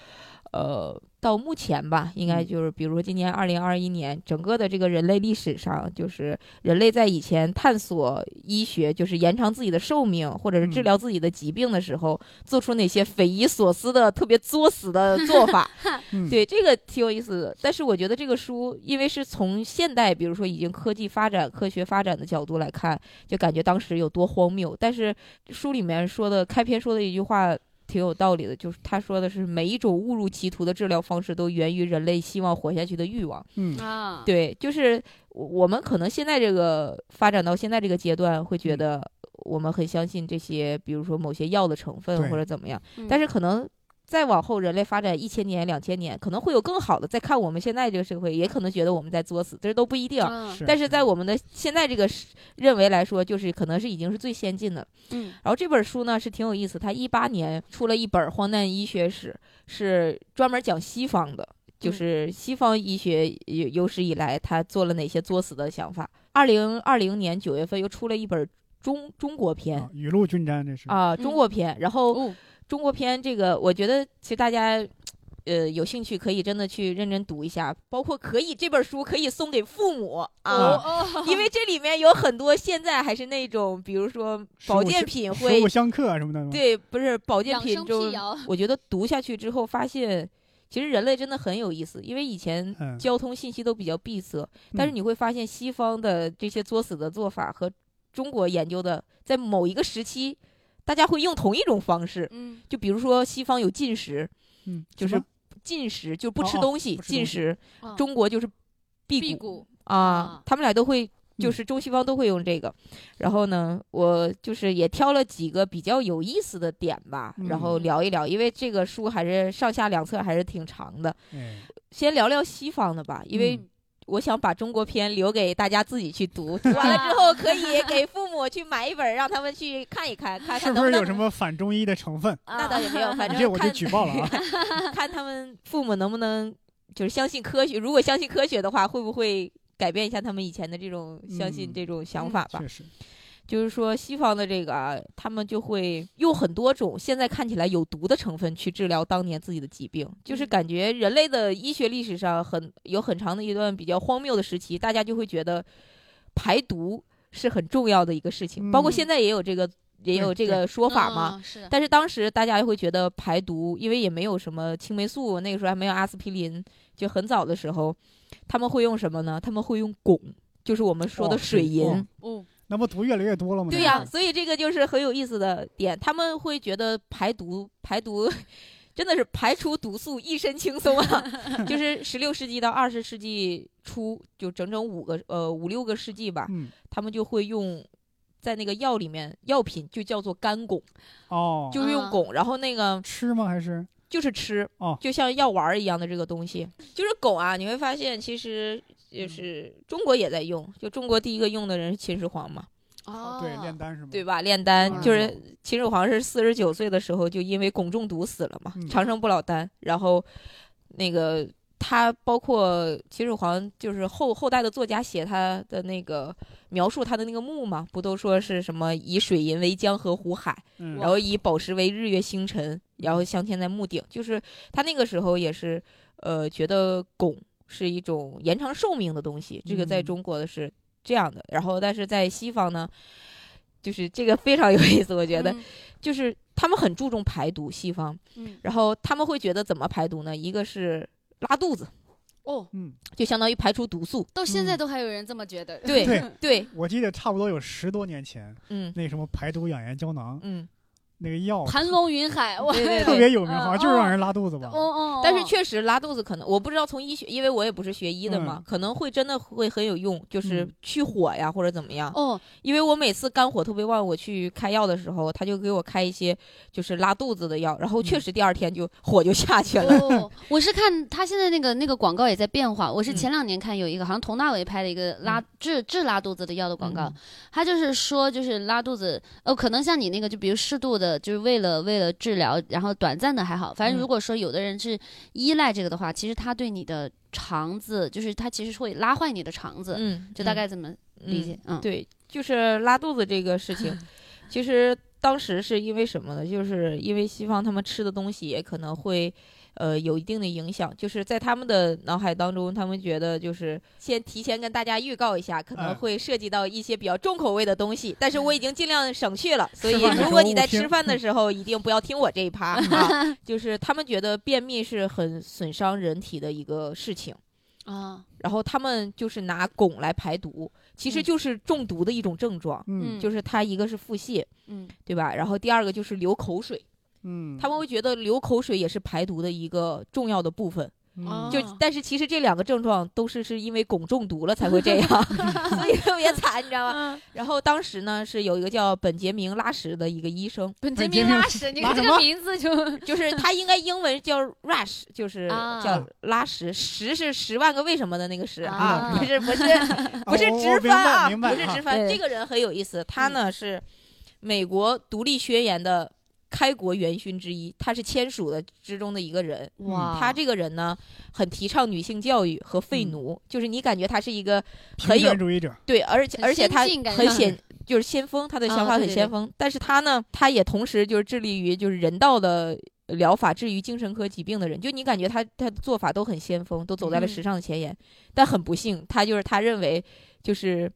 Speaker 2: 呃，到目前吧，应该
Speaker 1: 嗯
Speaker 2: 就是比如说今年二零二一年，整个的这个人类历史上，就是人类在以前探索医学，就是延长自己的寿命或者是治
Speaker 1: 嗯
Speaker 2: 疗自己的疾病的时候，做出那些匪夷所思的、特别作死的做法。
Speaker 1: 嗯，
Speaker 2: 对，这个挺有意思的。但是我觉得这个书，因为是从现代，比如说已经科技发展、科学发展的角度来看，就感觉当时有多荒谬。但是书里面说的开篇说的一句话挺有道理的，就是他说的是每一种误入歧途的治疗方式都源于人类希望活下去的欲望。
Speaker 1: 嗯
Speaker 3: 啊，
Speaker 2: 对，就是我我们可能现在这个发展到现在这个阶段，会觉
Speaker 1: 嗯
Speaker 2: 得我们很相信这些，比如说某些药的成
Speaker 1: 对
Speaker 2: 分或者怎么样。
Speaker 3: 嗯，
Speaker 2: 但是可能再往后，人类发展一千年、两千年，可能会有更好的。再看我们现在这个社会，也可能觉得我们在作死，这都不一定。
Speaker 3: 嗯
Speaker 1: 是
Speaker 2: 但是在我们的现在这个时认为来说，就是可能是已经是最先进的。
Speaker 3: 嗯
Speaker 2: 然后这本书呢是挺有意思，它一八年出了一本《荒诞医学史》，是专门讲西方的，就
Speaker 3: 嗯
Speaker 2: 是西方医学有有史以来他做了哪些作死的想法。二零二零年九月份又出了一本中中国篇
Speaker 1: 啊雨露均沾，这是
Speaker 2: 啊，中
Speaker 3: 嗯
Speaker 2: 国篇，然后
Speaker 3: 哦，
Speaker 2: 中国篇这个，我觉得其实大家。呃，有兴趣可以真的去认真读一下，包括可以这本书可以送给父母啊，
Speaker 3: 哦
Speaker 2: 因为这里面有很多现在还是那种，比如说保健品
Speaker 1: 食
Speaker 2: 会
Speaker 1: 物相克啊什么的吗，
Speaker 2: 对，不是保健
Speaker 3: 养
Speaker 2: 品
Speaker 3: 生
Speaker 2: 中
Speaker 3: 辟，谣，
Speaker 2: 我觉得读下去之后发现，其实人类真的很有意思，因为以前
Speaker 1: 嗯，
Speaker 2: 交通信息都比较闭塞，但是
Speaker 1: 嗯
Speaker 2: 你会发现西方的这些作死的做法和中国研究的，在某一个时期，大家会用同一种方式，
Speaker 3: 嗯
Speaker 2: 就比如说西方有禁食，
Speaker 1: 嗯，
Speaker 2: 就
Speaker 1: 什
Speaker 2: 是
Speaker 1: 么
Speaker 2: 禁食，就不
Speaker 1: 哦
Speaker 2: 吃
Speaker 1: 哦
Speaker 2: 东西，
Speaker 1: 不吃
Speaker 2: 禁
Speaker 1: 东西
Speaker 2: 食。
Speaker 3: 嗯
Speaker 2: 中国就是
Speaker 3: 辟
Speaker 2: 辟谷
Speaker 3: 谷，啊
Speaker 2: 啊，他们俩都会，就
Speaker 1: 嗯
Speaker 2: 是中西方都会用这个。然后呢，我就是也挑了几个比较有意思的点吧，然后
Speaker 3: 嗯
Speaker 2: 聊一聊，因为这个书还是上下两册还是挺长的。
Speaker 1: 哎
Speaker 2: 先聊聊西方的吧，因为
Speaker 1: 嗯
Speaker 2: 我想把中国篇留给大家自己去读，读完了之后可以给父母去买一本，让他们去看 一看，看
Speaker 1: 是
Speaker 2: 看
Speaker 1: 不
Speaker 2: 能
Speaker 1: 是
Speaker 2: 能
Speaker 1: 有什么反中医的成分？
Speaker 3: 啊
Speaker 2: 那倒也没有，反
Speaker 1: 你
Speaker 2: 正
Speaker 1: 这我就
Speaker 2: 看
Speaker 1: 举报了啊！
Speaker 2: 看他们父母能不能就是相信科学，如果相信科学的话，会不会改变一下他们以前的这种相信
Speaker 1: 嗯
Speaker 2: 这种想法吧？
Speaker 1: 确实，
Speaker 2: 就是说，西方的这个啊，他们就会用很多种现在看起来有毒的成分去治疗当年自己的疾病，就是
Speaker 3: 嗯
Speaker 2: 感觉人类的医学历史上很有很长的一段比较荒谬的时期，大家就会觉得排毒是很重要的一个事情，包括
Speaker 1: 嗯
Speaker 2: 现在也有这个也有这
Speaker 1: 对
Speaker 2: 个说法嘛。
Speaker 3: 嗯？是，
Speaker 2: 但是当时大家会觉得排毒，因为也没有什么青霉素，那个时候还没有阿司匹林，就很早的时候，他们会用什么呢？他们会用汞，就是我们说
Speaker 1: 哦嗯
Speaker 2: 的水银。
Speaker 1: 哦
Speaker 3: 哦，
Speaker 1: 那不毒越来越多了吗？
Speaker 2: 对
Speaker 1: 这
Speaker 2: 呀、
Speaker 1: 个
Speaker 2: 所以这个就是很有意思的点，他们会觉得排毒排毒。 真的是排除毒素，一身轻松 啊！就是十六世纪到二十世纪初，就整整五个呃五六个世纪吧，
Speaker 1: 嗯，
Speaker 2: 他们就会用在那个药里面，药品就叫做干汞，
Speaker 1: 哦，
Speaker 2: 就是用
Speaker 3: 啊
Speaker 2: 汞，然后那个
Speaker 1: 吃吗？还是
Speaker 2: 就是吃，
Speaker 1: 哦
Speaker 2: 就像药丸儿一样的这个东西，就是汞啊。你会发现，其实
Speaker 3: 嗯
Speaker 2: 就是中国也在用，就中国第一个用的人是秦始皇嘛，
Speaker 3: 哦，
Speaker 1: 对炼丹是吗？
Speaker 2: 对吧？炼丹、
Speaker 3: 嗯
Speaker 2: 就是秦始皇是四十九岁的时候就因为汞中毒死了嘛，
Speaker 1: 嗯
Speaker 2: 长生不老丹。然后那个他包括秦始皇，就是后后代的作家写他的那个描述他的那个墓嘛，不都说是什么以水银为江河湖海，
Speaker 1: 嗯？
Speaker 2: 然后以宝石为日月星辰，然后镶嵌在墓顶。就是他那个时候也是，呃，觉得汞是一种延长寿命的东西，这个在
Speaker 1: 嗯
Speaker 2: 中国的是这样的。然后，但是在西方呢，就是这个非常有意思，我觉得
Speaker 3: 嗯，
Speaker 2: 就是他们很注重排毒，西方，
Speaker 3: 嗯，
Speaker 2: 然后他们会觉得怎么排毒呢？一个是拉肚子，
Speaker 3: 哦，
Speaker 1: 嗯，
Speaker 2: 就相当于排除毒素。
Speaker 3: 到现在
Speaker 1: 嗯
Speaker 3: 都还有人这么觉得，
Speaker 2: 对
Speaker 1: 对
Speaker 2: 对，
Speaker 1: 我记得差不多有十多年前，
Speaker 2: 嗯
Speaker 1: 那什么排毒养颜胶囊
Speaker 2: 嗯，
Speaker 1: 那个药
Speaker 3: 盘龙云海，我，
Speaker 2: 对对
Speaker 1: 特
Speaker 2: 对。
Speaker 1: 别有名，
Speaker 3: 嗯
Speaker 1: 好像就是让人拉肚子吧
Speaker 3: 哦。哦，
Speaker 2: 但是
Speaker 3: 哦
Speaker 2: 确实拉肚子可能我不知道从医学，因为我也不是学医的嘛，
Speaker 3: 嗯
Speaker 2: 可能会真的会很有用，就是
Speaker 1: 嗯
Speaker 2: 去火呀或者怎么样。
Speaker 3: 哦，
Speaker 2: 因为我每次肝火特别旺，我去开药的时候，他就给我开一些就是拉肚子的药，然后确
Speaker 1: 嗯
Speaker 2: 实第二天就火就下去了。
Speaker 3: 哦，我是看他现在那个那个广告也在变化。我是
Speaker 2: 嗯
Speaker 3: 前两年看有一个好像佟大为拍的一个拉治治拉肚子的药的广告
Speaker 1: 嗯，
Speaker 3: 他就是说就是拉肚子，哦，可能像你那个就比如适度的，就是为了为了治疗，然后短暂的还好。反正
Speaker 2: 嗯
Speaker 3: 如果说有的人是依赖这个的话，其实他对你的肠子，就是他其实会拉坏你的肠子，
Speaker 2: 嗯，
Speaker 3: 就大
Speaker 2: 嗯
Speaker 3: 概这么理解。嗯，
Speaker 2: 对，就是拉肚子这个事情，其实当时是因为什么呢？就是因为西方他们吃的东西也可能会，呃，有一定的影响。就是在他们的脑海当中，他们觉得就是先提前跟大家预告一下，可能
Speaker 1: 嗯
Speaker 2: 会涉及到一些比较重口味的东西。但是我已经尽量省去了，所以
Speaker 1: 吃饭的时
Speaker 2: 如
Speaker 1: 候
Speaker 2: 果你在
Speaker 1: 勿听嗯
Speaker 2: 吃饭的时候，一定不要听我这 一趴啊。就是他们觉得便秘是很损伤人体的一个事情。
Speaker 3: 啊，
Speaker 2: 然后他们就是拿汞来排毒，其实
Speaker 3: 嗯
Speaker 2: 就是中毒的一种症状，
Speaker 1: 嗯
Speaker 3: 嗯
Speaker 2: 就是它一个是腹泻，
Speaker 3: 嗯
Speaker 2: 对吧？然后第二个就是流口水，
Speaker 1: 嗯，
Speaker 2: 他们会觉得流口水也是排毒的一个重要的部分。
Speaker 1: 嗯
Speaker 3: 哦
Speaker 2: 就但是其实这两个症状都是是因为汞中毒了才会 这样，所以特别惨，你知道吗？
Speaker 3: 啊，
Speaker 2: 然后当时呢是有一个叫本杰明拉什的一个医生，
Speaker 3: 本
Speaker 1: 杰
Speaker 3: 杰
Speaker 1: 明
Speaker 3: 明
Speaker 1: 拉
Speaker 3: 拉
Speaker 1: 屎
Speaker 3: 屎，你
Speaker 1: 拉
Speaker 3: 看这
Speaker 1: 什么
Speaker 3: 个名字就
Speaker 2: 就是他应该英文叫 Rush，就是
Speaker 3: 啊
Speaker 2: 叫拉什，十是十万个为什么的那个十
Speaker 3: 啊
Speaker 2: 啊，不是不 是不
Speaker 1: 哦
Speaker 2: 是
Speaker 1: 我
Speaker 2: 直翻啊，
Speaker 1: 明白嗯
Speaker 2: 不
Speaker 1: 明白
Speaker 2: 是直
Speaker 1: 啊
Speaker 2: 翻。
Speaker 3: 对
Speaker 2: 这个人很有意思，他呢是美国独立宣言的开国元勋之一，他是签署的之中的一个人。
Speaker 3: 啊
Speaker 1: 哇
Speaker 2: 嗯他这个人呢，很提倡女性教育和
Speaker 1: 嗯
Speaker 2: 废奴，就是你感觉他是一个
Speaker 1: 平
Speaker 2: 很有
Speaker 1: 权主义者，
Speaker 2: 对，而且
Speaker 3: 很
Speaker 2: 而且
Speaker 3: 先
Speaker 2: 他
Speaker 3: 进感
Speaker 2: 很
Speaker 3: 觉
Speaker 2: 显就是先锋，他的想
Speaker 3: 啊
Speaker 2: 法
Speaker 3: 对
Speaker 2: 很
Speaker 3: 对
Speaker 2: 先
Speaker 3: 对
Speaker 2: 锋，但是他呢，他也同时就是致力于就是人道的疗法，治愈精神科疾病的人，就你感觉他他的做法都很先锋，都走在了
Speaker 3: 嗯
Speaker 2: 时尚的前沿，但很不幸，他就是他认为就是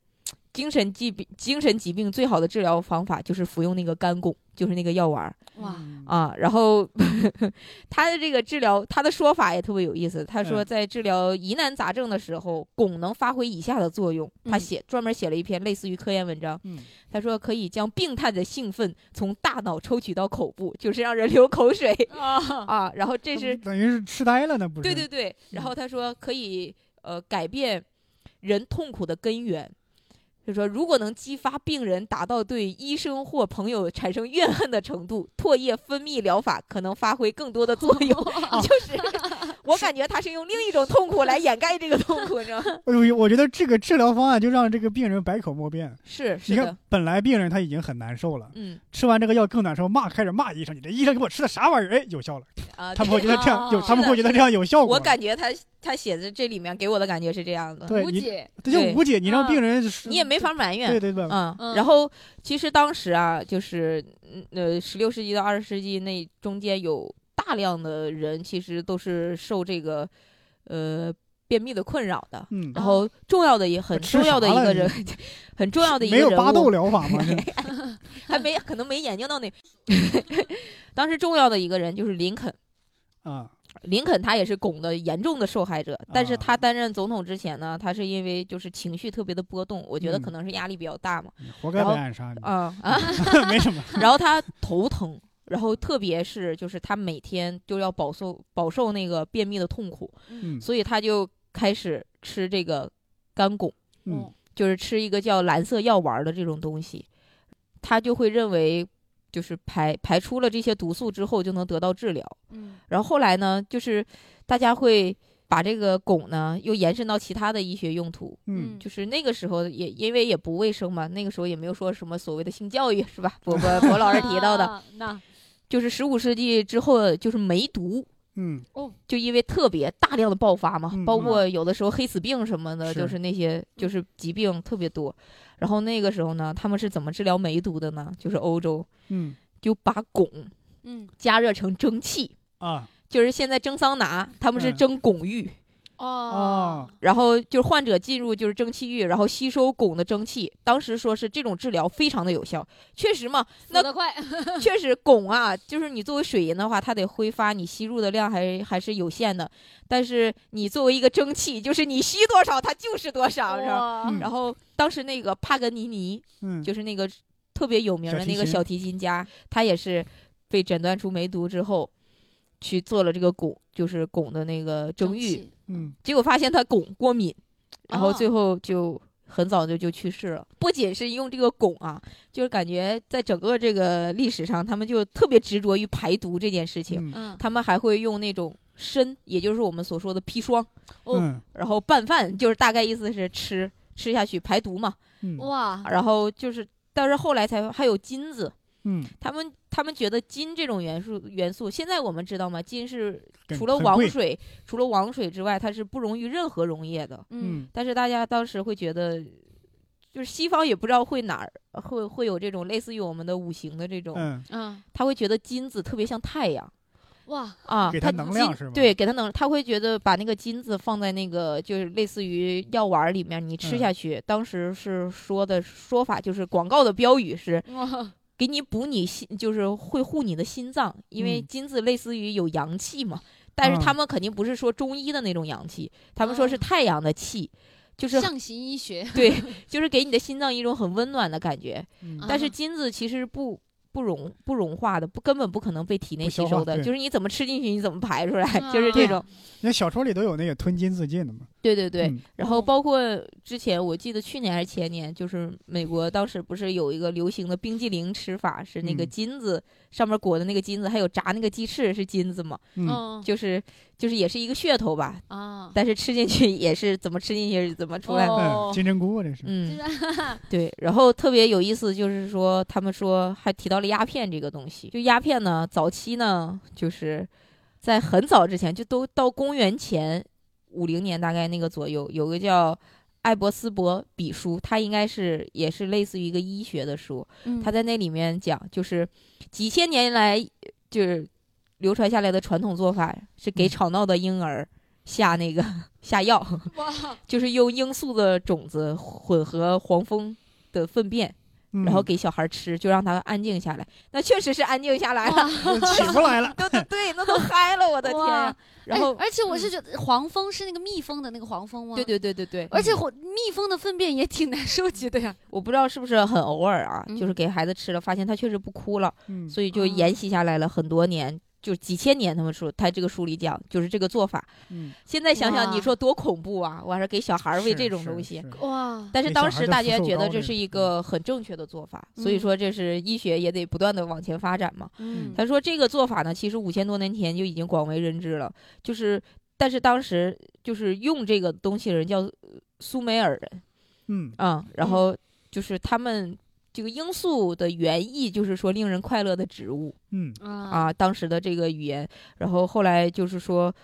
Speaker 2: 精神疾病精神疾病最好的治疗方法就是服用那个干汞，就是那个药丸儿
Speaker 3: 哇
Speaker 1: 嗯
Speaker 2: 啊，然后 他的这个治疗，他的说法也特别有意思。他
Speaker 1: 嗯
Speaker 2: 说，在治疗疑难杂症的时候，汞能发挥以下的作用。他
Speaker 3: 嗯
Speaker 2: 写专门写了一篇类似于科研文章，
Speaker 1: 嗯，
Speaker 2: 他说可以将病态的兴奋从大脑抽取到口部，就是让人流口水
Speaker 3: 啊，
Speaker 2: 啊。然后这是
Speaker 1: 等于是痴呆了呢，不是？嗯
Speaker 2: 对对对，然后他说可以呃改变人痛苦的根源，就说如果能激发病人达到对医生或朋友产生怨恨的程度，唾液分泌疗法可能发挥更多的作 用。就是我感觉他是用另一种痛苦来掩盖这个痛苦，你知道 吗？
Speaker 1: 哎呦，我觉得这个治疗方案就让这个病人百口莫辩。
Speaker 2: 是是
Speaker 1: 你
Speaker 2: 的
Speaker 1: 看，，本来病人他已经很难受了，
Speaker 2: 嗯
Speaker 1: 吃完这个药更难受，骂开始骂医生，你这医生给我吃的啥玩意儿？哎，有效了，
Speaker 2: 啊，
Speaker 1: 他们会觉
Speaker 2: 对
Speaker 1: 得这样有，
Speaker 3: 啊
Speaker 1: 他们会觉得这样有效果。
Speaker 2: 我感觉他他写的这里面给我的感觉是这样的，
Speaker 1: 对
Speaker 3: 无
Speaker 1: 你，
Speaker 3: 解，
Speaker 1: 这就
Speaker 2: 对
Speaker 1: 无解，你让
Speaker 3: 啊
Speaker 1: 病人是
Speaker 2: 你也没法埋怨，
Speaker 1: 对对对，
Speaker 2: 嗯，
Speaker 3: 嗯
Speaker 2: 然后其实当时啊，就是嗯呃，十六世纪到二十世纪那中间有大量的人，其实都是受这个呃便秘的困扰的。
Speaker 1: 嗯，
Speaker 2: 然后重要的也很
Speaker 1: 吃
Speaker 2: 重要的一
Speaker 1: 啥了
Speaker 2: 个人， 很重要的一个
Speaker 1: 没
Speaker 2: 人
Speaker 1: 有
Speaker 2: 物，
Speaker 1: 巴豆疗法 吗？这
Speaker 2: 还没可能没研究到那。 当时重要的一个人就是林肯，
Speaker 1: 啊，
Speaker 2: 林肯他也是汞的严重的受害者，但是
Speaker 1: 啊
Speaker 2: 他担任总统之前呢，他是因为就是情绪特别的波动，我觉得
Speaker 1: 嗯
Speaker 2: 可能是压力比较大嘛，
Speaker 1: 你活该被暗杀，你
Speaker 2: 啊啊，
Speaker 1: 没 什么。
Speaker 2: 然后他头疼，然后特别是就是他每天就要饱受饱受那个便秘的痛苦，
Speaker 1: 嗯
Speaker 2: 所以他就开始吃这个干汞，
Speaker 1: 嗯
Speaker 2: 就是吃一个叫蓝色药丸的这种东西，他就会认为就是排排出了这些毒素之后就能得到治疗。
Speaker 3: 嗯
Speaker 2: 然后后来呢，就是大家会把这个汞呢又延伸到其他的医学用途，
Speaker 1: 嗯，
Speaker 2: 就是那个时候也因为也不卫生嘛，那个时候也没有说什么所谓的性教育是吧？ 博博博老师提到的。
Speaker 3: 啊，那
Speaker 2: 就是十五世纪之后，就是梅毒，
Speaker 1: 嗯
Speaker 2: 就因为特别大量的爆发嘛，
Speaker 1: 嗯
Speaker 2: 包括有的时候黑死病什么的，
Speaker 1: 是
Speaker 2: 就是那些就是疾病特别多。然后那个时候呢，他们是怎么治疗梅毒的呢？就是欧洲
Speaker 1: 嗯
Speaker 2: 就把汞
Speaker 3: 嗯
Speaker 2: 加热成蒸汽，
Speaker 1: 啊
Speaker 2: 就是现在蒸桑拿，他们是
Speaker 1: 嗯
Speaker 2: 蒸汞浴。
Speaker 1: 哦
Speaker 3: 哦，
Speaker 2: 然后就是患者进入就是蒸汽浴，然后吸收汞的蒸汽。当时说是这种治疗非常的有效，确实嘛，那
Speaker 3: 死得 快，
Speaker 2: 确实，汞啊，就是你作为水银的话，它得挥发，你吸入的量还还是有限的。但是你作为一个蒸汽，就是你吸多少，它就是多少，是吧？
Speaker 3: 哇
Speaker 1: 嗯
Speaker 2: 然后当时那个帕格尼尼，
Speaker 1: 嗯，
Speaker 2: 就是那个特别有名的那个
Speaker 1: 小
Speaker 2: 小提琴家，他也是被诊断出梅毒之后，去做了这个汞，就是汞的那个蒸浴，
Speaker 3: 气
Speaker 1: 嗯
Speaker 2: 结果发现他汞过敏，然后
Speaker 3: 哦
Speaker 2: 最后就很早就就去世了。不仅是用这个汞啊，就是感觉在整个这个历史上，他们就特别执着于排毒这件事情。
Speaker 1: 嗯
Speaker 3: 嗯，
Speaker 2: 他们还会用那种参，也就是我们所说的砒霜，
Speaker 1: 嗯
Speaker 2: 然后拌饭，就是大概意思是吃吃下去排毒嘛。
Speaker 1: 嗯
Speaker 3: 哇，
Speaker 2: 然后就是，但是后来才还有金子，
Speaker 1: 嗯，
Speaker 2: 他们他们觉得金这种元素元素，现在我们知道吗？金是
Speaker 1: 跟
Speaker 2: 除了
Speaker 1: 很
Speaker 2: 王
Speaker 1: 贵
Speaker 2: 水，除了王水之外，它是不溶于任何溶液的。
Speaker 3: 嗯
Speaker 1: 嗯
Speaker 2: 但是大家当时会觉得就是西方也不知道会哪儿会会有这种类似于我们的五行的这种，
Speaker 1: 嗯，
Speaker 3: 嗯，
Speaker 2: 他会觉得金子特别像太阳
Speaker 3: 哇，
Speaker 2: 啊，
Speaker 1: 给
Speaker 2: 他
Speaker 1: 它能
Speaker 2: 金
Speaker 1: 量是吗
Speaker 2: 对，给他能，他会觉得把那个金子放在那个就是类似于药丸儿里面，你吃
Speaker 1: 嗯
Speaker 2: 下去。当时是说的说法就是广告的标语是
Speaker 3: 哇，
Speaker 2: 给你补你心，就是会护你的心脏，因为
Speaker 1: 嗯
Speaker 2: 金子类似于有阳气嘛。但是
Speaker 1: 啊
Speaker 2: 他们肯定不是说中医的那种阳气，他们说是
Speaker 3: 啊
Speaker 2: 太阳的气，就是
Speaker 3: 象形医 学，
Speaker 2: 对，就是给你的心脏一种很温暖的感觉。
Speaker 1: 嗯
Speaker 2: 但是
Speaker 3: 啊
Speaker 2: 金子其实不不融不融化的，不根本不可能被体内
Speaker 1: 不
Speaker 2: 吸
Speaker 1: 消
Speaker 2: 收
Speaker 1: 化
Speaker 2: 的，
Speaker 1: 对
Speaker 2: 就是你怎么吃进去，你怎么排出来，
Speaker 3: 啊
Speaker 2: 就是这种。
Speaker 1: 那小说里都有那个吞金自尽的嘛。
Speaker 2: 对对对。
Speaker 1: 嗯
Speaker 2: 然后
Speaker 3: 哦
Speaker 2: 包括之前我记得去年还是前年，就是美国当时不是有一个流行的冰激凌吃法，是那个
Speaker 1: 嗯
Speaker 2: 金子、上面裹的那个金子，还有炸那个鸡翅是金子嘛，
Speaker 1: 嗯，
Speaker 3: 嗯
Speaker 2: 就是就是也是一个噱头吧，
Speaker 3: 啊，
Speaker 2: 但是吃进去也是怎么吃进去是怎么出来的。
Speaker 1: 嗯
Speaker 3: 哦，
Speaker 1: 金针菇啊这是。
Speaker 2: 嗯，
Speaker 3: 就是
Speaker 2: 对，然后特别有意思，就是说他们说还提到了鸦片这个东西。就鸦片呢，早期呢，就是在很早之前，就都到公元前五零年大概那个左右，有个叫艾伯斯伯比书，它应该是也是类似于一个医学的书，嗯
Speaker 3: 嗯
Speaker 2: 他在那里面讲，就是几千年来就是流传下来的传统做法是给
Speaker 1: 嗯
Speaker 2: 吵闹的婴儿下那个 下药。
Speaker 3: 哇，
Speaker 2: 就是用罂粟的种子混合黄蜂的粪便，
Speaker 1: 嗯
Speaker 2: 然后给小孩吃，就让他安静下来。那确实是安静下来了，
Speaker 1: 就 起不来了。
Speaker 2: 都都对， 那都嗨了，我的天呀
Speaker 3: 哇！
Speaker 2: 然后嗯
Speaker 3: 哎，而且我是觉得黄蜂是那个蜜蜂的那个黄蜂吗？
Speaker 2: 对。嗯对对对对，
Speaker 3: 而且黄蜜蜂的粪便也挺难收集 的呀。
Speaker 2: 我不知道是不是很偶尔啊，
Speaker 3: 嗯
Speaker 2: 就是给孩子吃了，发现他确实不哭了，
Speaker 1: 嗯
Speaker 2: 所以就沿袭下来了很多年。就几千年，他们说他这个书里讲，就是这个做法。
Speaker 1: 嗯，
Speaker 2: 现在想想，
Speaker 3: 哇
Speaker 2: 你说多恐怖啊！我还是给小孩喂
Speaker 1: 是
Speaker 2: 这种
Speaker 1: 是
Speaker 2: 东西，
Speaker 1: 是
Speaker 3: 哇，
Speaker 2: 但是
Speaker 1: 给
Speaker 2: 当
Speaker 1: 小孩
Speaker 2: 时
Speaker 1: 的
Speaker 2: 大
Speaker 1: 复
Speaker 2: 家
Speaker 1: 述
Speaker 2: 觉
Speaker 1: 高
Speaker 2: 得
Speaker 1: 这
Speaker 2: 这是
Speaker 1: 种嗯
Speaker 2: 一个很正确的做法，
Speaker 3: 嗯
Speaker 2: 所以说这是医学也得不断的往前发展嘛。
Speaker 3: 嗯，
Speaker 2: 他说这个做法呢，其实五千多年前就已经广为人知了，就是但是当时就是用这个东西的人叫呃苏美尔人
Speaker 1: 嗯
Speaker 2: 啊、然
Speaker 3: 嗯
Speaker 2: 后就是他们。这个罂粟的原意就是说令人快乐的植物
Speaker 1: 嗯
Speaker 3: 啊
Speaker 2: 啊，当时的这个语言，然后后来就是说，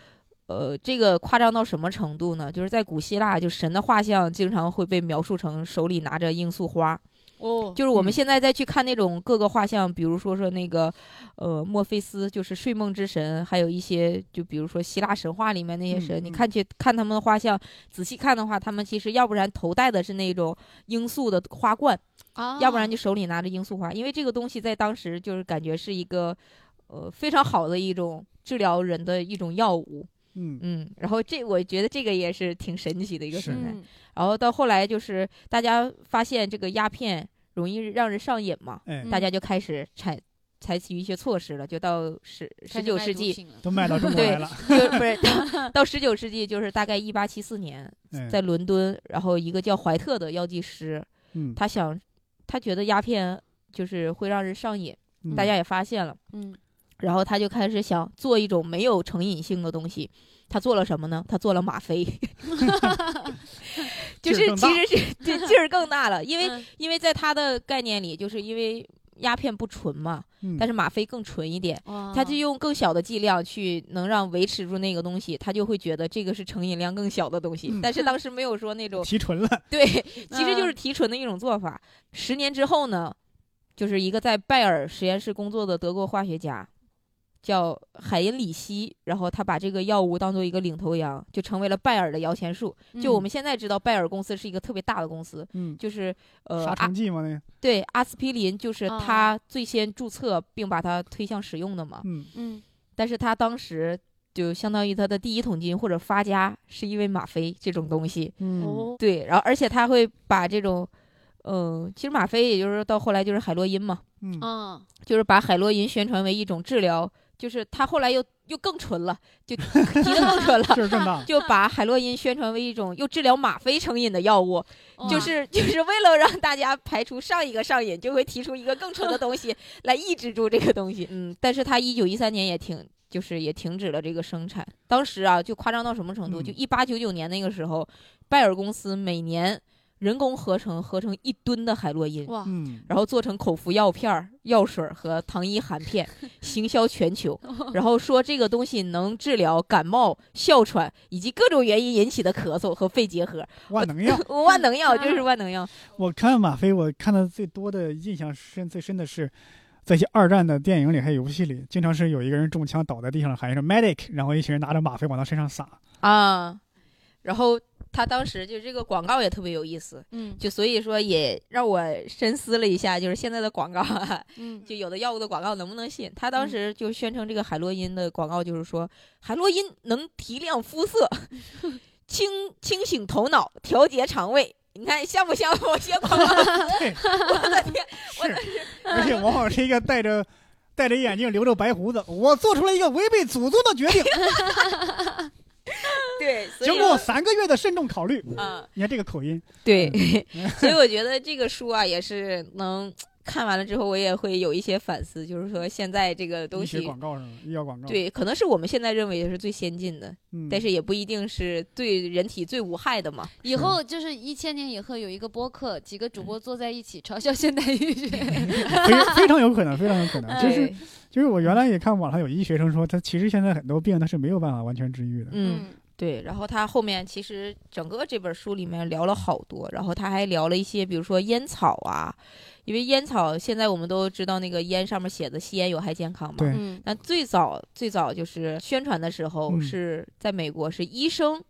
Speaker 2: 呃，这个夸张到什么程度呢？就是在古希腊，就神的画像经常会被描述成手里拿着罂粟花，
Speaker 3: 哦，
Speaker 2: 就是我
Speaker 1: 嗯
Speaker 2: 们现在再去看那种各个画像，比如说说那个，呃，墨菲斯就是睡梦之神，还有一些就比如说希腊神话里面那些神，
Speaker 1: 嗯
Speaker 2: 你
Speaker 1: 嗯
Speaker 2: 看去看他们的画像，仔细看的话，他们其实要不然头戴的是那种罂粟的花冠，
Speaker 3: 啊
Speaker 2: 要不然就手里拿着罂粟花，因为这个东西在当时就是感觉是一个，呃，非常好的一种治疗人的一种药物，
Speaker 1: 嗯
Speaker 2: 嗯，然后这我觉得这个也是挺神奇的一个
Speaker 1: 是
Speaker 2: 存在。
Speaker 3: 嗯
Speaker 2: 然后到后来就是大家发现这个鸦片容易让人上瘾嘛，
Speaker 1: 哎，
Speaker 2: 大家就开始采采取一些措施了，就到十十九世纪，，
Speaker 1: 都卖到中国 来了。
Speaker 2: 就不是到到十九世纪，就是大概一八七四年，
Speaker 1: 哎
Speaker 2: 在伦敦，然后一个叫怀特的药剂师，
Speaker 1: 嗯，
Speaker 2: 他想他觉得鸦片就是会让人上瘾，
Speaker 1: 嗯
Speaker 2: 大家也发现了，
Speaker 3: 嗯
Speaker 2: 然后他就开始想做一种没有成瘾性的东西。他做了什么呢？他做了吗啡， 就
Speaker 1: 劲儿更
Speaker 2: 是其
Speaker 1: 大
Speaker 2: 实是对劲儿更大了，因为
Speaker 3: 嗯
Speaker 2: 因为在他的概念里，就是因为鸦片不纯嘛，
Speaker 1: 嗯
Speaker 2: 但是吗啡更纯一点，
Speaker 3: 哇，
Speaker 2: 他就用更小的剂量去能让维持住那个东西，他就会觉得这个是成瘾量更小的东西。
Speaker 1: 嗯
Speaker 2: 但是当时没有说那种
Speaker 1: 提纯了。
Speaker 2: 对，其实就是提纯的一种做法。十年之后呢，就是一个在拜耳实验室工作的德国化学家。叫海因里希，然后他把这个药物当做一个领头羊，就成为了拜耳的摇钱树。就
Speaker 3: 嗯
Speaker 2: 我们现在知道，拜耳公司是一个特别大的公司，
Speaker 1: 嗯，
Speaker 2: 就是呃，
Speaker 1: 杀
Speaker 2: 阿
Speaker 1: 虫剂嘛那个。
Speaker 2: 对，阿司匹林就是
Speaker 3: 啊
Speaker 2: 他最先注册并把它推向使用的嘛。
Speaker 1: 嗯
Speaker 3: 嗯
Speaker 2: 但是他当时就相当于他的第一桶金或者发家，是因为吗啡这种东西。
Speaker 1: 嗯
Speaker 3: 哦
Speaker 2: 对，然后而且他会把这种，嗯、其实吗啡也就是到后来就是海洛因嘛，
Speaker 1: 嗯
Speaker 3: 啊
Speaker 2: 就是把海洛因宣传为一种治疗，就是他后来又又更纯了，就提的更纯了。
Speaker 1: 劲儿更大。
Speaker 2: 就把海洛因宣传为一种又治疗吗啡成瘾的药物，
Speaker 3: 哇
Speaker 2: 就是 就是为了让大家排除上一个上瘾，就会提出一个更纯的东 西来抑制住这个东西。嗯，但是他一九一三年也停，就是也停止了这个生产。当时啊，就夸张到什么程度？
Speaker 1: 嗯
Speaker 2: 就一八九九年那个时候，拜耳公司每年人工合成，合成一吨的海洛因，
Speaker 4: 哇，
Speaker 5: 嗯，
Speaker 2: 然后做成口服药片儿、药水儿和糖衣含 片，行销全 球。然后说这个东西能治疗感冒、哮喘以及各种原因引起的咳嗽和肺结核。
Speaker 1: 万能 药。
Speaker 2: 万能药就是万能药，
Speaker 1: 我看马飞，我看的最多的印象深最深的是，在一些二战的电影里还有游戏里，经常是有一个人中枪倒在地上了，喊一声 medic，然后一群人拿着吗啡往他身上撒。
Speaker 2: 啊，然后他当时就这个广告也特别有意思，
Speaker 4: 嗯
Speaker 2: 就所以说也让我深思了一下，就是现在的广告、啊，
Speaker 4: 嗯，
Speaker 2: 就有的药物的广告能不能信？他当
Speaker 4: 嗯
Speaker 2: 时就宣称这个海洛因的广告就是说，海洛因能提亮肤色， 清清醒头脑，调节肠胃。你看像不像某些广告？
Speaker 1: 对，
Speaker 2: 我的天，
Speaker 1: 是， 而且往往是一个戴着戴着眼镜、留着白胡子，我做出了一个违背祖宗的决定，
Speaker 2: 对，所
Speaker 1: 经
Speaker 2: 以
Speaker 1: 过
Speaker 2: 我
Speaker 1: 三个月的慎重考虑。
Speaker 2: 啊。
Speaker 1: 你看这个口音，
Speaker 2: 对，
Speaker 1: 嗯
Speaker 2: 所以我觉得这个书啊，也是能看完了之后，我也会有一些反思，就是说现在这个东
Speaker 1: 医学
Speaker 2: 西，
Speaker 1: 广告是吗？医药广告。，
Speaker 2: 对，可能是我们现在认为的是最先进的，
Speaker 1: 嗯、
Speaker 2: 但是也不一定是对人体最无害的嘛。
Speaker 3: 以后就是一千年以后有一个播客，几个主播坐在一起嘲笑现代医学。
Speaker 1: 非非常有可能，非常有可
Speaker 2: 嗯
Speaker 1: 能，就是
Speaker 2: 对，
Speaker 1: 就是我原来也看网上有医学生说，他其实现在很多病他是没有办法完全治 愈的。
Speaker 2: 嗯，对。然后他后面其实整个这本书里面聊了好多，然后他还聊了一些，比如说烟草啊，因为烟草现在我们都知道那个烟上面写的吸烟有害健康嘛，
Speaker 1: 对
Speaker 4: 嗯
Speaker 2: 那最早最早就是宣传的时候
Speaker 1: 嗯
Speaker 2: 是在美国，是医生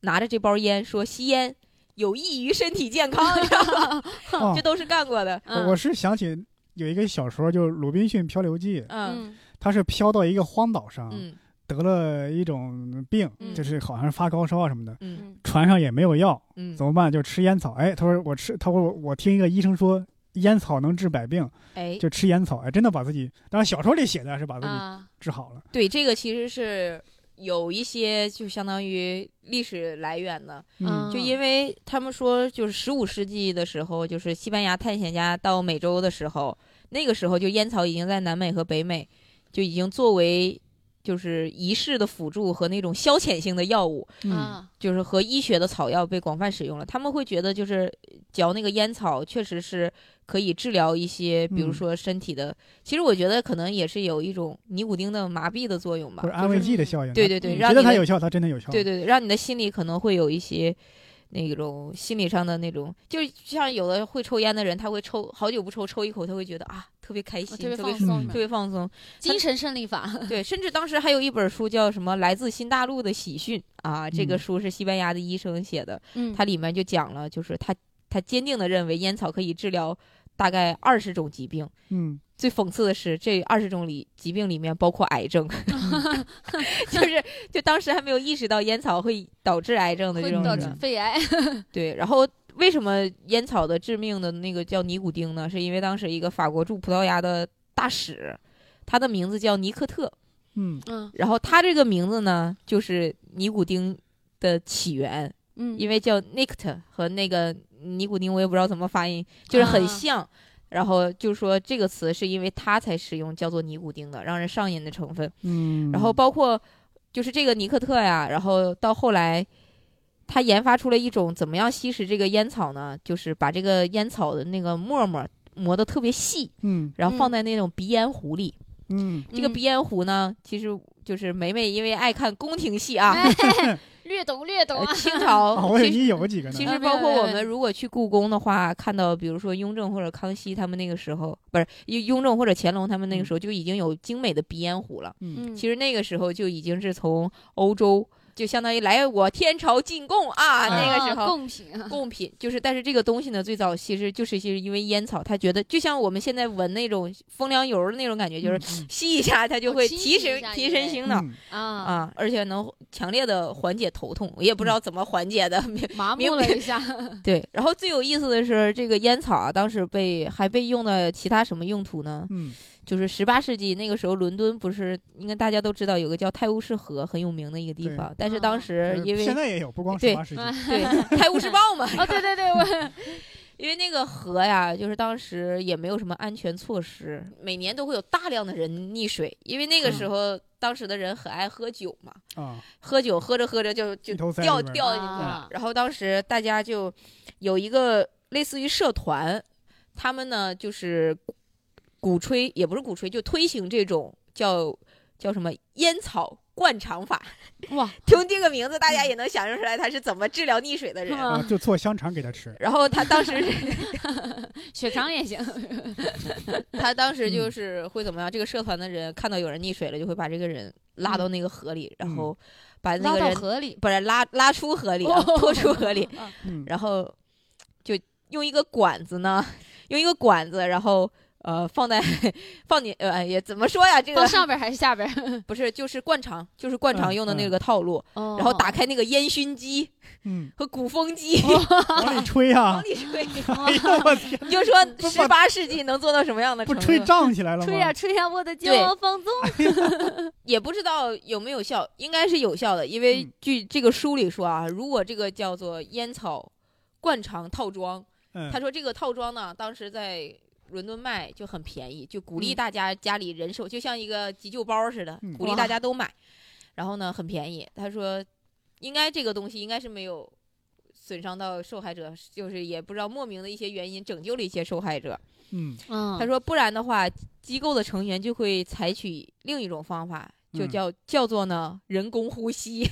Speaker 2: 拿着这包烟说吸烟有益于身体健康，你知道吗？
Speaker 1: 哦
Speaker 2: 这都是干过的。
Speaker 1: 我我是想起有一个小说，就是《鲁滨逊漂流记》，
Speaker 2: 嗯
Speaker 4: 嗯
Speaker 1: 他是漂到一个荒岛上，
Speaker 2: 嗯
Speaker 1: 得了一种病，
Speaker 4: 嗯
Speaker 1: 就是好像是发高烧啊什么的，
Speaker 2: 嗯
Speaker 4: 嗯
Speaker 1: 船上也没有药，
Speaker 2: 嗯
Speaker 1: 怎，么办？就吃烟草。哎，他说我吃，他说我我听一个医生说。烟草能治百病，
Speaker 2: 哎，
Speaker 1: 就吃烟草，哎，真的把自己，当然小说里写的是把自己
Speaker 2: 嗯
Speaker 4: 啊，
Speaker 1: 治好了，
Speaker 2: 对，这个其实是有一些就相当于历史来源的，
Speaker 1: 嗯，
Speaker 2: 就
Speaker 4: 嗯
Speaker 2: 因为他们说，就是十五世纪的时候，就是西班牙探险家到美洲的时候，那个时候就烟草已经在南美和北美就已经作为就是仪式的辅助和那种消遣性的药物，
Speaker 1: 嗯
Speaker 4: 啊，
Speaker 2: 就是和医学的草药被广泛使用了。他们会觉得就是嚼那个烟草确实是可以治疗一些，比如
Speaker 1: 嗯
Speaker 2: 说身体的。其实我觉得可能也是有一种尼古丁的麻痹的作用吧，
Speaker 1: 或者
Speaker 2: 就
Speaker 1: 安慰
Speaker 2: 是
Speaker 1: 剂的效应，啊
Speaker 2: 对对对，
Speaker 1: 你
Speaker 2: 让
Speaker 1: 觉得
Speaker 2: 你
Speaker 1: 它
Speaker 2: 的
Speaker 1: 有效，它真的有效，
Speaker 2: 对对对，让你的心里可能会有一些那种心理上的那种，就是像有的会抽烟的人，他会抽好久不抽，抽一口他会觉得啊特别开心，
Speaker 3: 我
Speaker 2: 特
Speaker 3: 特
Speaker 2: 别
Speaker 3: 别放
Speaker 2: 特
Speaker 3: 松
Speaker 1: 嗯，
Speaker 2: 别放松。
Speaker 3: 精神胜利法。
Speaker 2: 对，甚至当时还有一本书叫什么《来自新大陆的喜讯》啊，这个
Speaker 1: 嗯
Speaker 2: 书是西班牙的医生写的，
Speaker 4: 嗯
Speaker 2: 它里面就讲了，就是他他坚定的认为烟草可以治疗大概二十种疾病。
Speaker 1: 嗯，
Speaker 2: 最讽刺的是，这二十种里疾病里面包括癌 症， 就是就当时还没有意识到烟草会导致癌症的这
Speaker 3: 会
Speaker 2: 种
Speaker 3: 导
Speaker 2: 人
Speaker 3: 致嗯肺癌，
Speaker 2: 对，然后为什么烟草的致命的那个叫尼古丁呢？是因为当时一个法国驻葡萄牙的大使，他的名字叫尼克特，
Speaker 1: 嗯，
Speaker 4: 嗯
Speaker 2: 然后他这个名字呢，就是尼古丁的起源，
Speaker 4: 嗯，
Speaker 2: 因为叫 nict 和那个尼古丁，我也不知道怎么发音，就是很
Speaker 4: 啊
Speaker 2: 像。然后就说这个词是因为他才使用叫做尼古丁的让人上瘾的成分。
Speaker 1: 嗯，
Speaker 2: 然后包括就是这个尼克特呀，然后到后来，他研发出了一种怎么样吸食这个烟草呢？就是把这个烟草的那个沫沫磨得特别细，
Speaker 1: 嗯
Speaker 2: 然后放
Speaker 4: 嗯
Speaker 2: 在那种鼻烟壶里。
Speaker 1: 嗯
Speaker 2: 这个
Speaker 4: 嗯
Speaker 2: 鼻烟壶呢，其实就是梅梅因为爱看宫廷戏
Speaker 4: 哎
Speaker 2: 啊，
Speaker 3: 略懂略懂
Speaker 2: 呃
Speaker 3: 啊。
Speaker 2: 清
Speaker 1: 哦，
Speaker 2: 朝
Speaker 1: 我以为
Speaker 2: 其实。
Speaker 1: 你有几个呢
Speaker 2: 其
Speaker 3: 啊
Speaker 2: 实
Speaker 3: 没有
Speaker 2: 包括
Speaker 3: 没有
Speaker 2: 我
Speaker 3: 没
Speaker 2: 们
Speaker 3: 有
Speaker 2: 如果去故宫的话，看到比如说雍正或者康熙他们那个时候，不是雍雍正或者乾隆他
Speaker 3: 嗯
Speaker 2: 们那个时候就已经有精美的鼻烟壶了。
Speaker 1: 嗯，
Speaker 4: 嗯
Speaker 2: 其实那个时候就已经是从欧洲，就相当于来我天朝进贡啊，那个时
Speaker 3: 啊
Speaker 2: 候。
Speaker 3: 贡品啊，
Speaker 2: 贡品就是，但是这个东西呢，最早其实就是其实因为烟草，他觉得就像我们现在闻那种风凉油的那种感觉，就是
Speaker 1: 是
Speaker 2: 吸一下它就
Speaker 3: 嗯哦
Speaker 2: 会
Speaker 3: 清
Speaker 2: 提
Speaker 3: 醒
Speaker 2: 神
Speaker 3: 一下
Speaker 2: 提
Speaker 3: 也
Speaker 2: 神醒脑
Speaker 3: 啊，
Speaker 2: 啊，而且能强烈的缓解头痛，我也不
Speaker 3: 嗯
Speaker 2: 知道怎么缓解的，
Speaker 3: 麻
Speaker 2: 明
Speaker 3: 木了一下。
Speaker 2: 对，然后最有意思的是，这个烟草啊，当时被还被用到其他什么用途呢？
Speaker 1: 嗯
Speaker 2: 就是十八世纪那个时候，伦敦不是应该大家都知道有个叫泰晤士河很有名的一个地
Speaker 1: 对
Speaker 2: 方，但是
Speaker 3: 啊
Speaker 2: 当时
Speaker 1: 嗯，
Speaker 2: 因为
Speaker 1: 现在也有，不光
Speaker 2: 对
Speaker 1: 十八世纪，
Speaker 2: 对《泰晤士报》嘛，
Speaker 3: 哦，对对对，我
Speaker 2: 因为那个河呀，就是当时也没有什么安全措施，嗯每年都会有大量的人溺水，因为那个时候当时的人很爱喝酒嘛，
Speaker 1: 啊，
Speaker 2: 喝酒喝着喝着就就
Speaker 1: 一头栽
Speaker 2: 掉
Speaker 1: 里边儿
Speaker 2: 掉进去了。
Speaker 3: 啊
Speaker 2: 然后当时大家就有一个类似于社团，他们呢就是鼓吹，也不是鼓吹，就推行这种叫叫什么烟草灌肠法。
Speaker 3: 哇，
Speaker 2: 听这个名字，大家也能想象出来他是怎么治疗溺水的
Speaker 3: 嗯
Speaker 2: 人。
Speaker 1: 啊，就做香肠给他吃。
Speaker 2: 然后他当时是，
Speaker 3: 血肠也行，
Speaker 2: 他当
Speaker 3: 嗯
Speaker 2: 时就是会怎么样？这个社团的人看到有人溺水了，就会把这个人拉到那个河里，然后把那
Speaker 3: 嗯拉
Speaker 2: 个
Speaker 3: 到
Speaker 2: 人
Speaker 3: 河里，
Speaker 2: 不是拉拉出河里啊，拖出河 里，
Speaker 3: 啊
Speaker 1: 嗯，
Speaker 2: 然后就用一个管子呢，用一个管子，然后呃放在放进呃也怎么说呀？这
Speaker 3: 放
Speaker 2: 个
Speaker 3: 上边还是下边？
Speaker 2: 不是就是灌肠，就是灌肠
Speaker 1: 嗯
Speaker 2: 用的那
Speaker 1: 嗯
Speaker 2: 个套路，
Speaker 3: 然
Speaker 2: 然后打开那个烟熏机
Speaker 1: 嗯，
Speaker 2: 和鼓风机
Speaker 1: 往里吹啊
Speaker 2: 往！里吹，
Speaker 1: 哎呦我天，
Speaker 2: 你就说
Speaker 1: 不
Speaker 2: 十八世纪能做到什么样的
Speaker 1: 不
Speaker 2: 程度？
Speaker 1: 吹胀起来了吗？
Speaker 3: 吹呀吹呀，我的骄
Speaker 2: 对
Speaker 3: 傲放纵。
Speaker 2: 也不知道有没有效，应该是有效的，因为
Speaker 1: 嗯
Speaker 2: 据这个书里说啊，如果这个叫做烟草灌肠套装。
Speaker 1: 嗯
Speaker 2: 他说这个套装呢，当时在伦敦卖就很便宜，就鼓励
Speaker 3: 嗯
Speaker 2: 大家家里人手就像一个急救包似的
Speaker 1: 嗯，
Speaker 2: 鼓励
Speaker 3: 哇
Speaker 2: 大家都买。然后呢，很便宜。他说，应该这个东西应该是没有损伤到受害者，就是也不知道莫名的一些原因拯救了一些受害者。
Speaker 1: 嗯
Speaker 3: 嗯，
Speaker 2: 他说，不然的话，机构的成员就会采取另一种方法。就
Speaker 1: 嗯
Speaker 2: 叫叫做呢人工呼 吸，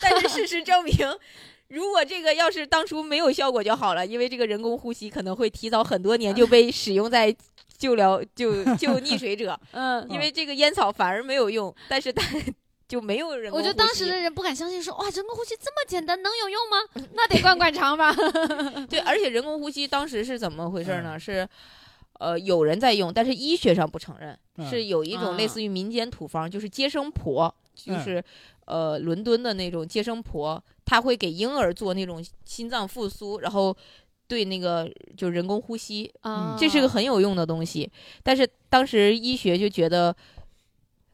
Speaker 2: 但是事实证明，如果这个要是当初没有效果就好了，因为这个人工呼吸可能会提早很多年就被使用在救疗救救溺水 者，
Speaker 3: 嗯，
Speaker 2: 因为这个烟草反而没有用，但是它就没有人工
Speaker 3: 我
Speaker 2: 呼吸。
Speaker 3: 觉得当时的人不敢相信，说哇，人工呼吸这么简单，能有用 吗？那得灌灌肠吧。
Speaker 2: 对，而且人工呼吸当时是怎么回事呢？
Speaker 3: 嗯
Speaker 2: 是，呃，有人在用，但是医学上不承认，
Speaker 1: 嗯
Speaker 2: 是有一种类
Speaker 3: 啊
Speaker 2: 似于民间土方，就是接生婆，就
Speaker 1: 嗯
Speaker 2: 是、呃伦敦的那种接生婆，她会给婴儿做那种心脏复苏，然后对那个就人工呼吸，
Speaker 1: 嗯
Speaker 2: 这
Speaker 3: 啊
Speaker 2: 是个很有用的东西。但是当时医学就觉得。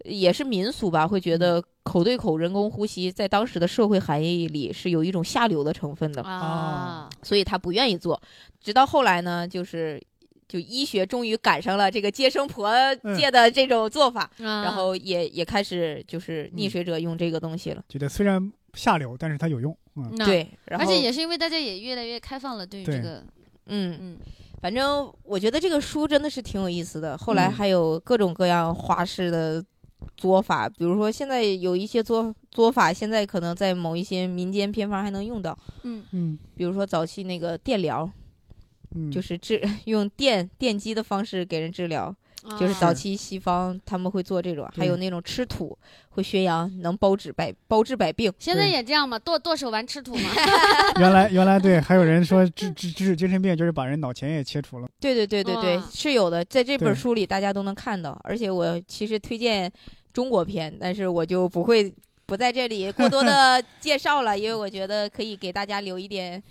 Speaker 2: 也是民俗吧，会
Speaker 1: 嗯
Speaker 2: 觉得口对口人工呼吸在当时的社会含义里是有一种下流的成分的。
Speaker 3: 啊，
Speaker 2: 所以他不愿意做。直到后来呢，就是就医学终于赶上了这个接生婆
Speaker 1: 嗯
Speaker 2: 界的这种做法，
Speaker 3: 然
Speaker 2: 然后也也开始就是
Speaker 3: 嗯
Speaker 2: 溺水者用这个东西了。
Speaker 1: 觉得虽然下流，但是它有用。嗯，
Speaker 2: 对，然
Speaker 3: 而
Speaker 2: 后
Speaker 3: 且也是因为大家也越来越开放了，对于
Speaker 1: 对
Speaker 3: 这个，
Speaker 2: 嗯，
Speaker 3: 嗯，
Speaker 2: 反正我觉得这个书真的是挺有意思的。后来
Speaker 1: 嗯
Speaker 2: 还有各种各样花式的。做法，比如说现在有一些做做法，现在可能在某一些民间偏方还能用到，
Speaker 3: 嗯
Speaker 1: 嗯
Speaker 2: 比如说早期那个电疗，
Speaker 1: 嗯，
Speaker 2: 就是是治 用电电击的方式给人治疗，就是
Speaker 3: 啊
Speaker 2: 早期西方他们会做这种，还
Speaker 1: 对
Speaker 2: 有那种吃土，会宣扬能包治百包治百病。
Speaker 3: 现在
Speaker 1: 对
Speaker 3: 也这样嘛，剁剁手玩吃土嘛。
Speaker 1: 原来原来对，还有人说治治治精神病就是把人脑前叶切除了。
Speaker 2: 对对对对对
Speaker 3: 哇，
Speaker 2: 是有的，在这
Speaker 1: 对
Speaker 2: 本书里大家都能看到。而且我其实推荐中国篇，但是我就不会不在这里过 多的介绍了，因为我觉得可以给大家留一点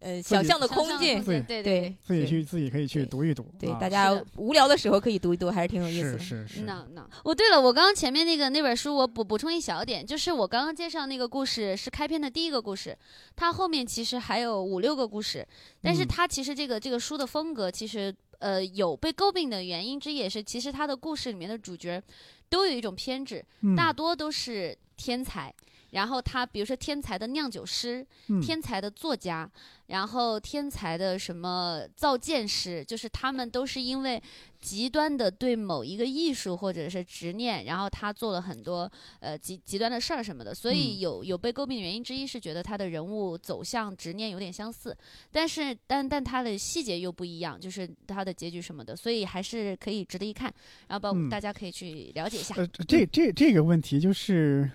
Speaker 2: 呃
Speaker 1: 自己
Speaker 2: 想象的
Speaker 3: 想象
Speaker 2: 空间。
Speaker 1: 对
Speaker 3: 对
Speaker 2: 对，
Speaker 1: 自己
Speaker 2: 对
Speaker 1: 去自己可以去
Speaker 2: 对
Speaker 1: 读一读，
Speaker 2: 对
Speaker 1: 啊
Speaker 2: 大家
Speaker 3: 是的
Speaker 2: 无聊的时候可以读一读，还是挺有意
Speaker 1: 是
Speaker 2: 思的。
Speaker 1: 是是，
Speaker 4: 那那
Speaker 3: 哦，对了，我刚刚前面那个那本书，我补补充一小点，就是我刚刚介绍那个故事是开篇的第一个故事，它后面其实还有五六个故事，但是
Speaker 1: 嗯
Speaker 3: 它其实这个这个书的风格其实呃有被诟病的原因之一也是，其实它的故事里面的主角都有一种偏执，
Speaker 1: 嗯
Speaker 3: 大多都是天才。然后他，比如说天才的酿酒师，
Speaker 1: 嗯
Speaker 3: 天才的作家，然后天才的什么造剑师，就是他们都是因为极端的对某一个艺术或者是执念，然后他做了很多呃极极端的事儿什么的，
Speaker 1: 嗯
Speaker 3: 所以有有被诟病的原因之一是觉得他的人物走向执念有点相似，但是但但他的细节又不一样，就是他的结局什么的，所以还是可以值得一看，然后包
Speaker 1: 嗯
Speaker 3: 大家可以去了解一下，
Speaker 1: 呃，这这这个问题就是，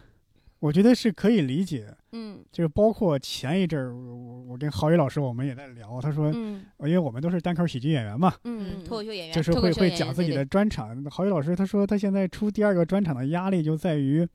Speaker 1: 我觉得是可以理解的，
Speaker 3: 嗯
Speaker 1: 就是包括前一阵儿，我我我跟郝宇老师我们也在聊，他说，
Speaker 3: 嗯
Speaker 1: 呃因为我们都是单口喜剧演员嘛，
Speaker 3: 嗯，
Speaker 2: 脱口秀演员
Speaker 1: 就是
Speaker 3: 脱口
Speaker 1: 会
Speaker 3: 秀
Speaker 1: 会
Speaker 3: 演
Speaker 1: 讲
Speaker 3: 员
Speaker 1: 自
Speaker 2: 对
Speaker 1: 己
Speaker 2: 对
Speaker 1: 的专场。郝宇老师他说他现在出第二个专场的压力就在于，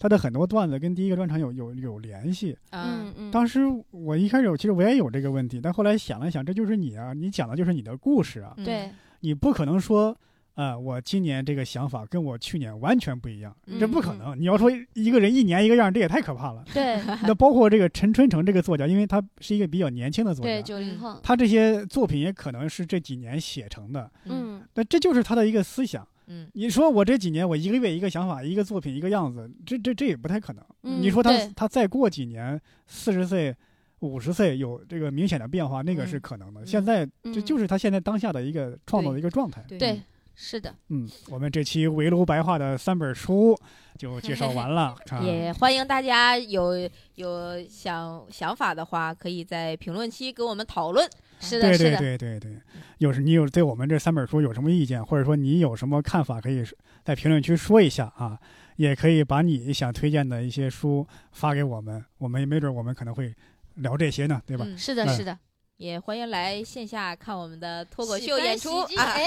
Speaker 1: 他的很多段子跟第一个专场有有有联系。
Speaker 2: 啊，
Speaker 3: 嗯嗯，
Speaker 1: 当时我一开始我其实我也有这个问题，但后来想了想，这就是你啊，你讲的就是你的故事啊，
Speaker 2: 嗯
Speaker 3: 对，
Speaker 1: 你不可能说，呃，我今年这个想法跟我去年完全不一样，这不可
Speaker 3: 嗯嗯
Speaker 1: 能。你要说一个人一年一个样，这也太可怕 了。
Speaker 3: 对
Speaker 1: 那包括这个陈春成这个作家，因为他是一个比较年轻的作
Speaker 3: 对
Speaker 1: 家，
Speaker 3: 九零后，
Speaker 1: 他这些作品也可能是这几年写成的，
Speaker 2: 嗯
Speaker 3: 嗯
Speaker 1: 那这就是他的一个思想。
Speaker 2: 嗯，
Speaker 1: 你说我这几年我一个月一个想法，一个作品一个样子，这这这也不太可能。
Speaker 3: 嗯
Speaker 1: 你说他
Speaker 3: 对
Speaker 1: 他再过几年四十岁，五十岁有这个明显的变化，那个是可能的。
Speaker 2: 嗯
Speaker 1: 现在这
Speaker 3: 嗯
Speaker 1: 就是他现在当下的一个创作的一个状态。
Speaker 2: 对
Speaker 3: 对，是的，
Speaker 1: 嗯，我们这期围炉白话的三本书就介绍完 了。啊看
Speaker 2: 也欢迎大家有有想想法的话，可以在评论区跟我们讨论。
Speaker 3: 是的，
Speaker 1: 对
Speaker 3: 是
Speaker 1: 对
Speaker 3: 的，
Speaker 1: 对对对，有什你有对我们这三本书有什么意见，或者说你有什么看法，可以说在评论区说一下啊。也可以把你想推荐的一些书发给我们，我们也没准我们可能会聊这些呢，对吧？
Speaker 2: 嗯
Speaker 3: 是的，
Speaker 1: 嗯
Speaker 3: 是的。
Speaker 2: 也欢迎来线下看我们的脱口秀演出
Speaker 3: 喜欢喜剧
Speaker 2: 啊！
Speaker 3: 哎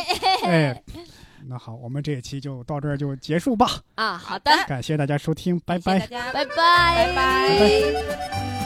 Speaker 1: 哎，那好，我们这一期就到这儿就结束吧，
Speaker 3: 啊，好的，
Speaker 2: 的，
Speaker 1: 感谢大家收听，拜
Speaker 2: 谢谢
Speaker 1: 拜
Speaker 2: 大。家，
Speaker 3: 拜拜，
Speaker 2: 拜拜
Speaker 1: 拜